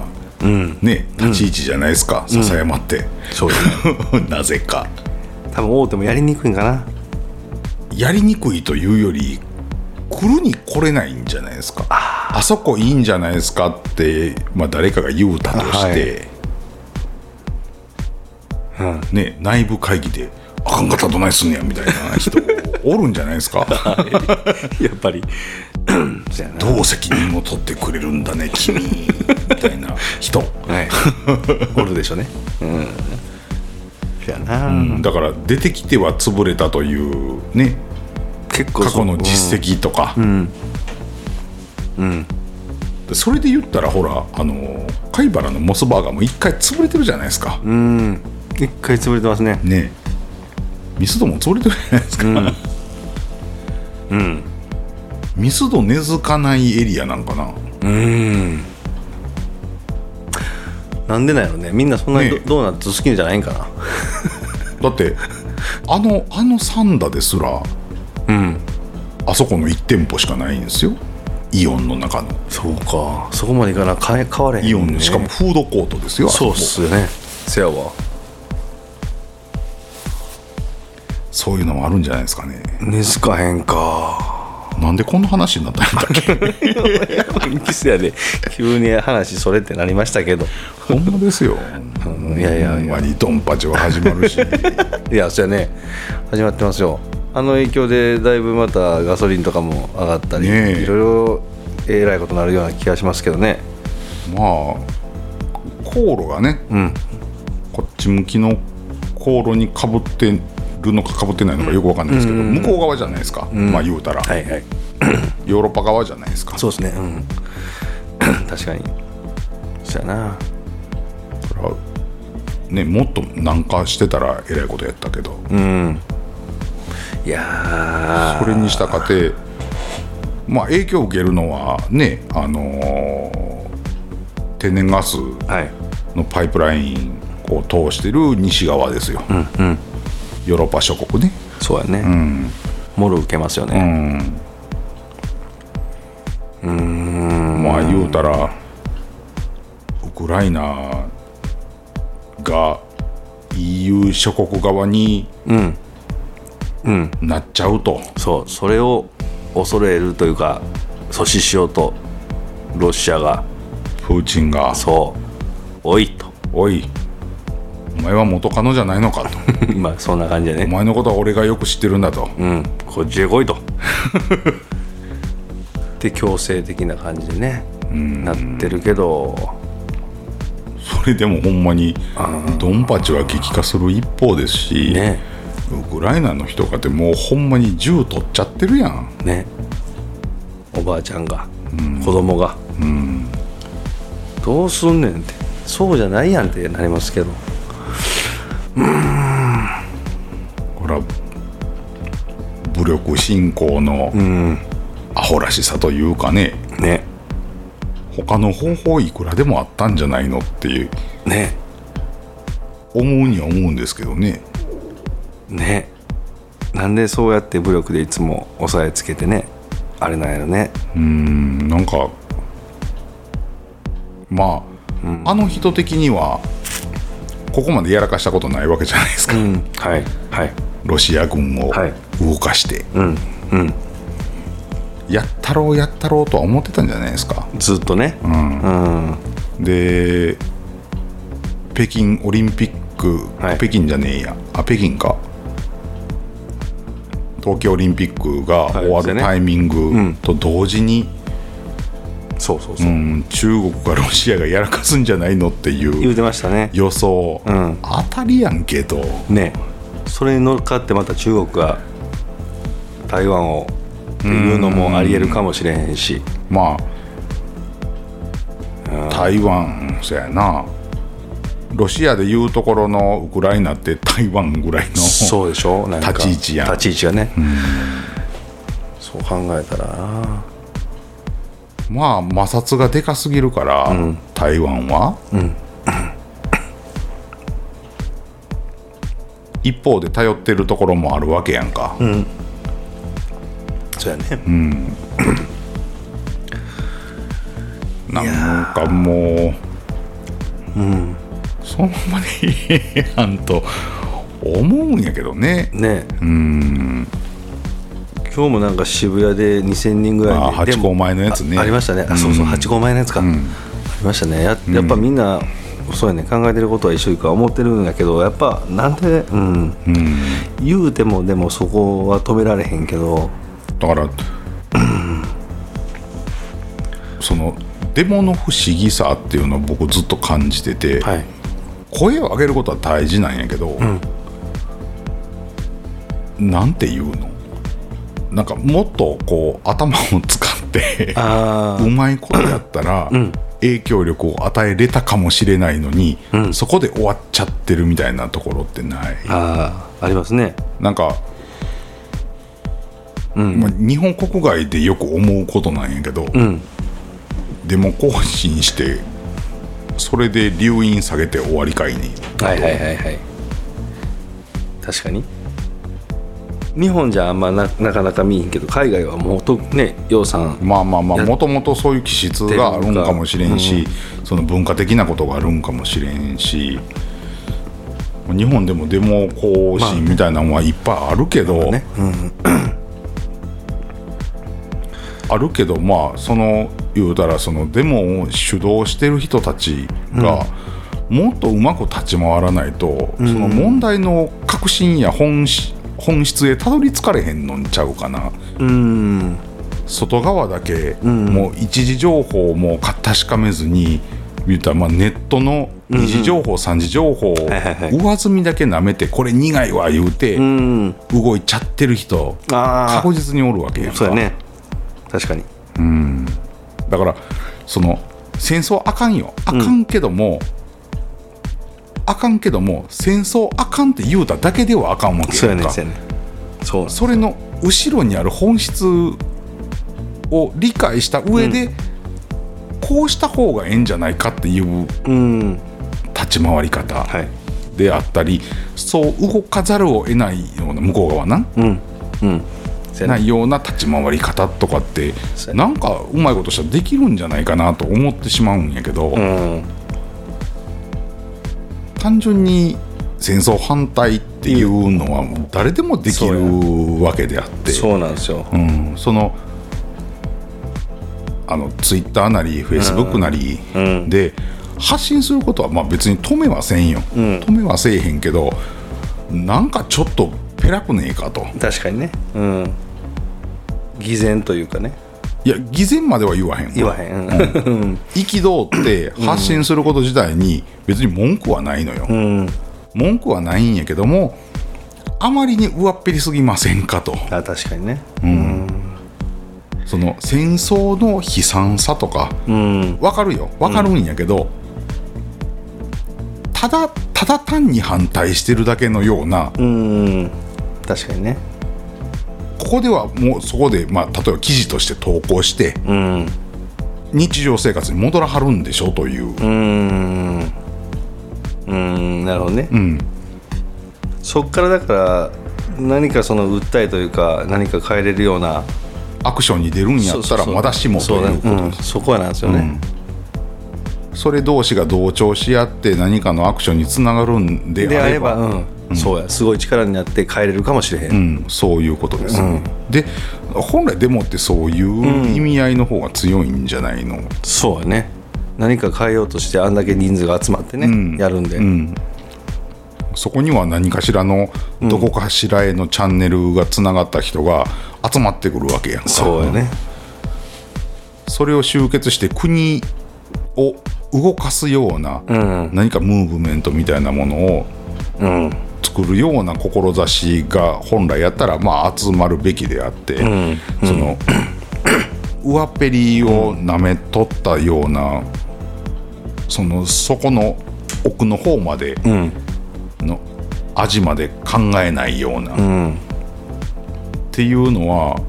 ね立ち位置じゃないですか、笹山って、
そうや
なぜか
多分大手もやりにくいんかな
やりにくいというより来るに来れないんじゃないですかあそこいいんじゃないですかって、まあ、誰かが言うたとして、
うん
ね、内部会議で「あかんかったらどないすんねや」みたいな人おるんじゃないです か
やっぱりそうやな
どう責任を取ってくれるんだね君みたいな人、
はいおるでしょうねうんそうやな、
うんだから出てきては潰れたというね
結構
過
そ
去
う
の実績とか、でそれで言ったらほらあの貝原のモスバーガーも一回潰れてるじゃないですか、
うん一回潰れてますね
ねえミスドも潰れてるじゃないですか、
うん
ミスド根付かないエリアなんかな
うんなんでなんやろねみんなそんなにド,、
ねえ
ドーナツ好きじゃないんかな
だってあのあのサンダですら
うん
あそこの1店舗しかないんですよイオンの中の
そうかそこまでいかな変え変われへんね
イオンのしかもフードコートですよあそ
そう
こ
っすよねせやわ
そういうのもあるんじゃないですかね
根付かへんか
なんでこんな話になったんだ っけ
せやで急に話それってなりましたけど、
ほんまですよ
うん、いやいや
ほん
いや
まにドンパチは始ま るし
いやそうやね始まってますよあの影響でだいぶまたガソリンとかも上がったり、
ねえ
いろいろえらいことになるような気がしますけどね
まあ航路がね、
ん
こっち向きの航路にかぶってるのかかぶってないのかよくわかんないですけど、向こう側じゃないですか、まあ言うたら、
はいはい
ヨーロッパ側じゃないですか
そうですねうん 確かにそうやな
それはね、もっと南下してたらえらいことやったけど、
うんいや
それにしたかてまあ影響を受けるのはねあのー天然ガス
ーはい
のパイプラインを通してる西側ですよ、ヨーロッパ諸国ね
そうやねもろ受けますよね、
まあ言うたらウクライナが EU 諸国側になっちゃうと、
そうそれを恐れるというか阻止しようとロシアが
プーチンが
そうおいと
「おいお前は元カノじゃないのか」と
今そんな感じや
「お
ね
前のことは俺がよく知ってるんだ」と
うんこっちへ来いと で強制的な感じでねなってるけど
それでもほんまにドンパチは激化する一方ですし、
ね
ウクライナの人かってもうほんまに銃取っちゃってるやん。
ねおばあちゃんが、子供が、どうすんねんってそうじゃないやんってなりますけど
ほら武力侵攻のアホらしさというかね、
ね
他の方法いくらでもあったんじゃないのっていう
ね
思うには思うんですけどね
ねなんでそうやって武力でいつも抑えつけてねあれなんやろね
うんなんかまあ、あの人的にはここまでやらかしたことないわけじゃないですか、
うんはいはい
ロシア軍を
はい
動かして、
うんうん
やったろうやったろうとは思ってたんじゃないですか
ずっとねうん、
で北京オリンピック、
はい
北京じゃねえやあ北京か東京オリンピックが終わ
はいです
る
ね
タイミングと同時に、
そうそうそう、
うん中国がロシアがやらかすんじゃないのってい
言う
う
てましたね
予想、
ん
当たりやんけど
ねそれに乗っかってまた中国が台湾をっていうのもありえるかもしれへんし
まあ台湾そやなロシアでいうところのウクライナって台湾ぐらいの
そうでしょなんか
立ち位置やん
立ち位置がね、そう考えたらな
まあ摩擦がでかすぎるから、台湾は、 一方で頼ってるところもあるわけやんか、
そうやね、
なんかもう、そんなに ええやんと思うんやけどね
ねうん今日もなんか渋谷で2000人ぐら
あ
いで
8個前のやつね
あありましたねあそうそう8号前のやつか、ありましたねややっぱみんな、そうやね考えてることは一緒か思ってるんやけどやっぱなんで、うん言うてもでもそこは止められへんけど
だから、そのデモの不思議さっていうのを僕ずっと感じてて、
はい
声を上げることは大事なんやけど、なんていうのなんかもっとこう頭を使って
あ
うまいことやったら、影響力を与えれたかもしれないのに、そこで終わっちゃってるみたいなところってない
あありますね
なんか、まあ、日本国外でよく思うことなんやけど、
うん
でも更新してそれで留飲下げて終わりかいに
はいはいはいはい確かに日本じゃあんまななかなか見えへんけど海外はもうとね洋さん
まあまあまあ
やっ
もともとそういう気質があるんかもしれんし、その文化的なことがあるんかもしれんし日本でもデモ行進みたいなのはいっぱいあるけど、あ
ね
るけどまあその言うたらそのデモを主導してる人たちが、もっとうまく立ち回らないと、その問題の核心や本し本質へたどり着かれへんのんちゃうかな。
うん
外側だけ、もう一時情報も確かめずに言ったらまあネットの二次情報、三次情報を
はいはいはい
上積みだけ舐めてこれ苦いわ言うて
うん
動いちゃってる人
ああ
確実におるわけやんか
そうやね確かに
だからその戦争あかんよあかんけども、あかんけども戦争あかんって言うただけではあかんわけ
そう
やん
やね
か
そうやねそう
それの後ろにある本質を理解した上で、こうした方がええんじゃないかっていう
うん
立ち回り方
はい
であったり、そう動かざるを得ないような向こう側な、
うんうんそうや
な
ね
いような立ち回り方とかって
そうや
なんかうまいことしたらできるんじゃないかなと思ってしまうんやけど、
うん
単純に戦争反対っていうのは誰でもできるわけであって。
そうなんですよ
うん、そのあのツイッターなりフェイスブックなり
うん
で発信することはまあ別に止めはせんよ、
ん
止めはせえへんけどなんかちょっとペラくねえかと
確かにねうん偽善というかね
いや偽善までは言わへん
言わへんうん
憤って発信すること自体に別に文句はないのよ、
うん
文句はないんやけどもあまりに上っぺりすぎませんかと
あ確かにね
その戦争の悲惨さとか、
うん
わかるよわかるんやけど、ただただ単に反対してるだけのような、
うん確かにね
ここではもうそこで、まあ、例えば記事として投稿して
うん
日常生活に戻らはるんでしょという、
うーんうーんなるほどね、
ん
そっからだから何かその訴えというか何か変えれるような
アクションに出るんやった
そう
ら
そう
まだしもと
そう
いうこと
だうんそこはなんですよね、
それ同士が同調し合って何かのアクションにつながるんで
で
あ
あ
れ
れ
ば
ば、うんそうやすごい力になって帰れるかもしれへん、
うん、そういうことです、で本来デモってそういう意味合いの方が強いんじゃないの、
そうやね何か変えようとしてあんだけ人数が集まってね、やるんで、
そこには何かしらのどこかしらへのチャンネルがつながった人が集まってくるわけやんか
そうやね
それを集結して国を動かすような、何かムーブメントみたいなものを
うん
作るような志が本来やったらまあ集まるべきであって、その上っぺりをなめとったような、そのそこの奥の方までの味まで考えないような、っていうのは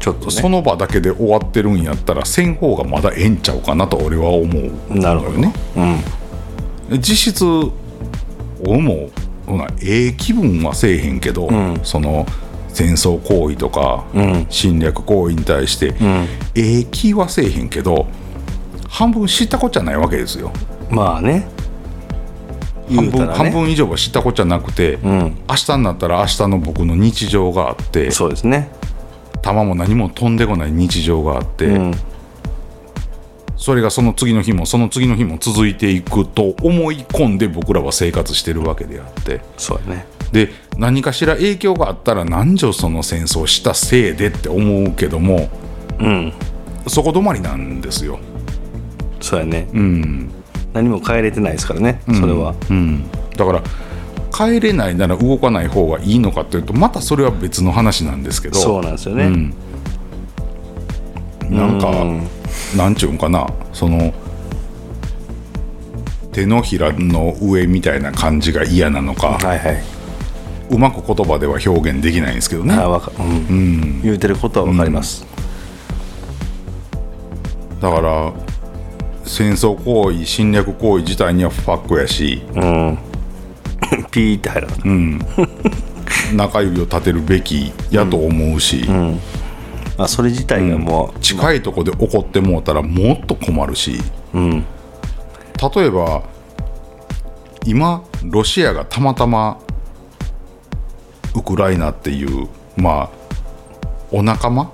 ちょっとね
その場だけで終わってるんやったらせん方がまだええんちゃうかなと俺は思う
なるほど
ね、実質俺もほなええ気分はせえへんけど、その戦争行為とか、侵略行為に対して、ええ気はせえへんけど半分知ったこっちゃないわけですよ
まあね
半
言うた
分
らね
半分以上は知ったこっちゃなくて、明日になったら明日の僕の日常があって
そうですね
弾も何も飛んでこない日常があって、
うん
それがその次の日もその次の日も続いていくと思い込んで僕らは生活してるわけであって
そうやね
で何かしら影響があったら何じゃその戦争したせいでって思うけども
うん
そこ止まりなんですよ。
そうやね、
うん
何も変えれてないですからね、それは
うん、だから帰れないなら動かない方がいいのかというとまたそれは別の話なんですけど
そうなんですよね、
うん、なんか、なんちゅうんかなその手のひらの上みたいな感じが嫌なのか、
はいはいう
まく言葉では表現できないんですけどね
あわか、うん言うてることは分かります、
だから戦争行為侵略行為自体にはファックやし、
ピーって入らなかった、
中指を立てるべきやと思うし、
まあ、それ自体がもう、
近いとこで怒ってもうたらもっと困るし、例えば今ロシアがたまたまウクライナっていうまあお仲間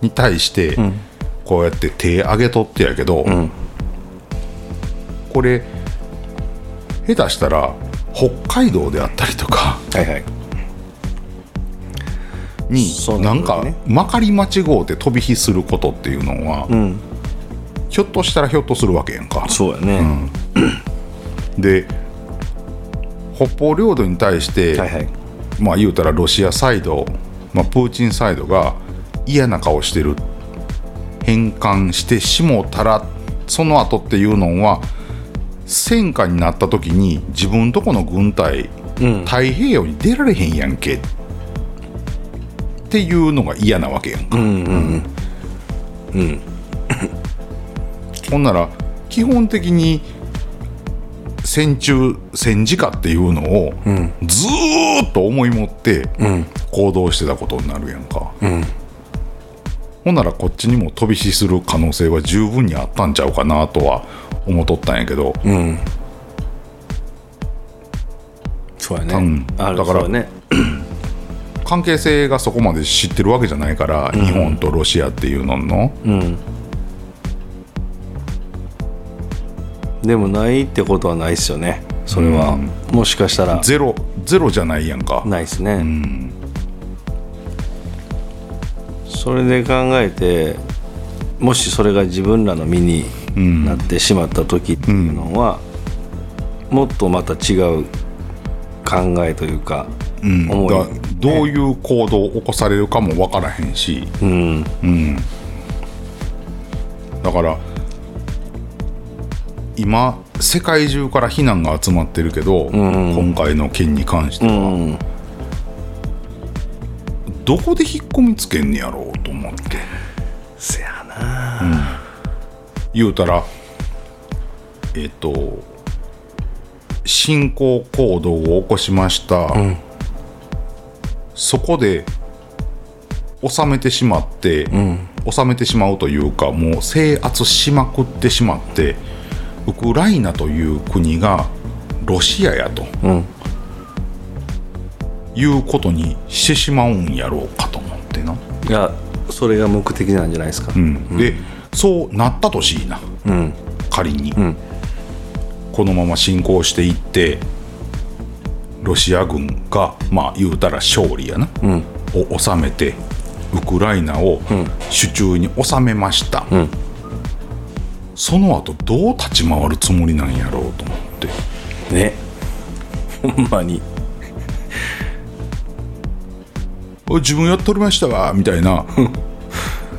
に対してこうやって手上げとってやけど、これ下手したら北海道であったりとか
はいはい
に
そう
な
なんんだよ
か
ね
まかり間違うて飛び火することっていうのは、ひょっとしたらひょっとするわけやんか。
そうやね、
で北方領土に対して、
はいはい
まあ言うたらロシアサイド、まあ、プーチンサイドが嫌な顔してる返還してしもたらその後っていうのは戦火になった時に自分とこの軍隊、太平洋に出られへんやんけっていうのが嫌なわけやんか。ほんなら基本的に戦中戦時下っていうのをずーっと思い持って行動してたことになるやんか、ほんならこっちにも飛び火する可能性は十分にあったんちゃうかなとは思っとったんやけど、
そうやね、
ん
ある
だ
だ
か
かららね
関係性がそこまで知ってるわけじゃないから、日本とロシアっていうのの、
でもないってことはないですよねそれは、もしかしたら
ゼロゼロじゃないやんか、
ないですね、それで考えてもしそれが自分らの身になってしまった時っていうのは、もっとまた違う考えというか、思い
だどういう行動を起こされるかも分からへんし、
うん
だから今世界中から非難が集まってるけど、今回の件に関しては、どこで引っ込みつけんねやろうと思って
せやな
言うたらえっと進行行動を起こしました、そこで収めてしまって、収めてしまうというかもう制圧しまくってしまってウクライナという国がロシアやと、
うん
いうことにしてしまうんやろうかと思ってな、
いやそれが目的なんじゃないですか、
でそうなったとしいな、仮に、
ん
このまま侵攻していってロシア軍がまあ言うたら勝利やな、を収めてウクライナを手中に収めました、その後どう立ち回るつもりなんやろうと思って
ね ほんまに
「自分やっとりましたわ」みたいな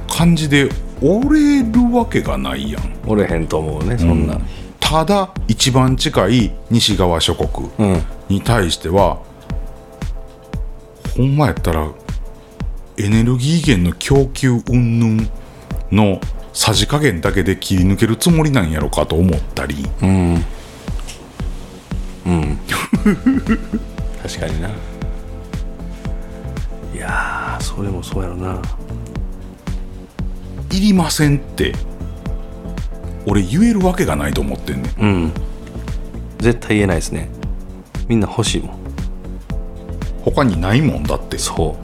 感じで折れるわけがないやん
折れへんと思うねそんな、
ただ一番近い西側諸国に対しては、ほんまやったらエネルギー源の供給云々のさじ加減だけで切り抜けるつもりなんやろかと思ったり、
確かにないやーそれもそうやろない
りませんって俺言えるわけがないと思ってんね、ん、
絶対言えないですねみんな欲しいもん
他にないもんだって
そ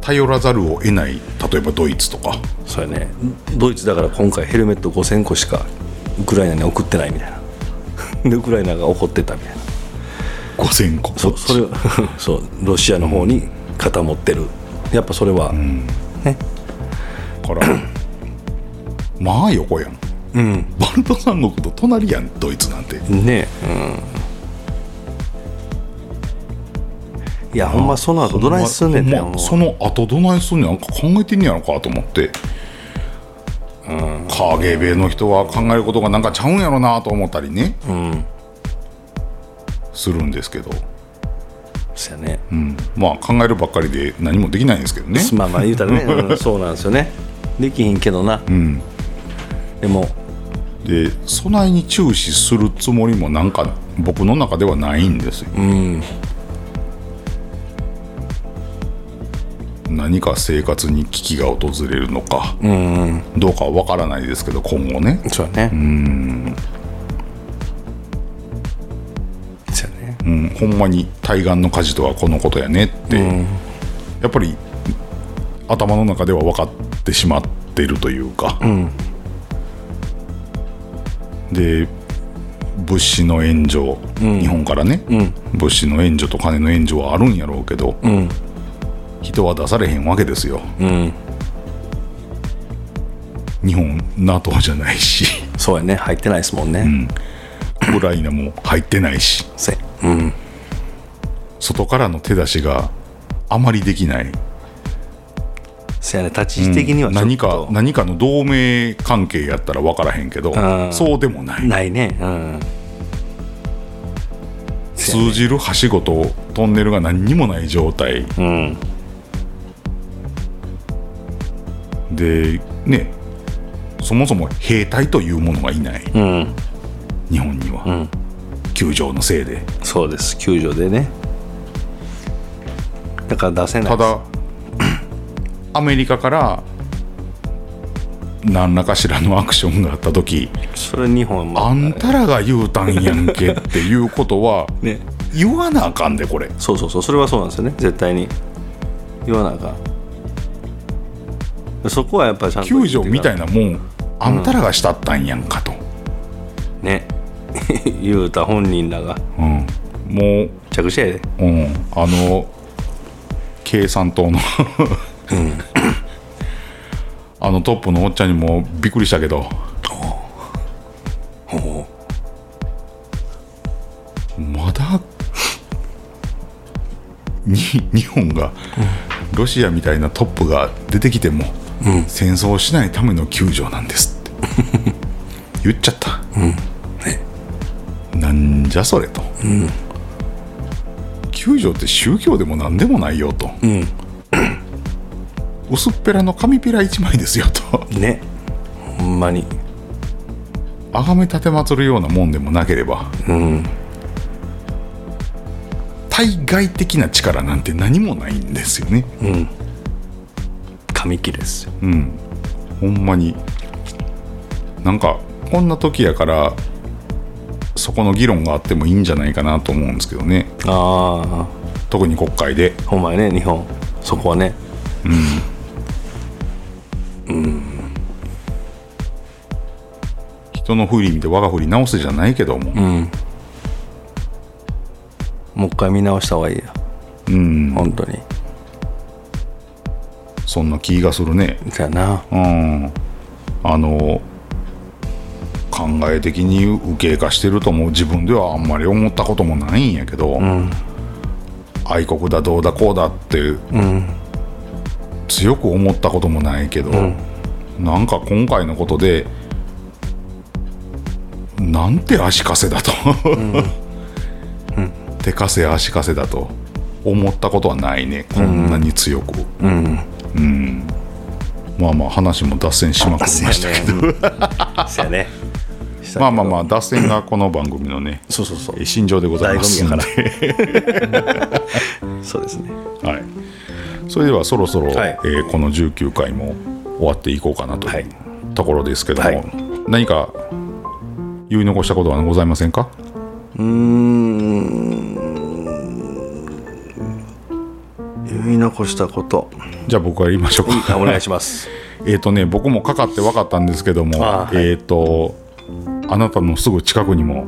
頼らざるを得ない例えばドイツとか
うそうやねドイツだから今回ヘルメット5000個しかウクライナに送ってないみたいなでウクライナが怒ってたみたいな
5000個
そうそれを そうロシアの方に肩持ってるやっぱそれは、
からまあ横やん、バルト三国と隣やんドイツなんて
ねうんいやほんまその後どないすんねんっ
ほ
て
んま
思う
その後どないすんねんなんか考えてんねやろかと思って、KGB の人は考えることがなんかちゃうんやろなと思ったりね、するんですけど、
そうやね、
うんまあ考えるばっかりで何もできないんですけどね
まあまあ言うたらね、うんそうなんですよねできひんけどな、でも
で備えに注視するつもりもなんか僕の中ではないんですよ、何か生活に危機が訪れるのか、どうかは分からないですけど今後ね
そうやねうんそうやね
うん、ほんまに対岸の火事とはこのことやねって、やっぱり頭の中では分かってしまってるというか、で物資の援助、日本からね、物資の援助と金の援助はあるんやろうけど、人は出されへんわけですよ、日本 NATO じゃないし
そうやね入ってないですもんね、
ウクライナも入ってないし
せうん
外からの手出しがあまりできない
そうやね立ち位置的にはちょっと
何か何かの同盟関係やったら分からへんけど
ん
そうでもない
ないねうん
通じるはしごとトンネルが何にもない状態
うん
でねそもそも兵隊というものがいない
うん
日本には球場のせいで
そうです救助でねだから出せない
ただ アメリカから何らかしらのアクションがあった 時
それ日本も
あんたらが言うたんやんけっていうことは
ね
言わなあかんでこれ
そうそうそうそれはそうなんですよね絶対に言わなあかんそこはやっぱりちゃんと
救助みたい
な
なもんあんたらがしたったんやんかと、
ね 言うた本人らが
うんも
着手やで
う、うん、あの計算党のあのトップのおっちゃんにもびっくりしたけどまだに日本がロシアみたいなトップが出てきても、戦争をしないための救助なんですって言っちゃった、なんじゃそれと、救助って宗教でも何でもないよと、 薄っぺらの紙ペラ一枚ですよと
ねほんまに
崇め立てまつるようなもんでもなければ、対外的な力なんて何もないんですよね、
紙切れですよ
ほんまになんかこんな時やからそこの議論があってもいいんじゃないかなと思うんですけどね
あ
特に国会で
あほんまやね日本そこはね
人の不利見て我が不利直すじゃないけども、
もう一回見直した方がいいやうん本当に
そんな気がするね
そやな
うんあの考え的に右傾化してるとも自分ではあんまり思ったこともないんやけど、愛国だどうだこうだって、強く思ったこともないけど、なんか今回のことでなんて足かせだと、手かせ足かせだと思ったことはないねこんなに強く。まあまあ話も脱線しまくりましたけど、
そやね
まあまあまあ脱線がこの番組のね
そうそうそう
え心情でございますんで
醍醐そうですね
はい、それではそろそろ、
はい
えーこの19回も終わっていこうかなと
はいいう
ところですけども、
はい
何か言い残したことはございませんか
言い残したこと
じゃあ僕から言いましょう
あ
か
お願いします
えっとね僕もかかって分かったんですけども、
あー
えっ、とあなたのすぐ近くに も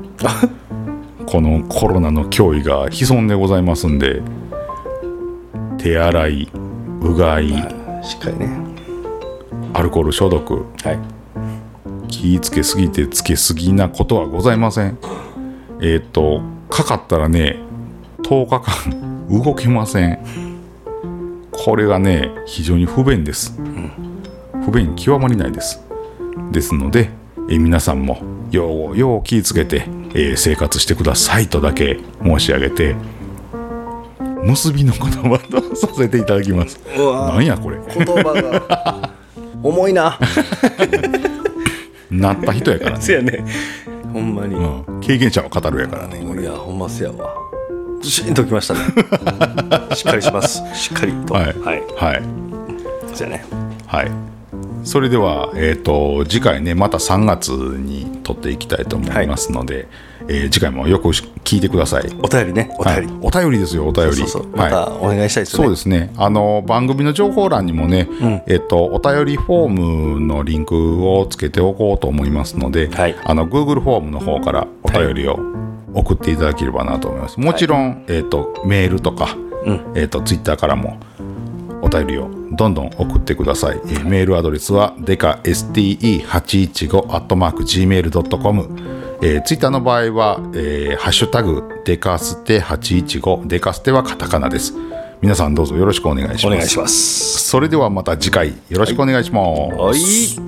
このコロナの脅威が潜んでございますんで手洗いうがい
しっかりね
アルコール消毒
はい
気ぃつけすぎてつけすぎなことはございませんえっ、とかかったらね10日間 動けませんこれがね非常に不便です、不便極まりないですですのでえー皆さんもようよう気ぃつけて、えー生活してくださいとだけ申し上げて結びの言葉とさせていただきます
うわ
なんやこれ
言葉が重いな
なった人やからね、
せやねほんまに、
うん、経験者は語るやからね
いやほんませやわずしんときましたねしっかりしますしっかりと
はい
は
は
い、
い
そやね
はい。それでは、えー、と次回ねまた3月に撮っていきたいと思いますので、えー次回もよくし聞いてください
お便りねお
はい
便り、
お便りですよお便り
そうそう
は
ま
い
たお願いしたいですよね、
そうですねあの番組の情報欄にもね、えっとお便りフォームのリンクをつけておこうと思いますので、
はい
あの Google フォームの方からお便りを送っていただければなと思いますもちろん、えっとメールとか、えっと Twitter からもお便りをどんどん送ってください、えーメールアドレスはでか ste815-gmail.com えー、ツイッターの場合は、えーハッシュタグデカステ815デカステはカタカナです皆さんどうぞよろしくお願いします
お願いします
それではまた次回よろしくお願いします、
はい